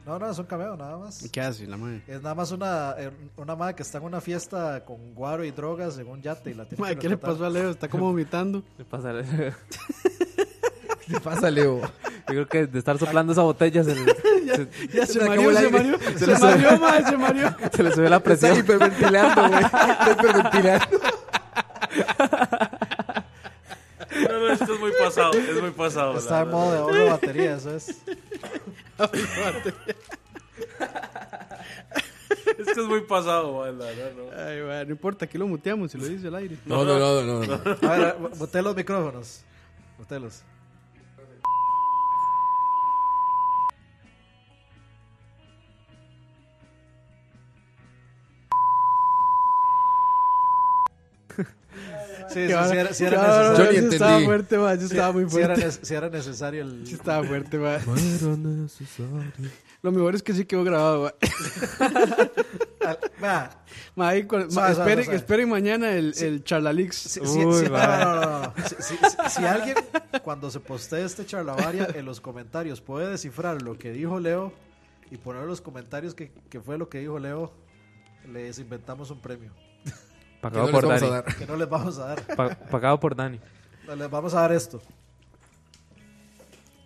S9: No, no, es un cameo, nada más.
S8: ¿Y qué hace la madre?
S9: Es nada más una, eh, una madre que está en una fiesta con guaro y drogas en un yate y la tiene
S8: Madre,
S9: que
S8: ¿qué le
S9: rescatar.
S8: pasó a Leo? Está como vomitando.
S7: le pasa. Yo
S6: ¿Qué pasa, Leo?
S7: creo que de estar soplando esa botella se le, se,
S8: Ya
S6: Se
S8: se
S6: le acabó
S8: mareó,
S6: el
S8: se
S6: aire.
S8: mareó.
S6: Se
S8: Se
S6: le
S8: mareó, madre, se mareó.
S7: se le subió la
S6: Está
S7: presión.
S6: hiperventilando, güey. Está hiperventilando.
S5: No, no, esto es muy pasado, es muy pasado. la
S9: Está en
S5: verdad.
S9: modo de oro batería, eso es.
S5: Esto es muy pasado, man, la verdad, no.
S8: Ay, madre, no importa, aquí lo muteamos si lo dice al aire.
S6: No, no, no, no, no. no.
S9: A ver, bo- boté los micrófonos. Botelos. Sí, sí, sí era, sí era necesario.
S6: Yo ni
S8: Yo estaba
S6: entendí.
S8: fuerte, madre, yo estaba muy
S9: Sí era,
S8: fuerte.
S9: nece- sí era necesario el.
S8: Sí estaba fuerte, madre.
S6: necesario.
S8: Lo mejor es que sí quedó grabado, madre.
S9: al- vea,
S8: Ma, ahí cual- ma,
S9: Suave, suave,
S8: esperen,
S9: suave.
S8: esperen mañana el, el Charlalix.
S9: si, si-
S7: Uy,
S9: si- no,
S7: va.
S9: no, no, no. Si, si- si- si alguien, cuando se postee este charlavaria, en los comentarios puede descifrar lo que dijo Leo y poner en los comentarios que, que fue lo que dijo Leo, les inventamos un premio.
S6: Que no
S7: Pagado
S6: les
S7: por
S6: vamos a
S7: Dani.
S6: dar.
S9: Que no les vamos a dar.
S7: Pa- pagado por Dani.
S9: No, Les vamos a dar esto.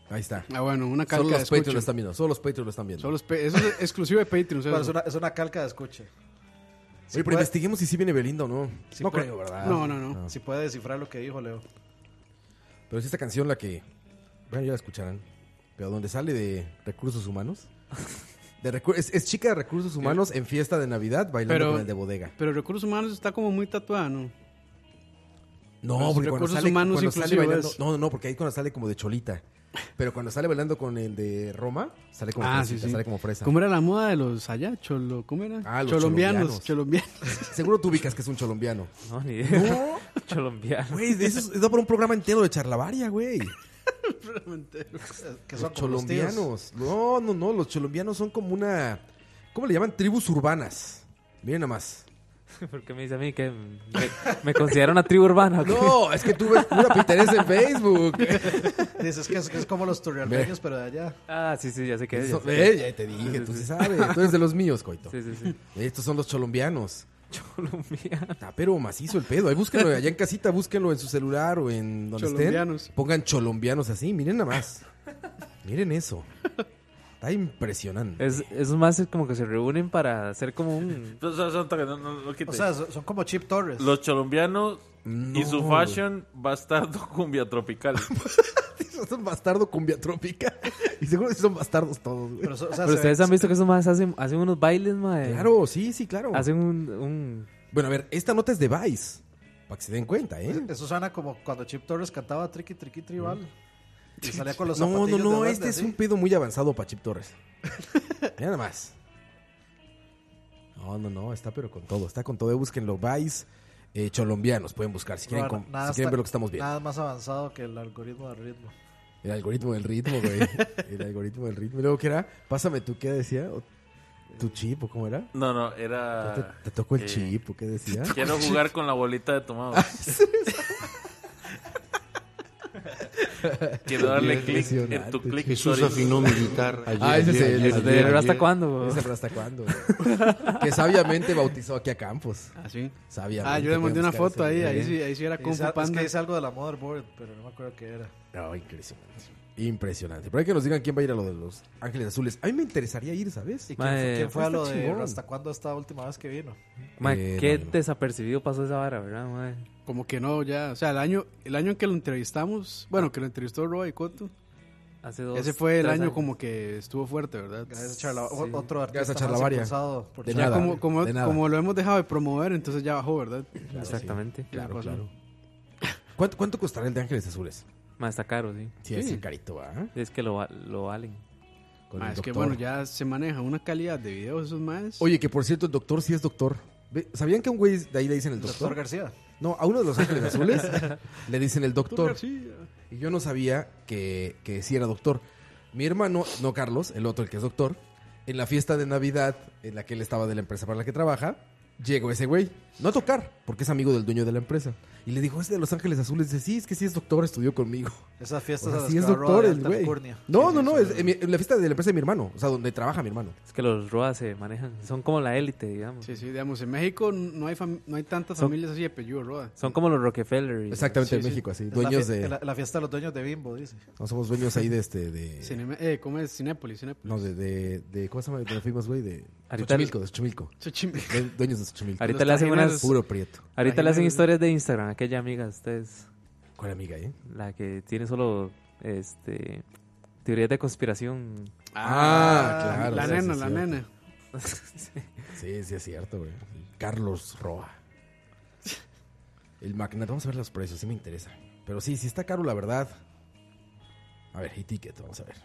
S6: Ahí está.
S8: Ah, bueno, una calca
S6: Solo
S8: de
S6: los Patreons
S8: escucha.
S6: lo están viendo. Solo los Patreons lo están viendo.
S8: Solo los pa- Eso es exclusivo de Patreon. o sea,
S9: Bueno, es, una, es una calca de escucha.
S6: Oye,
S9: Si
S6: pero
S9: puede-
S6: investiguemos si sí viene Belinda o no.
S9: Sí
S6: no
S9: puede-
S6: creo, ¿verdad?
S8: No, no, no.
S9: Si puede descifrar lo que dijo Leo.
S6: Pero es esta canción la que. Bueno, ya la escucharán. Pero donde sale de recursos humanos. De recu- es, es chica de recursos humanos en fiesta de Navidad bailando
S8: Pero-
S6: con el de bodega.
S8: Pero Recursos Humanos está como muy tatuada, ¿no?
S6: No,
S8: Pero es
S6: porque cuando
S8: recursos
S6: sale,
S8: humanos
S6: cuando sale
S8: inclusive
S6: bailando.
S8: es-
S6: No, no, porque ahí cuando sale como de cholita. Pero cuando sale bailando con el de Roma, sale como
S8: Ah, sí,
S6: fresita,
S8: sí.
S6: sale como fresa.
S8: ¿Cómo era la moda de los allá? Cholo, ¿Cómo era?
S6: Ah, los
S8: Cholombianos.
S6: cholombianos.
S8: Cholombianos.
S6: Seguro tú ubicas que es un cholombiano.
S7: No, ni idea. Colombiano.
S6: Güey, de eso es- da por un programa entero de charlavaria, güey.
S9: Eh, Que son
S6: Los
S9: como los tíos.
S6: cholombianos. No, no, no. Los cholombianos son como una. ¿Cómo le llaman? Tribus urbanas. Miren nada más.
S7: ¿Por qué me dice a mí que me, me considero una tribu urbana? o qué?
S6: No, es que tú ves pura piteres en Facebook.
S9: Dices que es, que es como los turrialbeños, pero de allá.
S7: Ah, sí, sí, ya sé que
S6: Eso- eh, ya te dije, tú sí sabes. Tú eres de los míos, coito.
S7: Sí, sí, sí.
S6: Estos son los cholombianos.
S7: Colombiano.
S6: Está pero macizo el pedo. Ahí búsquenlo allá en casita, búsquenlo en su celular o en donde estén.
S8: Cholombianos.
S6: Pongan cholombianos así, miren nada más. Miren eso. Está impresionante.
S7: Es, esos más es como que se reúnen para hacer como un... pues,
S5: Son- son- son- no, no, no quite.
S9: O sea, son son como Chip Torres.
S5: Los colombianos y su
S6: güey.
S5: fashion bastardo cumbia tropical.
S6: Es un bastardo cumbia trópica. Y seguro que son bastardos todos, güey.
S9: Pero, so- o sea,
S7: Pero
S9: se
S7: ustedes
S9: ve-
S7: han visto que esos más hacen, hacen unos bailes, mae.
S6: Claro, sí, sí, claro.
S7: Hacen un... un-
S6: Bueno, a ver, esta nota es de Vice. Para que se den cuenta, ¿eh? Mm.
S9: Eso suena como cuando Chip Torres cantaba Triqui Triqui Tribal. Y salía con los
S6: No, no,
S9: zapatillos de
S6: no,
S9: duende,
S6: este es
S9: así.
S6: un pedo muy avanzado para Chip Torres. Mira nada más. No, no, no, está pero con todo, está con todo. Búsquenlo, Vice, eh, Cholombianos, pueden buscar si quieren,
S9: No,
S6: com-
S9: nada
S6: si quieren
S9: está-
S6: ver lo que estamos viendo.
S9: Nada más avanzado que el algoritmo del ritmo.
S6: El algoritmo del ritmo, güey. El algoritmo del ritmo. ¿Y luego qué era? Pásame tú, ¿qué decía? ¿O ¿Tu chip o cómo era?
S5: No, no, era...
S6: ¿Te, te tocó el
S5: eh,
S6: chip o qué decía? Ah,
S5: Quiero jugar con la bolita de tomado. quiero darle clic en tu clic.
S10: Jesús
S5: Torres.
S10: afinó mi guitarra. Ayer,
S6: Ah, ese es
S10: ayer,
S6: el-
S10: ayer, ayer,
S6: ese es el-
S10: ayer.
S6: Ese pero hasta cuándo, güey. Que sabiamente bautizó aquí a Campos.
S8: ¿Ah, sí?
S6: Sabiamente.
S8: Ah, yo le mandé
S6: pueden
S8: una
S6: buscar
S8: foto
S6: ese
S8: ahí,
S6: video.
S8: ahí sí, ahí sí era
S9: Y
S8: Kung
S9: sa-
S8: Fu
S9: Es
S8: Panda.
S9: que dice algo de la motherboard, pero no me acuerdo qué era.
S6: No, impresionante. Impresionante. Pero hay que nos digan quién va a ir a lo de los Ángeles Azules. A mí me interesaría ir, ¿sabes?
S9: ¿Y quién,
S7: Mae,
S9: quién fue a
S6: está
S9: lo de
S6: chingón.
S9: hasta cuándo esta última vez que vino?
S7: mae,
S6: Eh,
S7: qué
S6: no, no.
S7: desapercibido pasó esa vara, ¿verdad, mae?
S8: Como que no, ya. O sea, el año, el año en que lo entrevistamos, bueno, que lo entrevistó Roa y Coto,
S7: Hace dos,
S8: ese fue el
S7: tres
S8: año
S7: años.
S8: como que estuvo fuerte, ¿verdad?
S9: Gracias a Charla, o-
S7: Sí.
S9: otro artista
S6: Gracias a
S9: más
S6: Charlavaria.
S9: impulsado por
S6: De
S9: Charla-
S6: nada.
S8: como, como,
S6: de nada.
S8: como lo hemos dejado de promover, entonces ya bajó, ¿verdad?
S6: Claro, sí.
S7: Exactamente.
S6: Claro,
S8: Tienes
S6: claro.
S8: razón.
S6: ¿Cuánto, ¿Cuánto costará el de Ángeles Azules?
S7: Mae, está caro, sí.
S6: Sí, es carito, ¿ah?
S7: Es que lo, va- lo valen.
S6: Con
S8: Ah,
S6: el
S8: es que
S6: doctor.
S8: bueno, ya se maneja una calidad de videos esos más.
S6: Oye, que por cierto, el doctor sí es doctor. Ve, ¿Sabían que a un güey de ahí le dicen el
S9: Doctor,
S6: doctor?
S9: García.
S6: No, a uno de los Ángeles Azules le dicen el doctor.
S8: Sí,
S6: Y yo no sabía que, que sí era doctor. Mi hermano, no Carlos, el otro, el que es doctor, en la fiesta de Navidad en la que él estaba de la empresa para la que trabaja, llegó ese güey, no a tocar, porque es amigo del dueño de la empresa. Y le dijo, es de Los Ángeles Azules. Dice, sí, es que sí es doctor, estudió conmigo.
S9: Esas fiestas
S6: O
S9: a
S6: sea,
S9: las
S6: sí
S9: que
S6: es
S9: va Roa
S6: doctor
S9: de
S6: el
S9: alta
S6: güey.
S9: alcurnia.
S6: No,
S9: Sí,
S6: no,
S9: sí,
S6: no,
S9: sí.
S6: es en mi- en la fiesta de la empresa de mi hermano, o sea, donde trabaja mi hermano.
S7: Es que los roas se manejan. Son como la élite, digamos.
S8: sí, sí, digamos, en México no hay, fam- no hay tantas
S7: Son-
S8: familias así de apellido, Roa.
S7: Son como los Rockefeller. y-
S6: Exactamente, en
S8: sí.
S6: México, así,
S9: Es
S6: dueños
S9: la, fie-
S6: de...
S9: la- la fiesta de los dueños de Bimbo, dice.
S6: No somos dueños ahí de este, de...
S8: Cinema- eh, ¿Cómo es? Cinépolis, Cinépolis.
S6: No, de, de, de- ¿Cómo se llama? ¿Dónde fuimos, güey? De
S7: Ahorita-
S6: Xochimilco, de Xochimilco.
S8: Xochimilco.
S6: Due- Dueños de Xochimilco.
S7: Ahorita
S8: Los
S7: le hacen unas...
S8: tajineros.
S6: Puro prieto.
S7: Ahorita le hacen
S8: Imagínate.
S7: historias de Instagram, aquella amiga, ustedes,
S6: ¿Cuál amiga, eh?
S7: la que tiene solo este teorías de conspiración.
S6: Ah, claro,
S8: La
S6: sí,
S8: nena,
S6: sí,
S8: la
S6: sí.
S8: nena.
S6: Sí, sí es cierto, güey. Carlos Roa. El magnate. Vamos a ver los precios, sí me interesa. Pero sí, sí está caro, la verdad. A ver, y ticket, vamos a ver.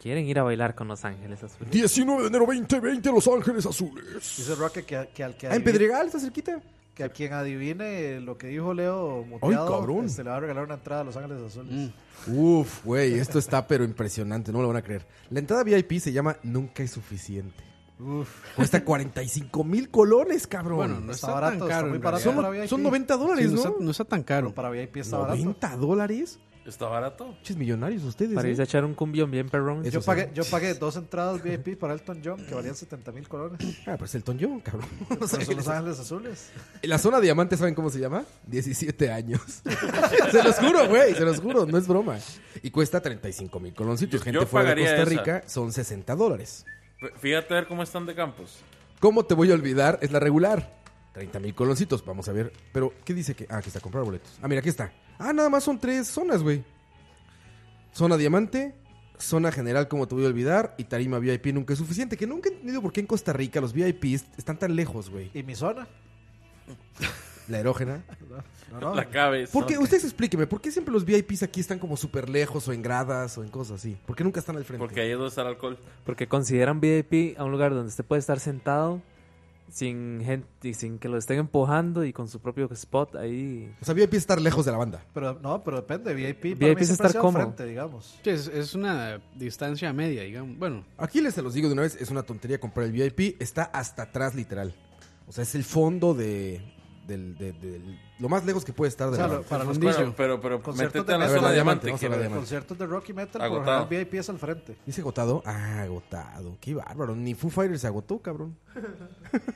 S7: Quieren ir a bailar con Los Ángeles Azules.
S6: 19 de enero 2020, Los Ángeles Azules.
S9: Dice Roa que, que- que al que
S6: Ah, en
S9: adivine-
S6: Pedregal, está cerquita.
S9: que a quien adivine lo que dijo Leo muteado,
S6: cabrón! Mm.
S9: se le va a regalar una entrada a Los Ángeles Azules.
S6: Uf, güey, esto está pero impresionante, no me lo van a creer. La entrada VIP se llama Nunca es suficiente. Uf. Cuesta 45 mil colones, cabrón.
S8: Bueno,
S9: Está
S8: no está,
S9: barato,
S8: tan
S9: está
S8: caro.
S9: muy
S8: en
S9: barato.
S8: realidad.
S9: Son- para VIP.
S6: Son 90
S8: Sí,
S6: dólares,
S8: no,
S6: ¿no?
S8: está, no está tan caro.
S9: Para VIP está barato.
S6: ¿90 dólares?
S5: ¿Está barato?
S6: Pinches millonarios ustedes,
S7: Para
S6: ¿eh?
S7: irse a echar un cumbión bien perrón.
S6: Es-
S9: Yo
S6: Eso sí.
S9: pagué, yo pagué dos entradas VIP para Elton John que valían 70 mil colones.
S6: Ah, pues el Elton John, cabrón.
S9: Pero son Los Ángeles Azules.
S6: La zona diamante, ¿saben cómo se llama? 17 años. se los juro, güey, se los juro, no es broma. Y cuesta 35 mil coloncitos.
S5: Yo-
S6: Gente
S5: yo
S6: fuera de
S5: pagaría
S6: Costa
S5: esa.
S6: Rica son 60 dólares.
S5: F- Fíjate a ver cómo están de campos.
S6: ¿Cómo te voy a olvidar? Es la regular. 30 mil coloncitos, vamos a ver. Pero, ¿qué dice que? Ah, aquí está, comprar boletos. Ah, mira, aquí está. Ah, nada más son tres zonas, güey. Zona diamante, zona general, como te voy a olvidar, y tarima VIP nunca es suficiente. Que nunca he entendido por qué en Costa Rica los VIPs están tan lejos, güey.
S9: ¿Y mi zona?
S6: La erógena.
S9: No, no.
S5: La cabeza.
S6: ¿Por qué? Ustedes explíquenme, ¿por qué siempre los VIPs aquí están como súper lejos o en gradas o en cosas así? ¿Por qué nunca están al frente?
S5: Porque ahí es donde está el alcohol.
S7: Porque consideran VIP a un lugar donde usted puede estar sentado sin gente, y sin que lo estén empujando y con su propio spot ahí.
S6: O sea, VIPs estar lejos de la banda.
S9: Pero no, pero depende. VIP, para
S7: VIP
S9: mí
S7: es
S9: siempre ha
S7: estar
S9: sido
S7: cómodo.
S9: frente, digamos.
S8: Sí, es, es una distancia media, digamos. Bueno,
S6: Aquí les se los digo de una vez, es una tontería comprar el VIP, está hasta atrás literal. O sea, es el fondo de, del- de- del- lo más lejos que puede estar de
S9: O sea,
S6: la
S9: lo-
S6: banda.
S9: para los
S8: Fundillo.
S5: Bueno, pero, pero
S9: Conciertos
S5: métete
S9: de
S5: a la
S6: metal.
S5: zona
S6: A ver, la diamante,
S5: diamante.
S6: vamos a
S5: quiero
S6: la
S5: ver.
S6: diamante.
S9: conciertos de rock y metal,
S5: Agotado.
S9: por lo general VIP es al frente.
S6: Dice agotado. Ah, agotado. Qué bárbaro. Ni Foo Fighters se agotó, cabrón.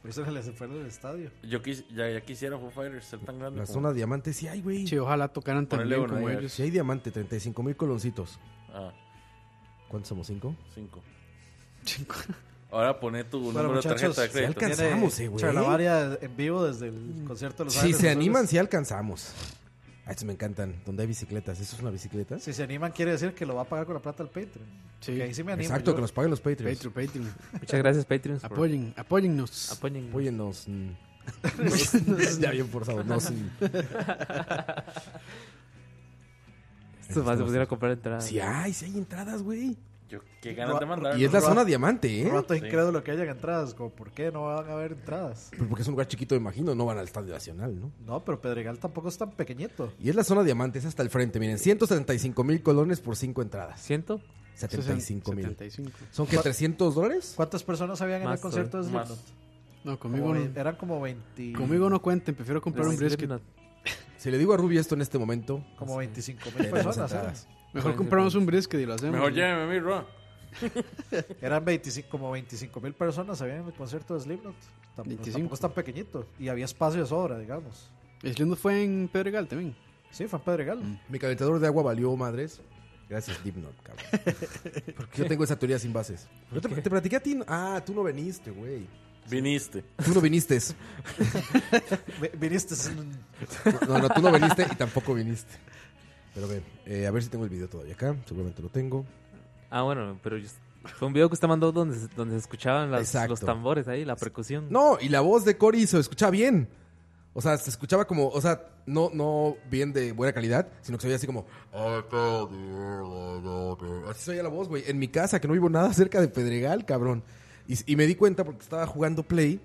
S9: Por eso se les fue el estadio.
S5: Yo quis- ya, ya quisiera Foo Fighters ser tan grande.
S6: La
S5: como-
S6: zona diamante, sí hay, güey.
S8: sí, ojalá tocaran tan
S5: Ponele
S8: bien
S5: uno
S8: como
S5: ahí, a ver.
S8: ellos.
S6: Sí hay diamante, 35 mil coloncitos.
S5: Ah.
S6: ¿Cuántos somos? ¿Cinco?
S5: Cinco. Ahora pone tu número de
S6: muchachos,
S5: tarjeta de
S6: sí
S5: crédito.
S6: alcanzamos, eh, güey.
S9: Charlavaria en vivo desde el concierto de los
S6: Si
S9: Ángeles
S6: se
S9: Azules.
S6: animan, si alcanzamos. A estos me encantan. Donde hay bicicletas. ¿Eso es una bicicleta?
S9: Si se animan, quiere decir que lo va a pagar con la plata al Patreon. Sí. ahí sí me animo.
S6: Exacto,
S9: yo.
S6: que nos paguen los Patreons.
S9: Patreon, Patreon.
S7: Muchas gracias, Patreons. por-
S8: Apoyen, apóyennos.
S7: Apóyennos.
S6: Apóyennos. mm. ya bien forzado. No, sí.
S7: Estos más se pusieron a comprar entradas.
S6: Sí ah, hay, sí hay entradas, güey.
S5: Yo, qué ganas de mandar.
S6: Y es la zona diamante, ¿eh?
S9: Un rato
S6: Sí.
S9: incrédulo que hayan entradas. Como, ¿Por qué no van a haber entradas?
S6: Pero pues porque es un lugar chiquito, me imagino. No van al Estadio Nacional, ¿no?
S9: No, pero Pedregal tampoco es tan pequeñito.
S6: Y es la zona diamante, es hasta el frente. Miren, 175 mil colones por cinco entradas.
S7: ¿Ciento?
S6: 75 mil.
S9: 75.
S6: ¿Son que
S9: Cu-
S6: 300 dólares?
S9: ¿Cuántas personas habían en el concierto de Slipknot?
S8: No, conmigo
S9: Como
S8: no.
S9: vein- Eran como 20.
S8: Conmigo no cuenten, prefiero comprar un brisket.
S6: Si le digo a Ruby esto en este momento.
S9: Como 25 mil
S6: tenemos
S9: personas.
S6: entradas.
S9: ¿eh?
S8: Mejor compramos un brisket y lo hacemos.
S5: Mejor lléveme a mí, Ron.
S9: Eran 25, como 25 mil personas habían en el concierto de Slipknot. Tampoco,
S8: 25.
S9: tampoco es tan pequeñito. Y había espacio de sobra, digamos.
S8: El lindo fue en Pedregal también.
S9: Sí, fue en Pedregal.
S6: Mi calentador de agua valió madres. Gracias, Dipnot, cabrón. Porque yo tengo esa teoría sin bases. Yo te, te platiqué a ti. Ah, tú no viniste, güey.
S5: Viniste.
S6: Tú no viniste.
S9: Vi- Viniste.
S6: No, no, tú no viniste y tampoco viniste. Pero ven, eh, a ver si tengo el video todavía acá. Seguramente lo tengo.
S7: Ah, bueno, pero yo- fue un video que usted mandó donde, se- donde se escuchaban las-
S6: Exacto.
S7: los tambores ahí, la percusión.
S6: No, y la voz de Cory se escuchaba bien. O sea, se escuchaba como, o sea, no, no bien de buena calidad, sino que se oía así como. "I felt the air like open". Así se oía la voz, güey. En mi casa, que no vivo nada cerca de Pedregal, cabrón. Y, y me di cuenta porque estaba jugando Play.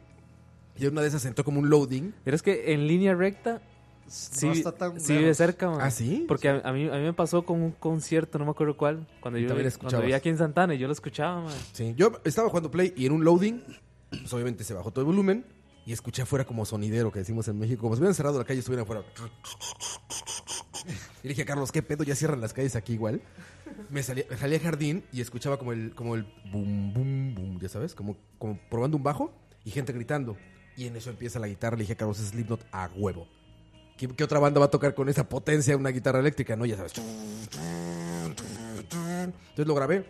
S6: Y en una de esas sentó como un loading.
S7: Pero es que en línea recta sí,
S9: está tan
S7: sí
S9: lejos.
S7: vive cerca, man.
S6: ¿Ah, sí?
S7: Porque a, a mí, a mí me pasó con un concierto, no me acuerdo cuál, cuando
S6: Y
S7: yo
S6: también
S7: vi-
S6: escuchabas.
S7: cuando vivía aquí en Santana y yo lo escuchaba, man.
S6: Sí, yo estaba jugando Play y en un loading, pues obviamente se bajó todo el volumen. Y escuché afuera como sonidero que decimos en México. Como si hubieran cerrado la calle y estuvieran afuera. Y le dije a Carlos, ¿qué pedo? Ya cierran las calles aquí igual. Me salí, me salí al jardín y escuchaba como el, como el boom, boom, boom, ya sabes, como, como probando un bajo y gente gritando. Y en eso empieza la guitarra. Le dije a Carlos, es Slipknot a huevo. ¿Qué, qué otra banda va a tocar con esa potencia una guitarra eléctrica? No, ya sabes. Entonces lo grabé.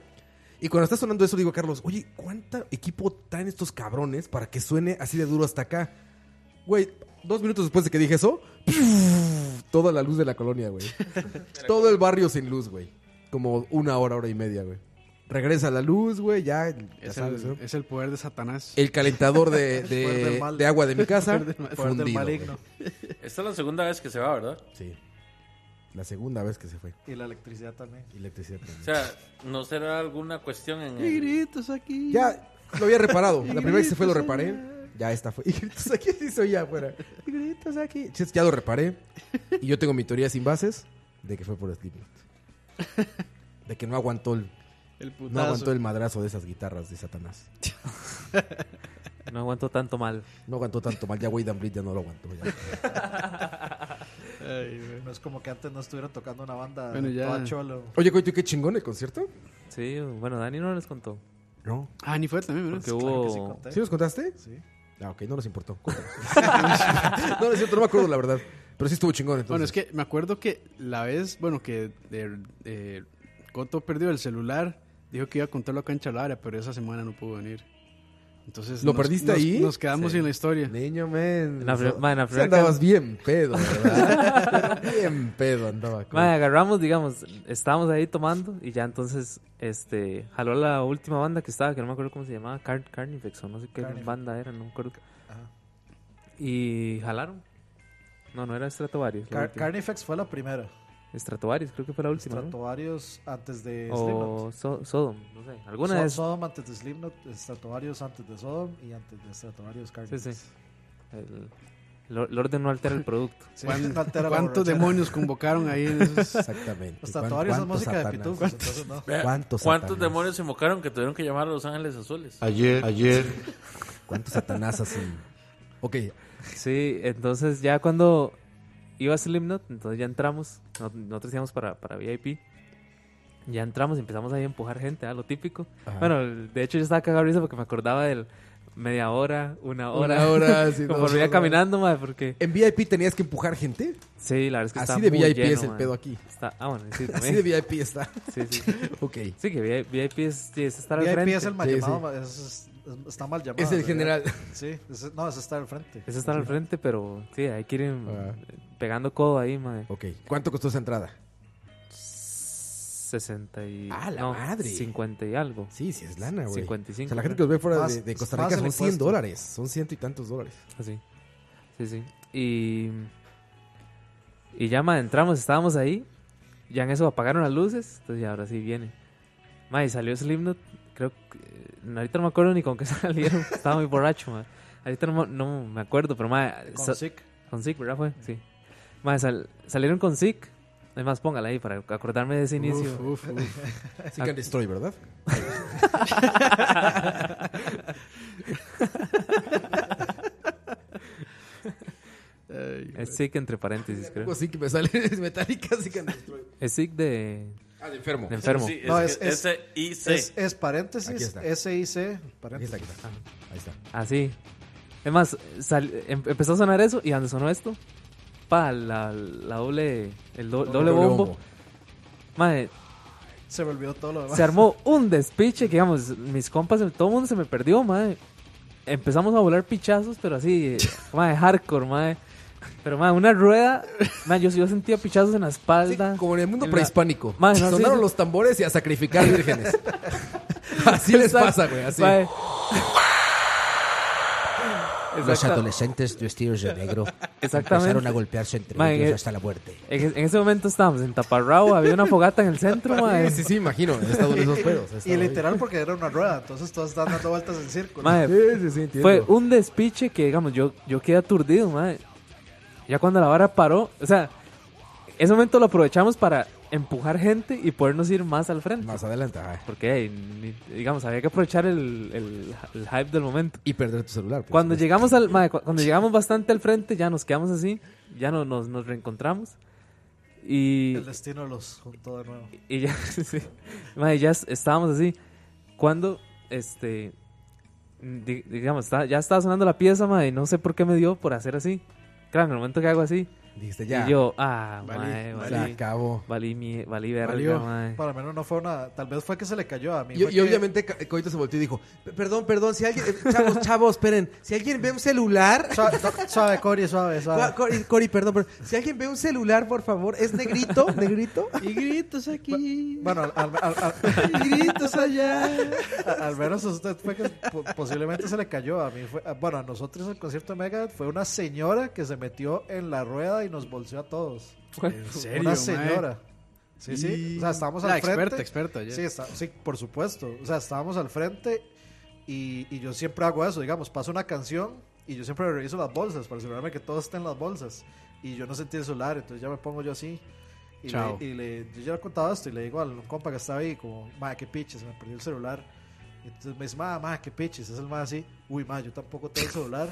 S6: Y cuando está sonando eso, digo a Carlos, oye, ¿cuánto equipo traen estos cabrones para que suene así de duro hasta acá? Güey, dos minutos después de que dije eso, toda la luz de la colonia, güey. Todo el barrio sin luz, güey. Como una hora, hora y media, güey. Regresa la luz, güey, ya, ya
S8: Es,
S6: sabes,
S8: el,
S6: ¿no?
S8: es el poder de Satanás.
S6: El calentador de, de-
S8: Poder del mal.
S6: de agua de mi casa,
S8: Poder del mal.
S6: fundido, güey.
S5: Esta es la segunda vez que se va, ¿verdad?
S6: Sí. La segunda vez que se fue.
S9: Y la electricidad también.
S6: Electricidad también.
S5: O sea, ¿no será alguna cuestión en
S8: Y
S5: el...
S8: gritos aquí.
S6: Ya lo había reparado. La primera vez que se fue lo reparé. Ya esta fue. Y gritos aquí, sí se oía afuera. Y gritos aquí. Entonces, ya lo reparé. Y yo tengo mi teoría sin bases de que fue por Slipknot. De que no aguantó el,
S8: El putazo.
S6: no aguantó el madrazo de esas guitarras de Satanás.
S7: No aguanto tanto mal.
S6: No aguantó tanto mal. Ya Wade and Bleed ya no lo aguantó. ya.
S9: no es como que antes no estuvieran tocando una banda
S7: Bueno, ya.
S9: toda Ah, cholo.
S6: Oye, Coito, ¿y qué chingón el concierto?
S7: Sí, bueno, Dani no les contó.
S6: No.
S8: Ah, ni fue también, ¿verdad?
S7: Porque hubo...
S6: ¿Sí los contaste?
S9: Sí.
S6: Ah, ok, no nos importó. Cuéntanos. no, no es cierto, no me acuerdo la verdad. Pero sí estuvo chingón entonces.
S8: Bueno, es que me acuerdo que la vez, bueno, que eh, eh, Coto perdió el celular, dijo que iba a contarlo acá en Chalaria, pero esa semana no pudo venir. Entonces,
S6: ¿Lo
S8: nos-
S6: perdiste
S8: nos-
S6: ahí?
S8: Nos quedamos
S6: Sí.
S8: sin la historia.
S6: Niño, men.
S7: En la pri- ma, en la
S6: Sí
S7: primera
S6: andabas
S7: can-
S6: bien pedo, ¿verdad? bien pedo andaba.
S7: Ma, agarramos, digamos, estábamos ahí tomando y ya entonces, este, jaló la última banda que estaba, que no me acuerdo cómo se llamaba, Car Carnifex o no sé qué
S9: Carnifex.
S7: banda era, no me acuerdo.
S9: Ajá.
S7: Y jalaron. No, no era Stratovarius. la
S9: Car-
S7: última.
S9: Carnifex fue la primera.
S7: Stratovarius, creo que fue la última. ¿no?
S9: Stratovarius antes de
S7: O
S9: Slipknot.
S7: So- Sodom, no sé. Alguna
S9: So-
S7: de esas.
S9: Sodom antes de Slipknot, Stratovarius antes de Sodom y antes de Stratovarius
S7: Sí,
S9: Carnifex.
S7: sí. El, el or- el orden no altera el producto.
S9: Sí,
S8: ¿Cuán-
S9: no altera la
S8: ¿Cuántos
S9: borrachera.
S8: demonios convocaron ahí? en esos-
S6: Exactamente.
S9: Los
S6: ¿Cuán-
S9: tatuajes es
S6: cuántos
S9: música de
S6: Satanás?
S9: pitufos, entonces no.
S5: Vea,
S6: ¿Cuántos
S5: ¿Cuántos,
S6: Satanás?
S5: demonios se mocaron que tuvieron que llamar a Los Ángeles Azules?
S14: Ayer, ayer,
S6: ¿Cuántos satanás así? Ok,
S7: Sí, entonces ya cuando iba a Slimnot, entonces ya entramos, no- nosotros íbamos para, para VIP, ya entramos y empezamos ahí a empujar gente, a lo típico.
S6: Ajá.
S7: Bueno, el- de hecho yo estaba cagado de risa porque me acordaba del media hora, una hora,
S6: Una hora, sí,
S7: como
S6: dos
S7: venía
S6: horas.
S7: caminando, madre, porque...
S6: ¿en VIP tenías que empujar gente?
S7: Sí, la verdad es que
S15: Así
S7: está
S15: de
S7: muy
S15: VIP
S7: lleno,
S15: es el
S7: mae.
S15: pedo aquí.
S7: Está, ah, bueno, sí,
S15: Así
S7: también.
S15: de VIP está.
S7: Sí, sí.
S15: Ok.
S7: Sí, que vi- VIP es, sí, es estar al
S9: VIP
S7: frente.
S9: es el mal llamado, es- es- es- está mal llamado.
S15: Es el
S9: ¿verdad?
S15: general.
S9: Sí, es- no, es estar al frente.
S7: Es estar al frente, pero sí, hay que ir em, pegando codo ahí, mae.
S15: Ah. Ok. ¿Cuánto costó esa entrada?
S7: 60 y...
S15: Ah, la
S7: no,
S15: madre.
S7: 50 y algo.
S15: Sí, sí, es lana, güey.
S7: 55.
S15: O sea, la gente que los ve fuera
S7: Más-
S15: de, de Costa
S7: más
S15: Rica
S7: el
S15: son 100
S7: impuesto.
S15: dólares. Son ciento y tantos dólares.
S7: Así. Sí, sí. Y. Y ya, ma, entramos, estábamos ahí. Ya en eso apagaron las luces. Entonces, ya ahora sí viene. Ma, y salió Slipknot. Creo que. eh, Ahorita no me acuerdo ni con qué salieron. Estaba muy borracho, ma. Ahorita no, me- no me acuerdo, pero, ma.
S9: Con
S7: sa-
S9: Sick.
S7: Con Sick, ¿verdad? Fue, sí. Ma, sal- salieron con Sick. Además, póngala ahí para acordarme de ese
S15: Uf,
S7: inicio.
S15: uf, uf. Sick and Destroy, ¿verdad?
S7: es Sick entre paréntesis, creo.
S15: Algo así que me sale es metálica, así que
S7: Es Sick de.
S15: Ah, de enfermo.
S7: enfermo.
S9: No, es, es,
S5: SIC.
S9: es- es paréntesis,
S7: Aquí está.
S9: SIC, paréntesis.
S15: Aquí está, Ahí está.
S7: Así. Ah, Es más, sal- em- empezó a sonar eso y cuando sonó esto, pa, la, la doble, el do-
S9: Doble-
S7: doble
S9: doble
S7: bombo.
S9: bombo.
S7: Madre,
S9: Se me olvidó todo lo demás.
S7: se armó un despiche que, digamos, mis compas, todo el mundo se me perdió, madre. Empezamos a volar pichazos, pero así, eh, madre, hardcore, madre. Pero, madre, una rueda, madre, yo, yo sentía pichazos en la espalda. como en el
S15: mundo prehispánico.
S7: Madre, no, sí,
S15: Sonaron
S7: sí.
S15: los tambores y a sacrificar vírgenes. así les
S7: Exacto.
S15: pasa, güey. Así.
S7: Mae.
S13: Los
S7: Exacta-
S13: adolescentes vestidos de negro
S7: Exactamente.
S13: empezaron a golpearse entre
S7: Ma, en
S13: ellos
S7: e-
S13: hasta la muerte.
S7: En, es- en ese momento estábamos en Taparrao, había una fogata en el centro, mae.
S15: Sí, sí, imagino, he estado en esos pedos, he
S9: Y literal porque era una rueda, entonces todas están dando vueltas en círculo.
S7: Mae, fue un despiche que, digamos, yo, yo quedé aturdido, mae. Ya cuando la vara paró, o sea, ese momento lo aprovechamos para empujar gente y podernos ir más al frente.
S15: Más adelante,
S7: Porque, hey, ni- digamos, había que aprovechar el, el- el hype del momento.
S15: Y perder tu celular. pues. por
S7: Cuando
S15: supuesto.
S7: llegamos al, mae, cu- cuando llegamos bastante al frente, ya nos quedamos así, ya no, nos, nos reencontramos. Y
S9: El destino los juntó de nuevo.
S7: y ya, sí. Mae, ya es- estábamos así. Cuando, este, di- digamos, está- ya estaba sonando la pieza, mae, y no sé por qué me dio por hacer así. Claro, en el momento que hago así.
S15: Dijiste, ya.
S7: Y yo, ah,
S9: Valí,
S7: mae,
S9: valí.
S7: valí.
S9: Se
S15: acabó.
S7: Valí, mi, valí verga,
S9: Valió.
S7: mae.
S9: Para menos no fue una. Tal vez fue que se le cayó a mí.
S15: Y,
S9: fue
S15: y
S9: que-
S15: obviamente Ca- Coito se volteó y dijo, "P- perdón, perdón, si alguien, eh, chavos, chavos, esperen, si alguien ve un celular...
S9: Suave, suave Cori, suave, suave.
S15: Cori, Cori, perdón, pero si alguien ve un celular, por favor, es negrito, negrito.
S9: Y gritos aquí. Bueno, al, al- al- al-
S15: gritos allá.
S9: al- al menos a usted fue que po- posiblemente se le cayó. A mí fue, a- bueno, a nosotros en el concierto de Megadeth fue una señora que se metió en la rueda y nos bolseó a todos.
S8: ¿En serio,
S9: Una
S8: mae?
S9: señora. Sí, sí.
S8: Y-
S9: O sea, estábamos al
S8: La
S9: frente.
S8: experta, experta, ya.
S9: Sí, está- sí, por supuesto. O sea, estábamos al frente y, y yo siempre hago eso. Digamos, paso una canción y yo siempre reviso las bolsas para asegurarme que todo esté en las bolsas. Y yo no sentí el celular, entonces ya me pongo yo así. Y,
S8: Chao.
S9: Le, y le- yo ya le he contado esto y le digo al compa que estaba ahí, como, ma, qué piches, me perdí el celular. Entonces me dice, ma, ma, qué piches. Es el ma así, uy, ma, yo tampoco tengo el celular.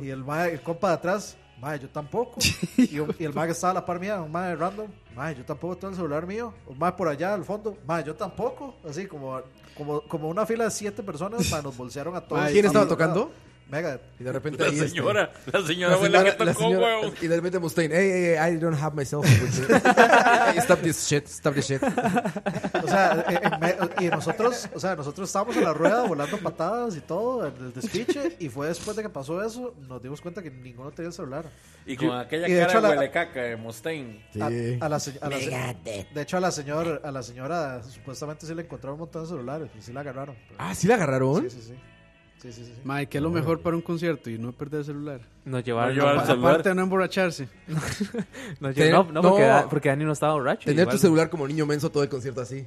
S9: y el ma, el compa de atrás, ma, yo tampoco. y, un- y el ma que estaba a la par mía, un ma de random, ma, yo tampoco tengo el celular mío. Un ma por allá al fondo, ma, yo tampoco. Así como, como, como una fila de siete personas, ma, nos bolsearon a todos.
S15: ¿Quién
S9: A
S15: estaba
S9: todos lados.
S15: tocando?
S9: Megadeth.
S15: Y de repente
S5: La
S15: ahí, este,
S5: señora, la señora fue la que tocó, huevón.
S15: Y de repente Mustaine, hey, hey, I don't have my cell phone with you. Hey, stop this shit, stop this shit.
S9: O sea, eh, eh, me- y nosotros, o sea, nosotros estábamos en la rueda volando patadas y todo, en el despiche, y fue después de que pasó eso, nos dimos cuenta que ninguno tenía el celular.
S5: Y con
S9: Yo-
S5: aquella
S9: y de
S5: cara
S9: hecho, a la-
S5: huele caca de Mustaine.
S8: Ah,
S9: a- a la se- a la se- de hecho, a la señora, a la señora supuestamente sí le encontraron un montón de celulares y sí la agarraron. pero-
S15: Ah, ¿sí la agarraron?
S9: Sí, sí, sí. Sí, sí, sí, sí.
S8: Mae, ¿qué es lo mejor para un concierto y no perder el celular?
S7: No llevar- No llevar el
S8: Apa-
S7: celular.
S8: Aparte de no emborracharse.
S7: No, yo- no, no, porque, Da- porque Dani no estaba borracho.
S15: Tener
S7: igual.
S15: tu celular como niño menso todo el concierto así.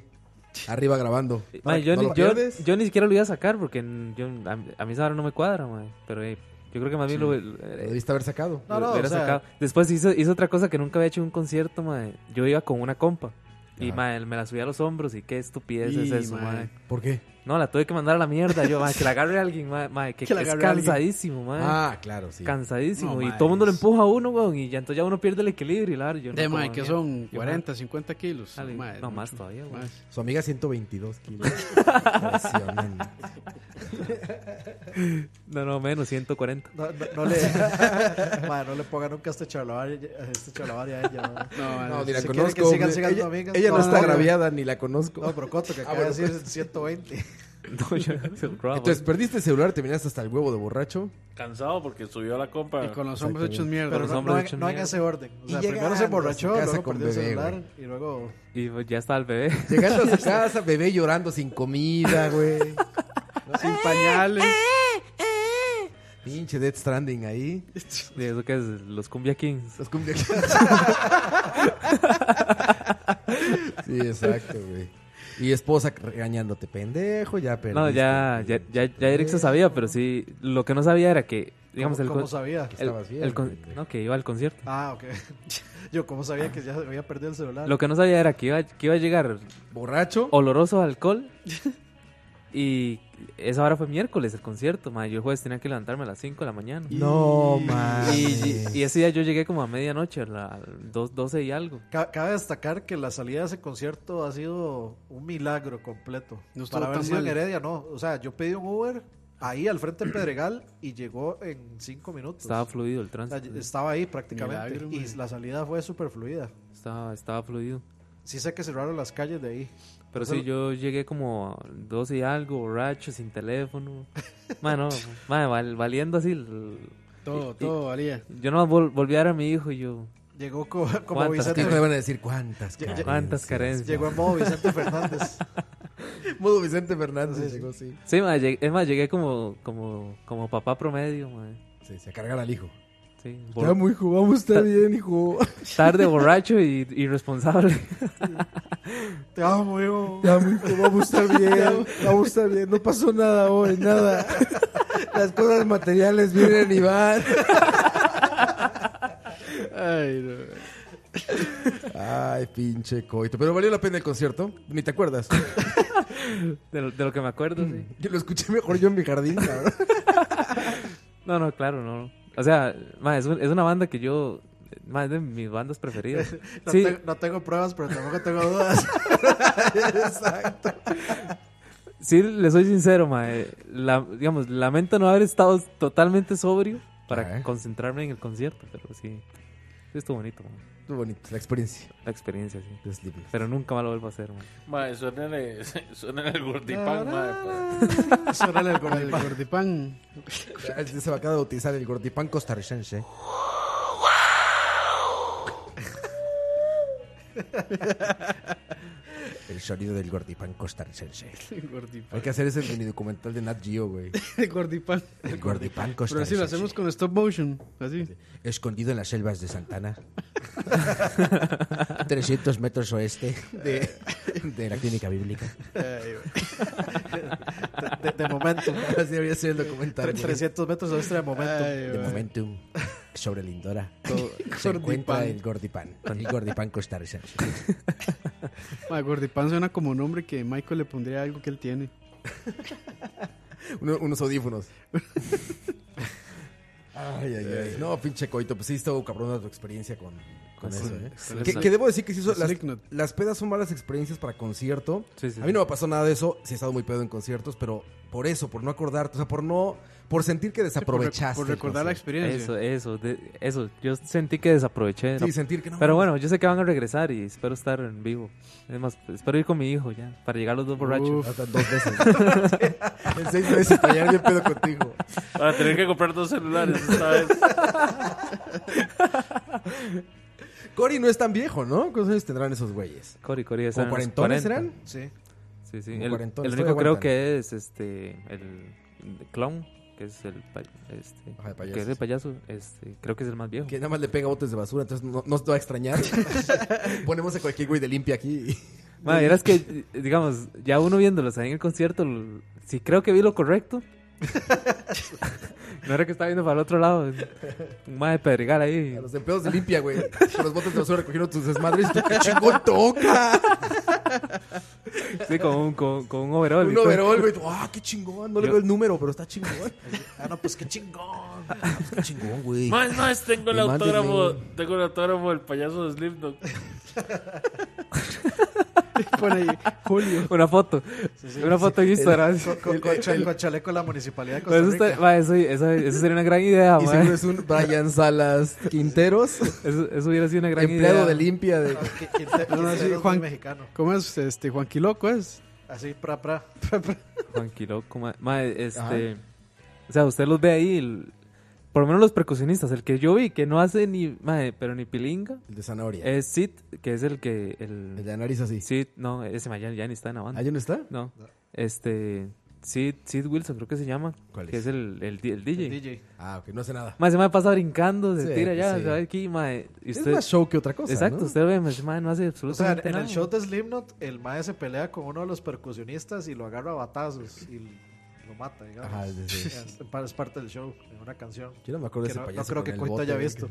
S15: Arriba grabando.
S7: Mae, yo,
S15: ¿No
S7: ni,
S15: lo
S7: yo,
S15: pierdes?
S7: yo ni siquiera lo iba a sacar porque n- yo, a, a mí esa hora no me cuadra, mae. Pero eh, yo creo que más bien
S15: Sí.
S7: lo,
S15: Lo debiste haber sacado.
S7: lo-
S15: No, no,
S7: lo hubiera
S15: o sea-
S7: sacado. Después hizo, hizo otra cosa que nunca había hecho en un concierto, mae. Yo iba con una compa y
S15: Ajá.
S7: mae, me la subí a los hombros y qué estupidez
S15: Y,
S7: es eso,
S15: mae,
S7: mae.
S15: ¿por qué?
S7: No, la tuve que mandar a la mierda. Yo, mae, que la agarre alguien, mae, mae, que,
S15: Que la
S7: es
S15: agarre alguien.
S7: cansadísimo, mae.
S15: Ah, claro, sí.
S7: Cansadísimo.
S8: No,
S7: y
S8: mae,
S7: todo el mundo lo empuja a uno, weón. Y ya, entonces ya uno pierde el equilibrio y la verdad, yo no
S8: De
S7: como
S8: mae, que
S7: mierda. Yo, Ah, mae,
S8: son 40, 50 kilos.
S7: Dale, no, más todavía, güey.
S15: Su amiga 122 kilos. Impresionante.
S7: No, no, menos 140.
S9: No, no, no le, Ma, no le ponga nunca este charlavari este charlavari a ella. ma.
S6: No, no, ni la
S9: Si quiere que
S6: conozco.
S9: sigan
S6: me-
S9: siendo
S6: ella,
S9: amigas,
S6: ella no, está
S9: no,
S6: agraviada, ni la conozco. Ah,
S9: No, pero Coto, que acaba
S6: bueno,
S9: de decir 120.
S7: Ah, No, yo no sé, bravo.
S6: Entonces, perdiste el celular, terminaste hasta el huevo de borracho.
S5: Cansado porque subió la compra.
S8: Y con los hombres hechos mierda.
S9: Pero no, no, en- no en ese orden. O
S6: Y
S9: sea,
S6: llegando
S9: primero se
S6: a su
S9: emborrachó,
S6: casa
S9: luego
S6: con
S9: perdió el
S6: bebé,
S9: celular y luego...
S7: Y pues, ya está el bebé.
S6: Llegando a su casa, bebé llorando sin comida, güey. Eh,
S8: Sin pañales.
S6: Pinche Dead Stranding ahí.
S7: ¿Y eso qué es? Los Cumbia Kings.
S6: Los Cumbia Kings. Sí, exacto, güey. Y esposa regañándote, pendejo, ya perdiste.
S7: No, ya, ya, ya, ya Eric se sabía, pero sí. Lo que no sabía era que, digamos, el.
S9: ¿Cómo- cómo
S7: con-
S9: sabía?
S7: el-
S9: Estabas bien,
S7: el con- no, que iba al concierto.
S9: Ah, ok. Yo como sabía que ya había perdido el celular.
S7: Ah. Lo que no sabía era que iba, que iba a llegar.
S6: Borracho.
S7: Oloroso a alcohol. y esa hora fue miércoles, el concierto. ma, Yo el jueves tenía que levantarme a las 5 de la mañana.
S6: No,
S7: Y,
S6: mames.
S7: y ese día yo llegué como a medianoche, a las 12 y algo.
S9: Ca- Cabe destacar que la salida de ese concierto ha sido un milagro completo.
S8: No estuvo
S9: Para haber
S8: tan
S9: sido en
S8: mal.
S9: Heredia, no. O sea, yo pedí un Uber ahí al frente del Pedregal y llegó en cinco minutos.
S7: Estaba fluido el
S9: O sea,
S7: tránsito.
S9: estaba ahí prácticamente.
S8: Milagro,
S9: y
S8: güey.
S9: la salida fue súper fluida.
S7: Estaba, estaba fluido.
S9: Sí sé que cerraron las calles de ahí.
S7: Pero
S9: O sea,
S7: sí, yo llegué como 12 y algo, borracho, sin teléfono. Mano, madre, val- valiendo así. l-
S8: Todo,
S7: y-
S8: todo valía.
S7: y Yo no vol- volví a ver a mi hijo y yo.
S9: Llegó co- como
S7: ¿Cuántas
S9: Vicente.
S6: Hijo, le van a decir cuántas
S9: Lle-
S6: carencias.
S7: ¿Cuántas carencias?
S9: Llegó en modo Vicente Fernández.
S6: Modo Vicente Fernández llegó, sí.
S7: Sí, madre, llegué- es más, llegué como, como, como papá promedio, madre.
S6: Sí, se cargar al hijo.
S7: Sí, bor-
S6: Vamos, hijo, vamos, está
S7: Ta-
S6: bien, hijo.
S7: tarde, borracho y irresponsable.
S9: Te amo, hijo.
S6: Vamos, hijo, vamos a estar bien. Vamos a estar bien. No pasó nada hoy, nada. Las cosas materiales vienen y van.
S8: Ay, no.
S6: Ay, pinche coito. Pero valió la pena el concierto. Ni te acuerdas.
S7: De lo, de lo que me acuerdo, sí.
S6: Yo lo escuché mejor yo en mi jardín, cabrón.
S7: No, no, claro, no. O sea, madre, es, un- es una banda que yo. madre, es de mis bandas preferidas.
S9: No,
S7: Sí,
S9: te- no tengo pruebas, pero tampoco tengo dudas. Exacto.
S7: sí, le soy sincero, madre. La, digamos, lamento no haber estado totalmente sobrio para
S6: Ajá.
S7: concentrarme en el concierto, pero sí. Sí, estuvo bonito, madre.
S6: Estuvo bonito, la experiencia
S7: La experiencia, sí.
S6: de Slipknot.
S7: Pero nunca más lo vuelvo a hacer, madre.
S5: Mae, suénale- suénale el pues. gordipán, mae. para-
S8: Sórale el gordi- el gordipán.
S6: Ya, Se va a de bautizar el gordipán costarricense. El sonido del gordipán costarricense.
S8: El gordipán.
S6: Hay que hacer ese mini documental de Nat Geo, güey.
S8: El gordipán.
S6: El gordipán
S8: Pero
S6: costarricense.
S8: así lo hacemos con stop motion. Así.
S6: Escondido en las selvas de Santana. 300 metros oeste de, de la clínica bíblica.
S9: De, de momento.
S6: Así debería ser el documental.
S9: Tre-
S6: güey.
S9: 300 metros de extra de momento.
S8: Ay,
S6: De
S8: güey.
S6: Momentum sobre Lindora se encuentra el Gordipan, el Gordipan costarricense.
S8: Ma, gordipán suena como un nombre que Michael le pondría algo que él tiene.
S6: Uno- unos audífonos. Ay, ay, ay. No, pinche coito, pues sí estuvo cabrona tu experiencia con, con eso, ¿eh?
S7: con
S6: Que,
S7: esa-
S6: que debo decir que sí, son- las,
S8: Slipknot.
S6: las pedas son malas experiencias para concierto.
S7: Sí, sí,
S6: A mí
S7: sí.
S6: no me pasó nada de eso, sí he estado muy pedo en conciertos, pero por eso, por no acordarte, o sea, por no, por sentir que
S8: Sí, por rec-
S6: desaprovechaste.
S8: Por,
S6: el
S8: recordar la
S6: concierto.
S8: experiencia.
S7: Eso, eso, de- eso. Yo sentí que desaproveché.
S6: Sí,
S7: ¿no?
S6: sentir que no.
S7: Pero
S6: mames,
S7: bueno, yo sé que van a regresar y espero estar en vivo. Es más, espero ir con mi hijo ya, para llegar los dos borrachos.
S8: Uf.
S6: faltan Dos veces. en seis meses para llegar bien pedo contigo.
S5: Para tener que comprar dos celulares esta vez.
S6: Cory no es tan viejo, ¿no? ¿Cuántos años tendrán esos güeyes?
S7: Cori, Cori, ya
S6: ¿Como
S7: saben, los
S6: cuarentones
S7: 40.
S9: Sí.
S6: serán?
S7: Sí, sí.
S6: Como
S7: El,
S6: cuarentones,
S7: el
S6: todavía
S7: único creo
S6: aguantan.
S7: que es este, el, el clown, que es el, pa- este,
S6: Ajá, de payasos.
S7: que es el payaso, este, creo que es el más viejo.
S6: Que nada más le pega botes de basura, entonces no, no te va a extrañar. Ponemos a cualquier güey de limpia aquí. y-
S7: Madre, vieras que, eh, digamos, ya uno viéndolos ahí en el concierto, l- si creo que vi lo correcto. no era que estaba viendo para el otro lado. Un madre pedregal ahí.
S6: A los empleados de limpia, güey. Con los botes de basura recogieron tus desmadres y tú, ¡qué chingón toca!
S7: Sí, con un, con, con un overall. y
S6: Un
S7: todo.
S6: overol, güey. ¡Ah, qué chingón! No le
S7: Yo-
S6: veo el número, pero está chingón. Ah, no, pues qué chingón. Ah, pues, qué chingón, güey.
S5: Mae, más, tengo el
S6: Y mándenme.
S5: autógrafo. Tengo el autógrafo del payaso de Slipknot.
S8: Pone ahí, Julio.
S7: Una foto. una foto en Instagram.
S9: Con, con- con cha- con chaleco de la municipalidad de
S7: No,
S9: Costa
S7: eso,
S9: Rica.
S7: está- ma, eso- eso- eso sería una gran idea,
S6: Y
S7: ma.
S6: seguro es un Brian Salas Quinteros.
S7: Eso, eso hubiera sido una gran
S6: empleado
S7: idea.
S6: de limpia de.
S8: No, no, sí,
S9: Quinteros muy
S8: Juan-
S9: mexicano.
S8: ¿Cómo es este Juanquiloco es?
S9: Así, pra, pra.
S7: Juanquiloco, ma- ma, este... O sea, usted los ve ahí, el- por lo menos los percusionistas, el que yo vi, que no hace ni, ma, pero ni pilinga.
S6: El de zanahoria.
S7: Es Sid, que es el que... El,
S6: El de nariz así.
S7: Sid, no, ese ma, ya, ya ni está en la banda.
S6: ¿Ah, ya no está?
S7: No. Este... Sid, Sid Wilson, creo que se llama.
S6: ¿Cuál
S7: Que
S6: es?
S7: es el, el, di- el DJ.
S6: Ah, ok, no hace nada.
S7: Mae, se me pasa brincando, se
S6: Sí,
S7: tira ya,
S6: sí.
S7: se va aquí, mae. y
S6: Es más show que otra cosa,
S7: Exacto,
S6: ¿no?
S7: usted lo ve, mae, mae, no hace
S9: O sea,
S7: absolutamente
S9: en
S7: nada.
S9: el show de Slipknot, el mae se pelea con uno de los percusionistas y lo agarra a batazos y lo mata, digamos.
S6: Ajá, sí, sí.
S9: Es, es parte del show, en una canción.
S6: Yo no me acuerdo de
S9: Que
S6: ese
S9: no,
S6: payaso
S9: No creo
S6: con
S9: que
S6: el
S9: Coito
S6: bote
S9: haya
S6: de-
S9: visto.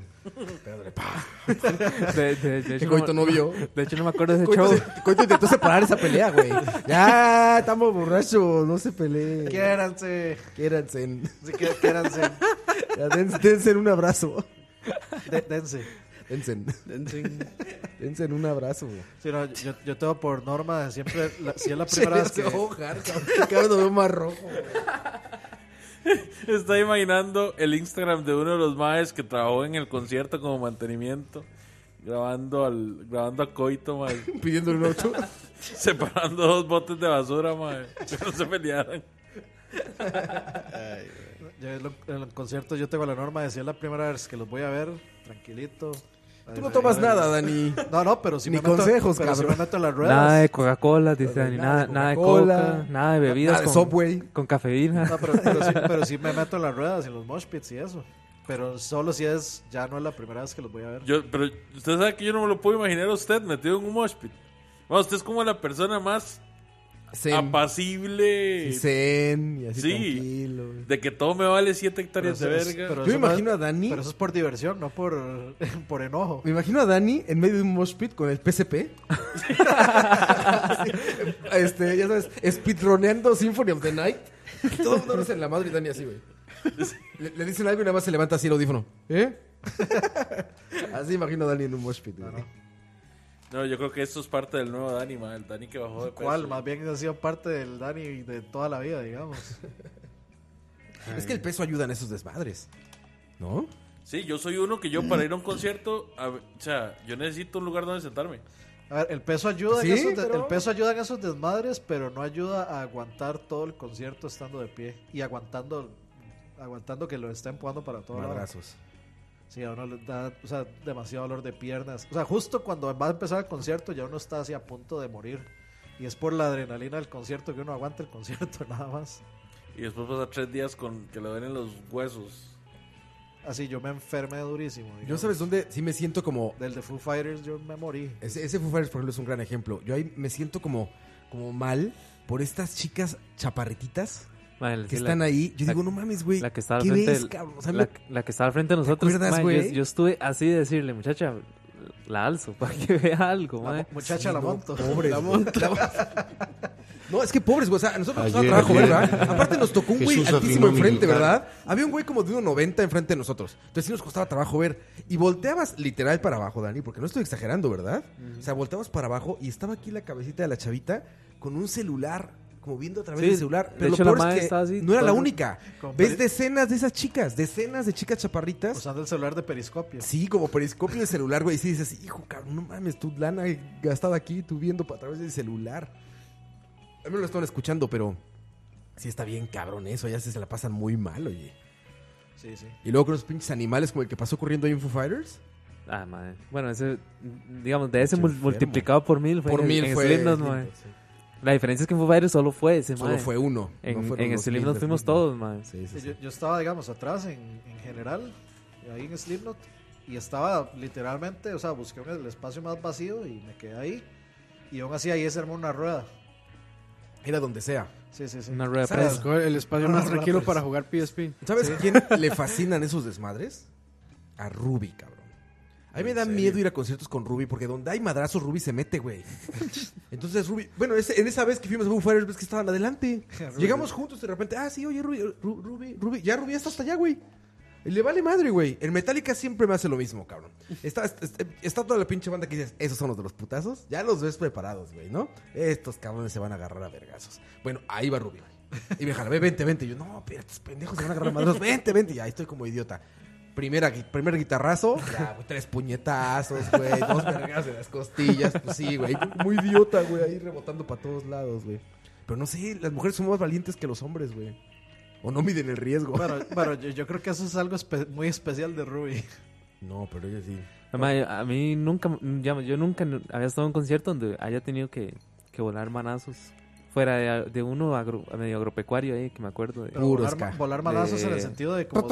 S6: Pedro, pa.
S7: De, de- de
S6: Que
S7: hecho,
S6: Coito no vio.
S7: De hecho, no me acuerdo de ese
S6: Coito,
S7: show.
S6: se- Coito intentó separar esa pelea, güey. Ya, estamos borrachos, no se peleen.
S9: Quiéranse.
S6: Quiéranse.
S9: Sí, que- quiéranse.
S6: Ya, den- dense un abrazo.
S9: De- dense.
S6: Dense.
S9: Dense.
S6: Dense un abrazo, güey.
S9: Sí, no, yo, yo tengo por norma, siempre, la- si es la primera vez que...
S6: Cada vez lo veo más rojo. güey.
S5: Estoy imaginando el Instagram de uno de los maes que trabajó en el concierto como mantenimiento, grabando al grabando a Coito, mae.
S6: Pidiéndole un ocho.
S5: Separando dos botes de basura, mae. Que no se pelearan.
S9: Yo en lo- en el concierto yo tengo la norma de si es la primera vez que los voy a ver, tranquilito.
S6: Tú no tomas nada, Dani.
S9: No, no, pero si
S6: Ni
S9: me meto-
S6: consejos,
S9: pero si
S6: cabrón.
S9: me meto en las ruedas.
S7: Nada de Coca-Cola, dice Dani, nada,
S6: de
S7: nada de
S6: Coca-Cola,
S7: Coca, nada de bebidas.
S6: nada de
S7: con,
S6: Subway.
S7: Con cafeína.
S9: No, pero, pero sí, pero sí me meto en las ruedas, en los mosh pits y eso. Pero solo si es, ya no es la primera vez que los voy a ver.
S5: Yo, pero usted sabe que yo no me lo puedo imaginar a usted metido en un mosh pit. Bueno, usted es como la persona más
S6: Zen.
S5: apacible.
S6: Y zen, y así
S5: Sí.
S6: tranquilo. güey.
S5: De que todo me vale 7
S9: Pero
S5: hectáreas
S9: eso
S5: de
S9: es-
S5: verga.
S9: pero
S6: Yo
S9: eso
S6: me
S9: no
S6: imagino
S9: es-
S6: a Dani.
S9: Pero eso es por diversión, no por, por enojo.
S6: Me imagino a Dani en medio de un mosh pit con el PSP. este, ya sabes, speedroneando Symphony of the Night. Y Todo el mundo en la madre y Dani así, güey. Le, le dicen algo y nada más se levanta así el audífono. ¿Eh? así imagino a Dani en un mosh pit. güey.
S5: No, yo creo que esto es parte del nuevo Dani, mae. El Dani que bajó de peso.
S6: Pues,
S9: ¿Cuál? Más bien ha sido parte del Dani de toda la vida, digamos.
S6: Es que el peso ayuda en esos desmadres. ¿No?
S5: Sí, yo soy uno que yo para ir a un concierto, a ver, o sea, yo necesito un lugar donde sentarme.
S9: A ver, el peso ayuda,
S6: Sí,
S9: en esos de-
S6: pero-
S9: el peso ayuda en esos desmadres, pero no ayuda a aguantar todo el concierto estando de pie y aguantando aguantando que lo está empujando para todo lado.
S6: Madrazos.
S9: Sí, a uno le da o sea, demasiado dolor de piernas. O sea, justo cuando va a empezar el concierto ya uno está así a punto de morir. Y es por la adrenalina del concierto que uno aguanta el concierto nada más.
S5: Y después pasa tres días con que le duelen los huesos.
S9: Así yo me enfermé durísimo.
S6: Yo
S9: digamos.
S6: sabes dónde sí me siento como
S9: Del de Foo Fighters yo me morí.
S6: Ese, ese Foo Fighters, por ejemplo, es un gran ejemplo. Yo ahí me siento como, como mal por estas chicas chaparrititas
S7: Mae,
S6: que
S7: sí, la-
S6: están ahí. Yo
S7: la-
S6: digo, no mames, güey.
S7: La que está al
S6: ¿Qué
S7: frente.
S6: ves,
S7: del-
S6: cabrón? O sea,
S7: la,
S6: me-
S7: la que está al frente de nosotros.
S6: acuerdas,
S7: mae,
S6: güey?
S7: yo, yo estuve así de decirle, muchacha, la alzo para que vea algo,
S9: La
S7: mae.
S9: mu- muchacha
S6: Sí,
S9: la
S6: no,
S9: monto.
S6: pobres,
S9: la
S6: güey.
S9: monto.
S6: La mon- No, es que pobres, güey. O sea, a nosotros nos daba
S16: Ayer,
S6: trabajo,
S16: ayer.
S6: ¿verdad? Aparte nos tocó un güey
S16: Jesús
S6: altísimo
S16: afinó mi
S6: enfrente,
S16: guitarra.
S6: ¿verdad? Había un güey como de 1.90 enfrente de nosotros. Entonces sí nos costaba trabajo ver. Y volteabas literal para abajo, Dani, porque no estoy exagerando, ¿verdad? O sea, volteabas para abajo y estaba aquí la cabecita de la chavita con un celular, como viendo a través
S7: Sí,
S6: del celular.
S7: de
S6: Pero
S7: hecho, la
S6: lo peor
S7: madre
S6: es que
S7: estaba así,
S6: no era la
S7: todo-
S6: única.
S9: Con
S6: Ves
S9: peri-
S6: decenas de esas chicas, decenas de chicas chaparritas.
S9: Usando el celular de periscopio.
S6: Sí, como periscopio de celular, güey. Y sí dices, hijo, cabrón, no mames, tu lana gastada aquí, tú viendo pa- a través del celular. A mí no lo estaban escuchando, pero sí está bien, cabrón, eso. Ya se, se la pasan muy mal, oye.
S9: Sí, sí.
S6: Y luego con los pinches animales como el que pasó corriendo ahí en Foo Fighters.
S7: Ah, mae. Bueno, ese, digamos, de ese
S6: Pinche
S7: mul-
S6: enfermo.
S7: multiplicado por mil fue.
S6: Por
S7: en-
S6: mil
S7: en
S6: fue.
S7: Slipknot, mae.
S6: Slipknot, sí.
S7: La diferencia es que en Foo Fighters solo fue ese,
S6: Solo
S7: mae.
S6: fue uno.
S7: En,
S6: no fueron
S7: en
S6: los
S7: Slim
S6: mil
S7: nos
S6: de
S7: fuimos
S6: Slipknot.
S7: todos, mae.
S6: Sí, sí, sí.
S9: Yo, yo estaba, digamos, atrás en, en general, ahí en Slipknot, y estaba literalmente, o sea, busqué un- el espacio más vacío y me quedé ahí. Y aún así ahí se armó una rueda.
S6: Era donde sea.
S9: Sí, sí, sí.
S7: Una rueda de
S9: ¿Sabes?
S7: prensa.
S8: Buscó El espacio más tranquilo
S9: Rappers.
S8: para jugar PSP.
S6: ¿Sabes quién le fascinan esos desmadres? A Ruby, cabrón. A mí me da miedo ir a conciertos con Ruby porque donde hay madrazos, Ruby se mete, güey. Entonces Ruby, bueno, ese- en esa vez que fuimos a Foo Fighters, ves que estaban adelante. Llegamos juntos de repente, ah, sí, oye, Ruby, Ru- Ruby, Ruby, ya Ruby ya está hasta allá, güey. Le vale madre, güey. En Metallica siempre me hace lo mismo, cabrón. Está, está, está toda la pinche banda que dices, esos son los de los putazos. Ya los ves preparados, güey, ¿no? Estos cabrones se van a agarrar a vergazos. Bueno, ahí va Ruby. Y me jala, ve, vente, vente. Y yo, no, pero estos pendejos se van a agarrar a madrazos. Vente, vente. Y ahí estoy como idiota. Primera, gui- primer guitarrazo, ya, güey, tres puñetazos, güey, dos vergas en las costillas, pues sí, güey. Muy idiota, güey, ahí rebotando para todos lados, güey. Pero no sé, las mujeres son más valientes que los hombres, güey. O no miden el riesgo.
S9: Bueno, bueno, yo, yo creo que eso es algo espe- muy especial de Ruby.
S6: No, pero ella sí.
S7: Además, a mí nunca, ya- yo nunca nu- había estado en un concierto donde haya tenido que, que volar manazos. Fuera de, de uno agro- medio agropecuario ahí, que me acuerdo. De,
S9: Pero volar ma- volar manazos en el sentido de como-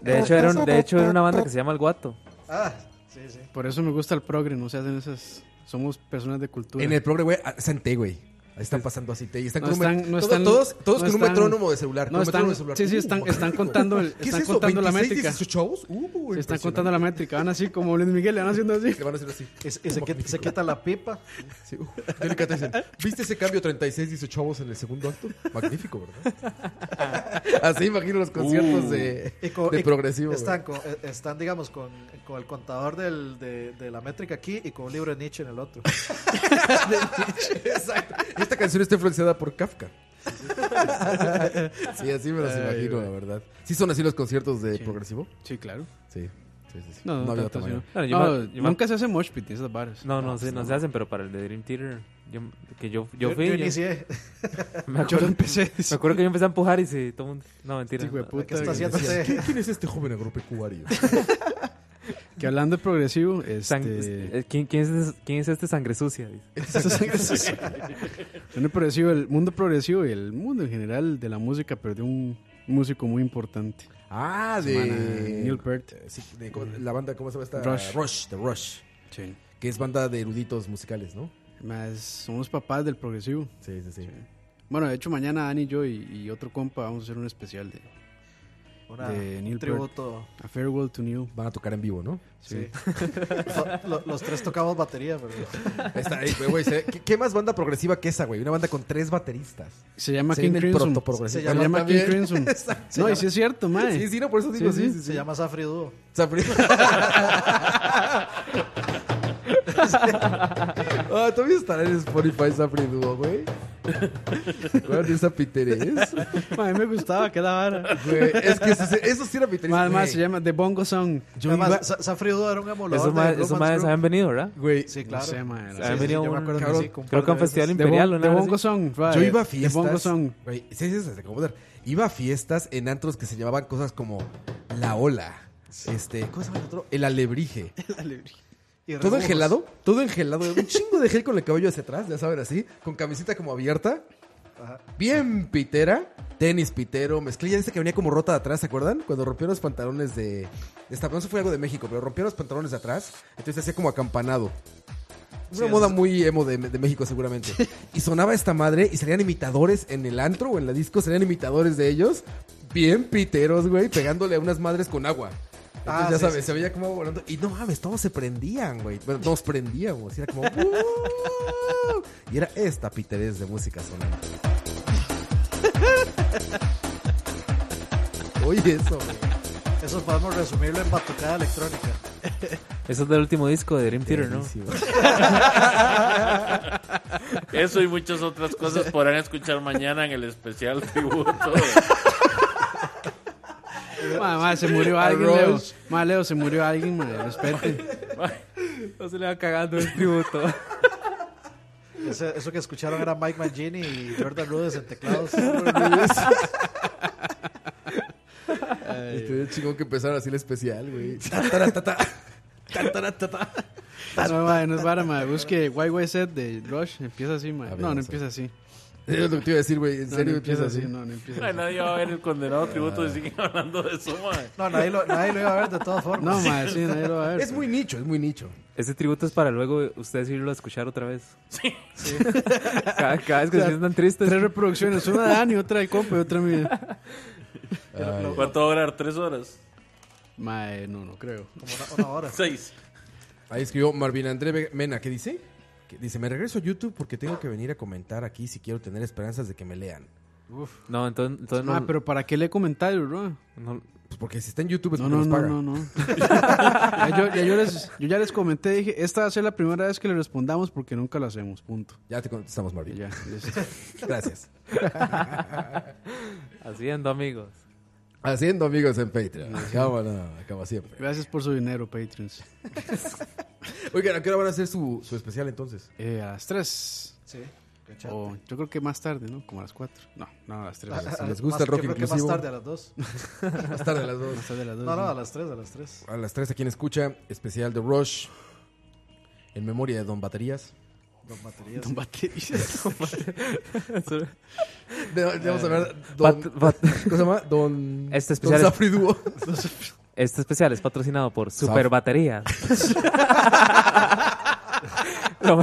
S7: De hecho, era, un- de hecho, era una banda que se llama El Guato.
S9: Ah, sí, sí.
S8: Por eso me gusta el progre, no se hacen esas. Somos personas de cultura.
S6: En el progre, güey, ah, están té, güey. Ahí están pasando así té. Y están
S8: No
S6: con un met-
S8: están- no
S6: todos-
S8: están-
S6: todos, todos
S8: no
S6: con un
S8: están-
S6: metrónomo de celular.
S8: no
S6: con un
S8: están-
S6: metrónomo de celular. Uh,
S8: sí, sí, están- están contando el-
S6: ¿Qué
S8: están
S6: es eso?
S8: contando la
S6: 26,
S8: métrica.
S6: 18 shows? Uh,
S8: Se están
S6: impresionante.
S8: contando la métrica, van así como Luis Miguel, le van haciendo así.
S6: Le van a hacer así.
S9: Y se, quita, se quita la pipa.
S6: Sí, uh, delicate, dicen, ¿Viste ese cambio 36 18 chavos en el segundo acto? Magnífico, ¿verdad? Así imagino los conciertos de,
S8: Uh.
S9: Y con-
S6: de
S9: y
S6: progresivo. güey.
S9: Están, con- eh, están, digamos, con, con el contador del- de, de la métrica aquí y con un libro de Nietzsche en el otro.
S6: Exacto. Esta canción está influenciada por Kafka. sí, así me los
S8: Ay,
S6: imagino,
S8: güey.
S6: la verdad. ¿Sí son así los conciertos de progresivo?
S8: Sí, claro.
S6: Sí. sí, sí, sí.
S8: No, no,
S6: había
S8: tanto
S6: otra
S8: así,
S6: manera.
S8: no.
S7: yo
S8: No,
S7: me- yo me-
S8: nunca se hace mosh pit, esas varas.
S7: No, no,
S8: No,
S7: se-
S8: pues
S7: no
S8: no.
S7: se hacen, pero para el de Dream Theater, yo, que yo,
S9: Ah, Yo-
S7: yo fui.
S9: yo inicié.
S7: me
S9: Yo
S7: acuerdo,
S9: lo empecé.
S7: Me acuerdo que yo empecé a empujar y se todo el mundo- No, mentira.
S8: Hijo de
S7: no,
S8: puta,
S7: que está
S8: güey.
S7: haciendo-
S8: Decías,
S6: ¿Qui- ¿Quién es este joven agropecuario?
S8: Que hablando de progresivo,
S7: Sang-
S8: este.
S7: eh, ¿quién, quién es, este- quién es este sangre sucia? Dice.
S8: En el progresivo, el mundo progresivo y el mundo en general de la música perdió un músico muy importante.
S6: Ah, de.
S8: Semana, Neil Peart.
S6: Sí, de- ¿cómo- la banda, ¿cómo se llama esta?
S8: Rush.
S6: Rush, The Rush. Que es banda de eruditos musicales, ¿no?
S8: Más son los papás del progresivo.
S6: Sí, sí, sí.
S8: Bueno, de hecho, mañana Dani y yo y, y otro compa vamos a hacer un especial de,
S9: Una-
S8: de Neil
S9: un tributo.
S8: Peart. A Farewell to Neil.
S6: Van a tocar en vivo, ¿no?
S8: Sí.
S9: Lo- lo- los tres tocamos batería, pero.
S6: Está ahí, güey, güey, se ve- ¿Qué, qué más banda progresiva que esa, güey? Una banda con tres bateristas.
S8: Se llama
S6: Se
S8: King
S6: viene el
S8: Crimson.
S6: protoprogresivo.
S8: Se llama, King
S6: También.
S8: Crimson.
S6: Exacto. Se
S8: no, y
S6: llama-
S8: sí es cierto, mae.
S6: Sí, sí, no, por eso digo, sí, sí, sí.
S9: Se llama Safri Duo.
S6: Safri. Ah, todavía estará en Spotify Safri Duo, güey. ¿Cuál es esa piterés?
S8: A mí me gustaba que la vara.
S6: Güey, es que eso, sí- eso sí era piterés.
S8: Más, más,
S6: güey.
S8: se llama The Bongo Song.
S6: Yo
S9: Además,
S6: iba-
S9: Sa- Safri Duo era un emulador.
S7: Esos ma-
S9: de
S7: esos
S9: Blue
S7: maes
S9: Man's Group.
S7: habían venido, ¿verdad?
S6: Güey,
S9: Sí, claro.
S8: sé, mae,
S7: habían venido
S9: yo me
S7: un-
S9: acuerdo que
S6: cabrón,
S9: sí, un par
S7: Creo que
S9: de
S7: un festival
S9: veces.
S8: The
S7: imperial.
S8: Bon-
S7: una
S8: The
S7: vez
S8: Bongo
S7: así.
S8: Song. right.
S6: Yo iba a
S8: The Bongo
S6: fiestas.
S8: Song.
S6: güey, sí, sí, sí, se acabó de dar. Iba a fiestas en antros que se llamaban cosas como La Ola. Este, ¿cómo se llama el otro? El alebrije.
S9: Y
S6: Todo
S9: Rebujos.
S6: engelado, todo engelado, un chingo de gel con el cabello hacia atrás, ya saben así, con camisita como abierta,
S9: Ajá.
S6: bien pitera, tenis pitero, mezclilla de esa que venía como rota de atrás, ¿se acuerdan? Cuando rompieron los pantalones de... Esta, no sé fue algo de México, pero rompieron los pantalones de atrás, entonces hacía como acampanado. Una
S9: Sí,
S6: moda
S9: es-
S6: muy emo de, de México seguramente. Y sonaba esta madre y salían imitadores en el antro o en la disco, salían imitadores de ellos, bien piteros, güey, pegándole a unas madres con agua. Entonces,
S9: Ah,
S6: ya
S9: sí,
S6: sabes,
S9: sí.
S6: se veía como agua volando. Y no mames, todos se prendían, güey. Bueno, todos prendíamos. Y era como... "Uh". Y era esta piterez de música sonando. Oye, eso, güey.
S9: Eso podemos resumirlo en batucada electrónica.
S7: Eso es del último disco de Dream Theater, ¿no?
S6: Buenísimo.
S5: Eso y muchas otras cosas podrán escuchar mañana en el especial tributo. de-
S8: Mae, mae, se murió
S6: A
S8: alguien, Leo.
S6: Rush.
S8: Mae, Leo, se murió alguien, mae. Respete.
S7: No se le va cagando el tributo.
S9: Ese- eso que escucharon era Mike Mangini y Jordan Rudess en teclados.
S6: Este chingón que empezaron así el especial, güey. Tataratata. Tataratata.
S8: No, mae, no es vara, mae. Busque YYZ de Rush. Empieza así, mae.
S6: ver,
S8: No, no
S6: vamos a
S8: empieza así.
S6: Es lo que te iba a decir, güey. En
S8: No, no
S6: serio,
S8: empieza
S6: empieza
S8: así.
S6: así.
S8: No, no empieza
S5: Ay,
S8: así.
S5: Nadie va a ver el condenado tributo y siguen hablando de eso, mae.
S9: Ah. No, nadie lo, nadie lo iba a ver de todas formas.
S8: No, mae, sí, nadie lo va a ver.
S6: Es muy nicho, es muy nicho.
S7: Ese tributo es para luego ustedes irlo a escuchar otra vez. cada, cada vez que se sientan tristes.
S8: Tres reproducciones, una de Dani, otra de compa y otra mía.
S5: ¿Cuánto va a durar? ¿Tres horas?
S8: Mae, eh, no, no creo.
S9: Como una, una hora.
S5: ¿Seis?
S6: Ahí escribió Marvin André Mena, ¿qué dice? Que dice, me regreso a YouTube porque tengo que venir a comentar aquí si quiero tener esperanzas de que me lean.
S7: No, entonces, entonces
S8: Ah,
S7: no.
S8: pero ¿para qué lee comentarios, bro?
S6: pues porque si está en YouTube es
S8: no,
S6: porque
S8: no, No,
S6: nos paga.
S8: no, no. ya yo, ya yo les, yo ya les comenté, dije, esta va a ser la primera vez que le respondamos porque nunca lo hacemos, punto.
S6: Ya te contestamos, Marvin.
S8: Ya, listo.
S6: Gracias.
S7: Haciendo amigos.
S6: Haciendo amigos en Patreon. Cámara, como siempre.
S8: Gracias por su dinero, patrons.
S6: Oigan, ¿a qué hora van a hacer su, su especial entonces?
S8: Eh, a las 3.
S9: Sí.
S8: O yo creo que más tarde, ¿no? Como a las 4. No, no, a las 3.
S9: A- a- Si les gusta Ah, más- el rock yo creo que más inclusivo. tarde, a las dos.
S6: más tarde a las 2.
S8: Más tarde a las dos,
S9: No, no,
S8: sí.
S9: a las 3, a las 3.
S6: A las 3 a quien escucha, especial de Rush. En memoria de Don Baterías.
S9: Don Baterías.
S8: Don Baterías. Don Baterías. Eh,
S6: De- vamos a ver. Don,
S7: Bat- bat-
S6: ¿Cómo se llama? Don.
S7: Este
S6: don
S7: especial,
S6: Safri Duo.
S7: es, este especial es patrocinado por Super Batería.
S6: puro.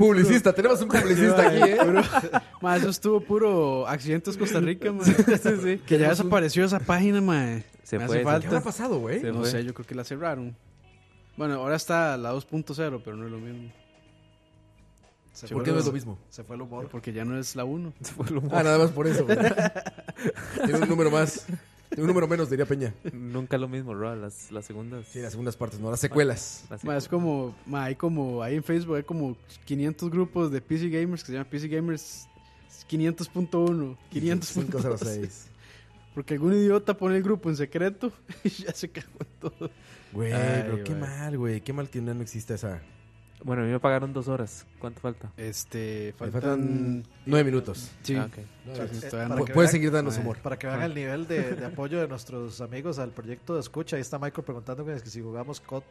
S6: publicista, tenemos un publicista aquí, ¿eh?
S8: Ma, eso estuvo puro accidentes Costa Rica, ma. Que ya desapareció esa página, ma.
S7: Se
S8: Me
S7: fue,
S8: hace
S7: se
S8: falta.
S6: fue. ¿Qué habrá pasado, güey? Se
S8: No
S6: fue.
S8: sé, yo creo que la cerraron. Bueno, ahora está la 2.0, pero no es lo mismo. Se
S6: ¿Por
S8: fue
S6: qué
S8: el-
S6: no es lo mismo?
S9: Se fue el humor.
S8: Porque ya no es la 1.
S7: Se fue el humor.
S6: Ah, nada más por eso, güey. Tiene un número más. Tiene un número menos, diría Peña.
S7: Nunca lo mismo, Roa, las, las segundas. Sí,
S6: las segundas partes, no, las secuelas.
S8: Ma, es como, ma, hay como, ahí en Facebook hay como 500 grupos de PC Gamers que se llaman PC Gamers 500.1, 500.06.
S6: 506.
S8: Porque algún idiota pone el grupo en secreto y ya se cagó todo.
S6: Güey,
S8: Ay,
S6: pero qué
S8: güey.
S6: mal, güey. Qué mal que no exista esa.
S7: Bueno, a mí me pagaron dos horas. ¿Cuánto falta?
S8: Este,
S6: Me faltan nueve minutos.
S8: Sí.
S7: Ah, ok.
S8: No,
S9: Para-
S8: sí,
S9: eh,
S8: todavía
S9: para
S8: no.
S9: que
S6: Puedes
S9: vean-
S6: seguir dándonos
S9: eh,
S6: humor.
S9: Para que vean el nivel de, de apoyo de nuestros amigos al proyecto de escucha. Ahí está Michael preguntando que si jugamos COD.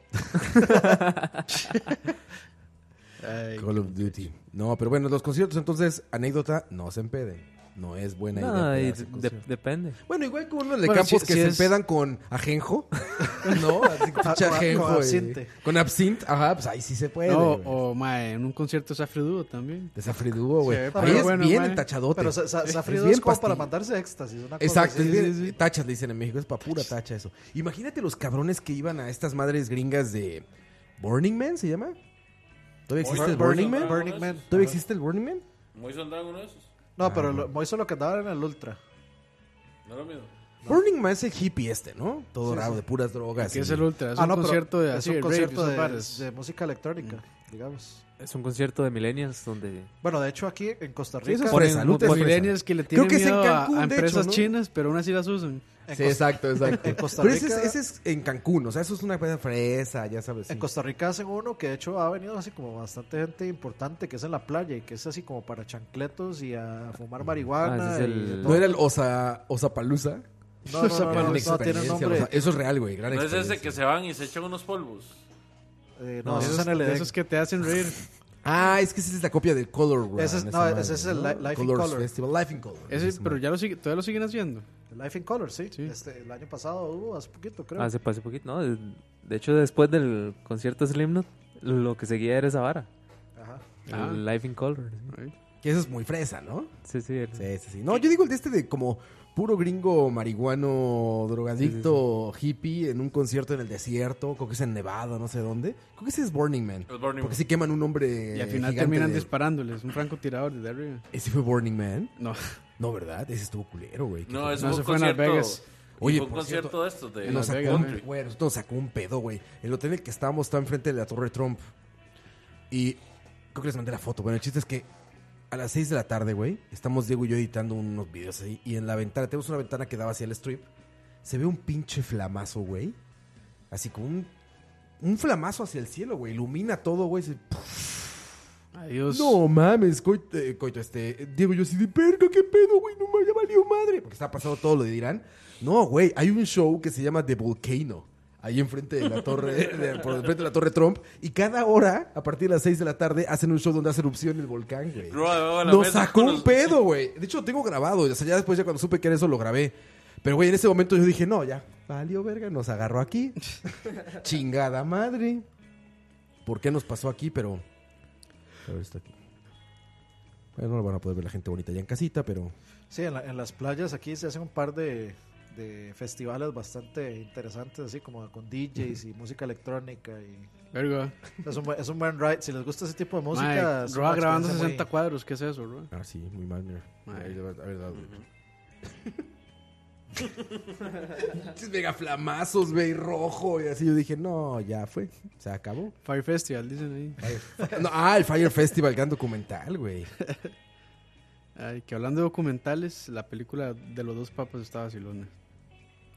S6: Call of Duty. No, pero bueno, los conciertos entonces, anécdota, no se empeden. No es buena
S7: No,
S6: idea.
S7: y
S6: pegarse
S7: de-
S6: un concierto.
S7: depende.
S6: Bueno, igual que uno de
S7: Bueno,
S6: campos
S7: si-
S6: que
S7: si
S6: se
S7: es-
S6: empedan con ajenjo, ¿no? Así que
S9: Con-
S6: pinche
S9: con-
S6: ajenjo.
S9: con
S6: y-
S9: absinthe.
S6: Con absinthe, ajá, pues ahí sí se puede.
S8: No,
S6: güey.
S8: o ma, en un concierto de Safri Duo también.
S6: De Safri Duo, güey.
S8: Sí,
S6: Ahí
S8: pero
S6: es
S8: bueno,
S6: bien
S8: ma.
S6: tachadote.
S9: Pero sa- sa- Safri
S6: Es
S9: Duo es
S6: bien
S9: como para
S6: pastilla-
S9: mandarse éxtasis, una cosa
S6: Exacto,
S9: así.
S6: es bien- tachas le dicen en México, es pa' pura tacha eso. Imagínate los cabrones que iban a estas madres gringas de Burning Man, ¿se llama? ¿Todavía existe el Burning,
S9: Burning
S6: Man?
S9: Man. Burning Man.
S6: ¿Todavía existe el Burning Man? Ah.
S5: Muy sondado uno de esos.
S9: No, pero lo, Moiso lo que andaba era en el Ultra.
S5: No lo mismo.
S6: Burning Man es el hippie este, ¿no? Todo
S9: Sí,
S6: raro,
S9: sí.
S6: de puras drogas.
S8: ¿Qué es
S6: y-
S8: el Ultra? Es
S9: Ah,
S8: un
S9: no, pero
S8: concierto de
S9: es
S8: así,
S9: un
S8: de rave,
S9: concierto
S8: esos
S9: de,
S8: bares.
S9: de música electrónica, digamos.
S7: Es un concierto de millennials donde...
S9: Bueno, de hecho aquí en Costa
S6: Sí, eso
S9: Rica...
S6: es
S7: Por
S6: fresa,
S7: el-
S6: no te
S7: por
S6: fresa.
S8: Millennials que le tienen
S6: Creo que es en
S8: miedo a-
S6: Cancún,
S8: a
S6: de
S8: empresas
S6: hecho, ¿no?
S8: chinas, pero aún así las usan.
S9: en
S6: Sí,
S9: Costa-
S6: exacto, exacto.
S9: en Costa
S6: Pero ese es,
S9: Rica-
S6: ese es en Cancún, o sea, eso es una peda fresa, ya sabes.
S9: En
S6: sí.
S9: Costa Rica hacen uno que de hecho ha venido así como bastante gente importante que es en la playa y que es así como para chancletos y a fumar marihuana.
S7: Ah, ese es el-
S9: y de todo.
S6: ¿No era el Osa, Osapaluza?
S9: No, no, no, no, no,
S6: Gran
S9: tiene
S6: experiencia,
S9: nombre.
S6: Osa- Eso es real, güey, gran
S5: No Pues es
S6: experiencia.
S5: ese que se van y se echan unos polvos.
S9: Eh, no,
S6: No,
S9: ese
S8: Esos,
S9: es en el
S8: de
S9: Edén.
S8: esos que te hacen reír.
S6: Ah, es que esa es la copia del Color Run.
S9: Ese es-
S6: esa
S9: no,
S6: madre,
S9: ese es el Li- Life in
S6: Colors
S9: Color.
S6: Festival, Life in Color.
S8: Ese,
S6: Esa
S8: pero
S6: madre.
S8: ya lo sigue- todavía lo siguen haciendo.
S9: Life in Color, sí. Este, el año pasado hubo hace poquito, creo.
S7: Hace, hace poquito, ¿no? De, de hecho, después del concierto Slipknot, lo que seguía era esa vara.
S9: Ajá.
S7: El
S8: Ah.
S7: Life in Color.
S6: Que eso es muy fresa, ¿no?
S7: Sí, sí. el-
S6: Sí, sí, sí. No, yo digo el de este de como puro gringo marihuano, drogadicto, hippie, en un concierto en el desierto, creo que es en Nevada, no sé dónde. Creo que ese es Burning Man.
S5: Es Burning
S6: porque
S5: Man.
S6: sí queman un hombre
S8: Y al final
S6: gigante
S8: terminan
S6: de-
S8: disparándoles, un francotirador desde arriba.
S6: ¿Ese fue Burning Man?
S8: No.
S6: No, ¿verdad? Ese estuvo culero, güey.
S5: No, eso
S8: No,
S5: fue
S8: se
S5: un
S8: fue en Las
S5: concierto.
S8: Vegas.
S5: Oye,
S6: Oye,
S5: fue un
S6: por
S5: concierto
S6: cierto,
S5: de estos de
S6: Nos
S8: Las
S6: sacó,
S8: Vegas,
S6: un,
S8: güey.
S6: güey, nosotros nos sacó un pedo, güey. El hotel en el que estábamos está enfrente de la Torre Trump. Y creo que les mandé la foto. Bueno, el chiste es que a las 6 de la tarde, güey, estamos Diego y yo editando unos videos ahí. Y en la ventana, tenemos una ventana que daba hacia el strip. Se ve un pinche flamazo, güey. Así como un, un flamazo hacia el cielo, güey. Ilumina todo, güey. Se-
S8: Adiós.
S6: no mames, coito, eh, coito, este, Diego, yo así de perca, qué pedo, güey, no me ya valió madre. Porque está pasado todo lo de Irán. No, güey, hay un show que se llama The Volcano. Ahí enfrente de la torre, de- por enfrente de la torre Trump. Y cada hora, a partir de las 6 de la tarde, hacen un show donde hace erupción el volcán, güey.
S5: Roa, debajo de la
S6: Nos
S5: mesa,
S6: sacó
S5: con
S6: un
S5: los-
S6: pedo, güey. De hecho, lo tengo grabado. O sea, ya después, ya cuando supe que era eso, lo grabé. Pero, güey, en ese momento yo dije, no, ya, valió verga, nos agarró aquí. Chingada madre. ¿Por qué nos pasó aquí? Pero. A ver, está aquí. Bueno, no lo van a poder ver la gente bonita ya en casita, pero.
S9: Sí, en, la- en las playas aquí se hacen un par de, de festivales bastante interesantes, así como con DJs y música electrónica. Y...
S8: Verga.
S9: Es un, buen- es un buen ride. Si les gusta ese tipo de música.
S8: Mae,
S9: es
S8: Roa
S9: una
S8: grabando
S9: experiencia
S8: 60 cuadros, ¿qué es eso, Roa?
S6: Ah, sí, muy mal, mira.
S8: Mae.
S6: Ahí le va- a ver, dale.
S7: Pinches
S6: mega flamazos, güey, rojo. Y así yo dije, no, ya fue. Se acabó.
S8: Fire Festival, dicen ahí.
S6: No, ah, el Fire Festival, gran documental, güey.
S8: Ay, que hablando de documentales, la película de los dos papas estaba vacilona.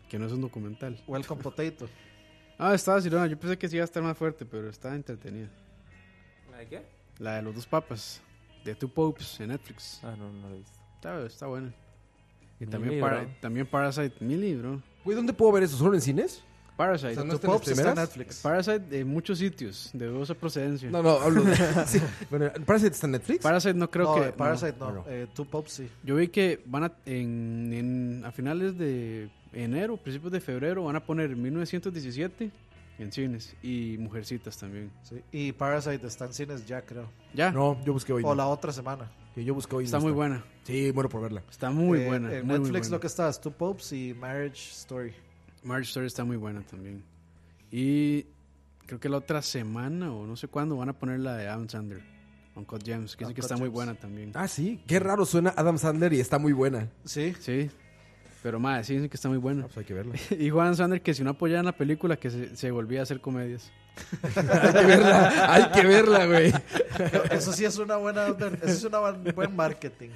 S8: Que no es un documental.
S9: Welcome Potato.
S8: Ah, estaba vacilona. Yo pensé que sí iba a estar más fuerte, pero estaba entretenida.
S17: ¿La de qué?
S8: La de los dos papas. De Two Popes en Netflix.
S17: Ah, no, no la he visto.
S8: Está, está buena. Y
S17: Millie,
S8: también, para-
S17: bro.
S8: también Parasite Millie, bro.
S6: Güey, ¿dónde puedo ver eso? ¿Solo en cines?
S8: Parasite.
S6: O sea, ¿no está en las primeras?
S8: Parasite de muchos sitios, de dudosa procedencia.
S6: No, no, hablo de- sí. Bueno, ¿Parasite está en Netflix?
S8: Parasite no creo
S9: No,
S8: que...
S9: Parasite no. Eh, Two Popes sí.
S8: Yo vi que van a, en, en- a finales de enero, principios de febrero, van a poner 1917 en cines y Mujercitas también.
S9: Sí. Y Parasite está en cines ya, creo.
S8: ¿Ya?
S6: No, yo busqué hoy.
S9: O
S6: no.
S9: la otra semana.
S6: Sí, yo busqué hoy.
S8: Está
S6: no
S8: muy buena.
S6: Sí, bueno por verla.
S8: Está muy
S9: Eh,
S8: buena.
S9: En
S8: muy, muy
S9: Netflix
S8: buena.
S9: lo que está es Two Popes y Marriage Story.
S8: Marriage Story está muy buena también. Y creo que la otra semana o no sé cuándo van a poner la de Adam Sandler. Uncut James, que dicen que
S6: Uncut
S8: está muy
S6: Gems.
S8: buena también.
S6: Ah, sí. Qué raro suena Adam Sandler y está muy buena.
S9: Sí.
S8: Sí. Pero más, sí dicen que está muy buena.
S6: Ah, pues hay que verla.
S8: Dijo Adam Sandler que si no apoyaban la película, que se, se volvía a hacer comedias.
S6: hay que verla, hay que verla, güey.
S9: Eso sí es una buena. Eso es una buen- buen marketing.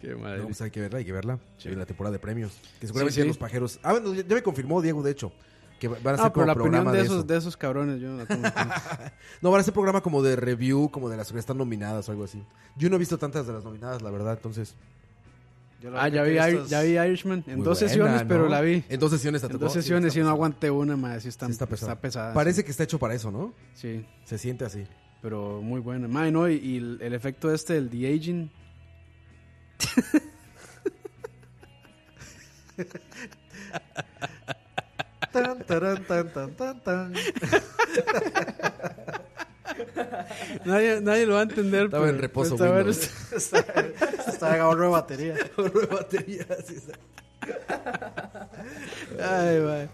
S8: Qué madre.
S6: No, pues hay que verla, hay que verla. Se viene La temporada de premios. Que seguramente
S8: Sí, sí.
S6: los pajeros. Ah, bueno, ya, ya me confirmó Diego, de hecho. Que va- van a
S8: Ah, pero
S6: ser como
S8: la
S6: programa
S8: opinión de,
S6: de,
S8: esos,
S6: eso.
S8: de esos cabrones, yo no la tomo en cuenta.
S6: No, van a ser programa como de review, como de las que están nominadas o algo así. Yo no he visto tantas de las nominadas, la verdad, entonces.
S9: Yo lo
S8: Ah, ya
S9: que
S8: vi,
S9: he visto
S8: Ir-
S9: es-
S8: ya vi Irishman en
S6: Muy
S8: dos
S6: buena,
S8: sesiones, pero
S6: ¿no?
S8: la vi.
S6: En dos sesiones te
S8: En
S6: tocó.
S8: dos
S6: Sí,
S8: sesiones
S6: está
S8: y no aguanté una más. Sí, está, está pesada.
S6: Parece
S8: sí.
S6: que está hecho para eso, ¿no?
S8: Sí.
S6: Se siente así.
S8: Pero muy buena. Mae, no, y, y el, el efecto este, el de aging.
S9: Tan, taran, tan, tan, tan, tan.
S8: Nadie, nadie lo va a entender.
S6: Estaba
S8: pero-
S6: en reposo
S8: esta vara
S6: Windows.
S8: está-
S9: Estaba en ahorro de batería.
S6: Ahorro de batería, sí, sí.
S8: Ay, mae.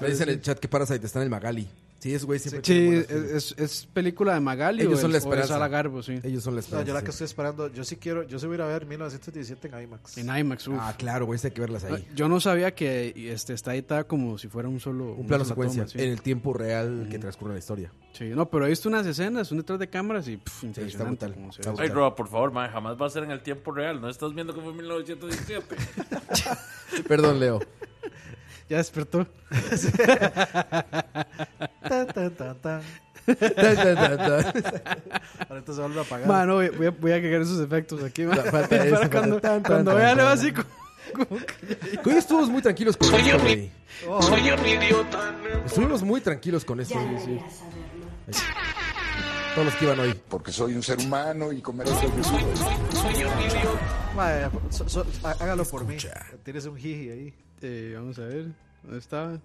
S6: Me dicen en el chat que Parasite está en el Magali. Sí, es güey siempre. tiene
S8: Sí,
S6: buenas
S8: es, es- es película de Magali
S6: Ellos
S8: o
S6: son
S8: es-
S6: la
S8: o es
S6: esperanza.
S8: Sara Garbo, sí.
S6: Ellos son la
S9: No,
S6: esperanza.
S9: yo la
S6: sí.
S9: que estoy esperando, yo sí quiero, yo sí voy a ir a ver 1917 en IMAX.
S8: En IMAX, uf.
S6: Ah, claro, güey, sí hay que verlas ahí.
S8: Yo no sabía que este, está editada como si fuera un solo...
S6: Un
S8: una
S6: plano
S8: sola
S6: secuencia
S8: toma, sí.
S6: en el tiempo real que transcurre la historia.
S8: Sí, no, pero he visto unas escenas, un detrás de cámaras y pff, impresionante.
S6: brutal,
S8: como se
S6: está
S8: ve.
S5: Ay, Roa, por favor, mae, jamás va a ser en el tiempo real. ¿No estás viendo que fue 1917?
S6: Perdón, Leo.
S8: ya despertó.
S9: Tan, tan, tan, tan.
S6: Tan, tan, tan, tan.
S9: Ahorita se vuelve a apagar.
S8: Mano, voy, voy a, voy a agregar esos efectos aquí. man.
S6: falta eso,
S8: Para
S6: falta
S8: cuando
S6: tan, tan,
S8: cuando
S6: tan,
S8: vea
S6: tan.
S8: Leo así como...
S6: Hoy estuvimos muy tranquilos con esto, güey.
S9: Oh.
S6: Estuvimos muy tranquilos con esto. güey, sí. Ahí. Todos los que iban hoy.
S18: Porque soy un ser humano y comer es el
S9: Mae, so- so- há- hágalo por mí. Tienes un jiji ahí.
S8: Eh, vamos a ver, ¿dónde estaba?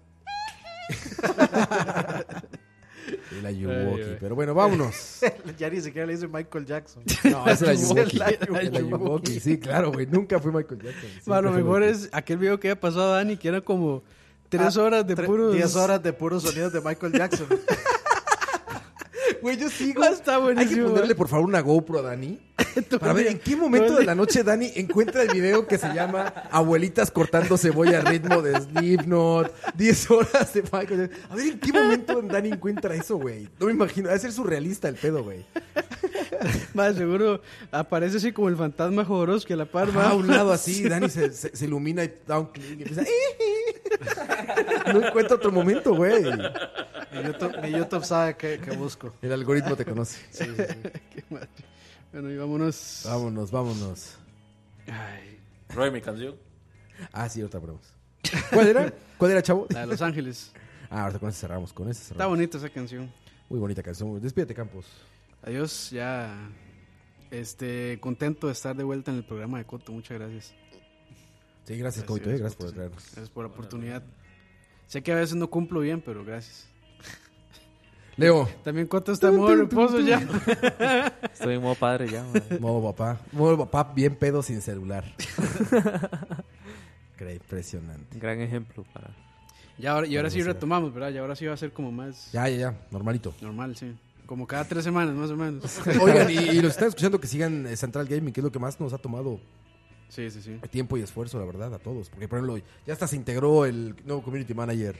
S6: El
S8: Ay,
S6: Ayuwoki.
S8: güey.
S6: Pero bueno, vámonos.
S9: ya ni siquiera le dice Michael Jackson.
S6: No, es el Ayuwoki.
S9: El Ayuwoki.
S6: El Ayuwoki. Sí, claro, güey. Nunca fue Michael Jackson. Siempre
S8: Bueno, lo
S6: fue
S8: mejor es aquel video que había pasado a Dani, que era como tres
S9: Ah,
S8: horas de
S9: tre-
S8: puros...
S9: 10 horas de puros sonidos de Michael Jackson.
S6: Güey, yo sigo.
S8: Ah, Está
S6: Hay que
S8: buenísimo.
S6: ponerle, por favor, una GoPro a Dani. Para ver en qué momento de la noche Dani encuentra el video que se llama Abuelitas cortando cebolla a ritmo de Slipknot, 10 horas de Michael Jackson. A ver en qué momento Dani encuentra eso, güey. No me imagino. Va a ser surrealista el pedo, güey.
S8: Más seguro aparece así como el fantasma Jodorowsky a la par,
S6: Va
S8: va.
S6: a un lado así, Dani se, se- se ilumina y da un clic y empieza. No encuentra otro momento, güey.
S9: mi, YouTube, mi YouTube sabe que, que busco.
S6: El algoritmo te conoce.
S9: Sí, sí, sí.
S8: Qué madre. Bueno, y vámonos.
S6: Vámonos, vámonos.
S8: Ay,
S5: Roy, mi canción.
S6: Ah, sí, ahorita ponemos. ¿Cuál era? ¿Cuál era, chavo?
S8: la de Los Ángeles.
S6: Ah, ahorita con ese cerramos, con ese
S8: Está
S6: cerramos.
S8: bonita esa canción.
S6: Muy bonita canción. Despídete, Campos.
S8: Adiós, ya. Este, contento de estar de vuelta en el programa de Coto. Muchas gracias.
S6: Sí, gracias, Coito, eh, gracias por traernos.
S8: Gracias por la oportunidad. Sé que a veces no cumplo bien, pero gracias.
S6: Leo.
S8: También cuánto está en modo reposo ya.
S7: Estoy en modo padre ya.
S6: Modo papá. Modo papá bien pedo sin celular. Cre- Impresionante.
S7: Gran ejemplo para...
S8: Ya ahora, y ahora sí
S6: Vamos a ver.
S8: retomamos, ¿verdad? Y ahora sí va a ser como más
S6: Ya, ya, ya. Normalito.
S8: normal, sí. Como cada tres semanas, más o menos.
S6: Oigan, y, y los están escuchando que sigan eh, Central Gaming, que es lo que más nos ha tomado
S8: Sí, sí, sí.
S6: tiempo y esfuerzo, la verdad, a todos. Porque, por ejemplo, ya hasta se integró el nuevo community manager.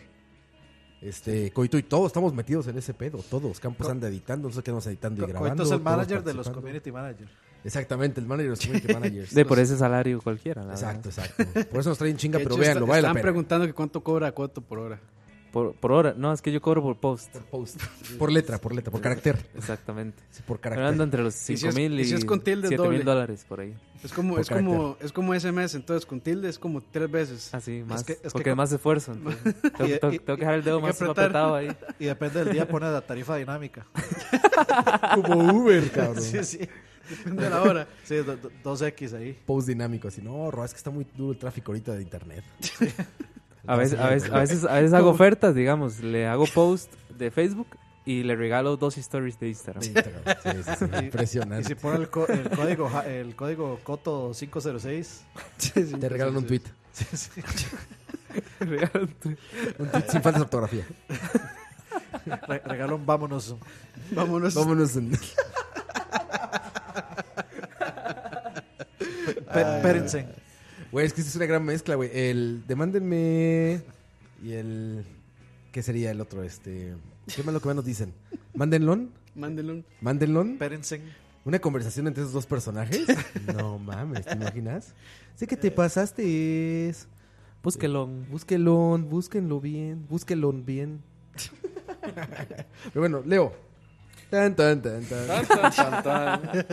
S6: Este, Coito y todos estamos metidos en ese pedo, todos. Campos anda editando, nosotros quedamos editando y
S9: Co-
S6: grabando.
S9: Coito es el
S6: todos
S9: manager de los
S6: participando.
S9: community managers.
S6: Exactamente, el manager de los community managers.
S7: De por ese salario cualquiera, la
S6: Exacto,
S7: verdad.
S6: exacto. Por eso nos traen chinga,
S8: De
S6: pero
S8: hecho,
S6: vean, lo
S8: está-
S6: vale la
S8: Están
S6: pena.
S8: preguntando que cuánto cobra cuánto por hora.
S7: Por, por hora. No, es que yo cobro por post. Por
S6: post. Por letra, por letra, por carácter.
S7: Exactamente.
S6: por
S7: Pero
S6: carácter.
S7: Ando entre los
S8: Y si es-
S7: 5 mil
S8: y si es con tilde,
S7: siete mil
S8: doble.
S7: dólares por ahí.
S8: Es como,
S7: Por
S8: es como, es como SMS, entonces con tilde es como tres veces.
S7: Así, Ah, más. porque es más esfuerzo. entonces. tengo,
S9: Y-
S7: tengo-
S9: y-
S7: tengo que dejar el dedo
S9: hay que
S7: más
S9: apretar.
S7: apretado ahí.
S9: Y depende del día pone la tarifa dinámica.
S6: Como Uber, cabrón.
S9: Sí, sí. Depende de la hora. Sí, do- do- 2X ahí.
S6: Post dinámico, así. No, Ro, es que está muy duro el tráfico ahorita de internet.
S8: Pues
S7: A veces, a veces, a veces, a veces
S6: Como-
S7: hago ofertas, digamos. Le hago post de Facebook y le regalo dos stories de Instagram.
S6: Instagram, sí, sí, sí. Impresionante.
S9: Y si pone el, co- el código ja- el código Coto 506.
S6: Te regalan un tweet.
S9: Sí, sí.
S7: Regalo un tweet.
S6: Un tweet sin falta de ortografía.
S9: Re- regalo un vámonos.
S8: Vámonos.
S6: Vámonos. en-
S9: Pe- espérense.
S6: Güey, es que esa es una gran mezcla, güey. El demándenme y el... ¿Qué sería el otro? Este... ¿Qué más lo que más nos dicen? ¿Mándenlon?
S8: Mándenlo.
S6: ¿Mándenlon?
S9: Espérense.
S6: ¿Una conversación entre esos dos personajes? No mames, ¿te imaginas? Sé que te pasaste.
S7: Búsquelo.
S6: Búsquelo, búsquenlo bien, búsquenlo bien. Pero bueno, Leo. Tan, tan, tan, tan.
S5: Tan, tan, tan, tan.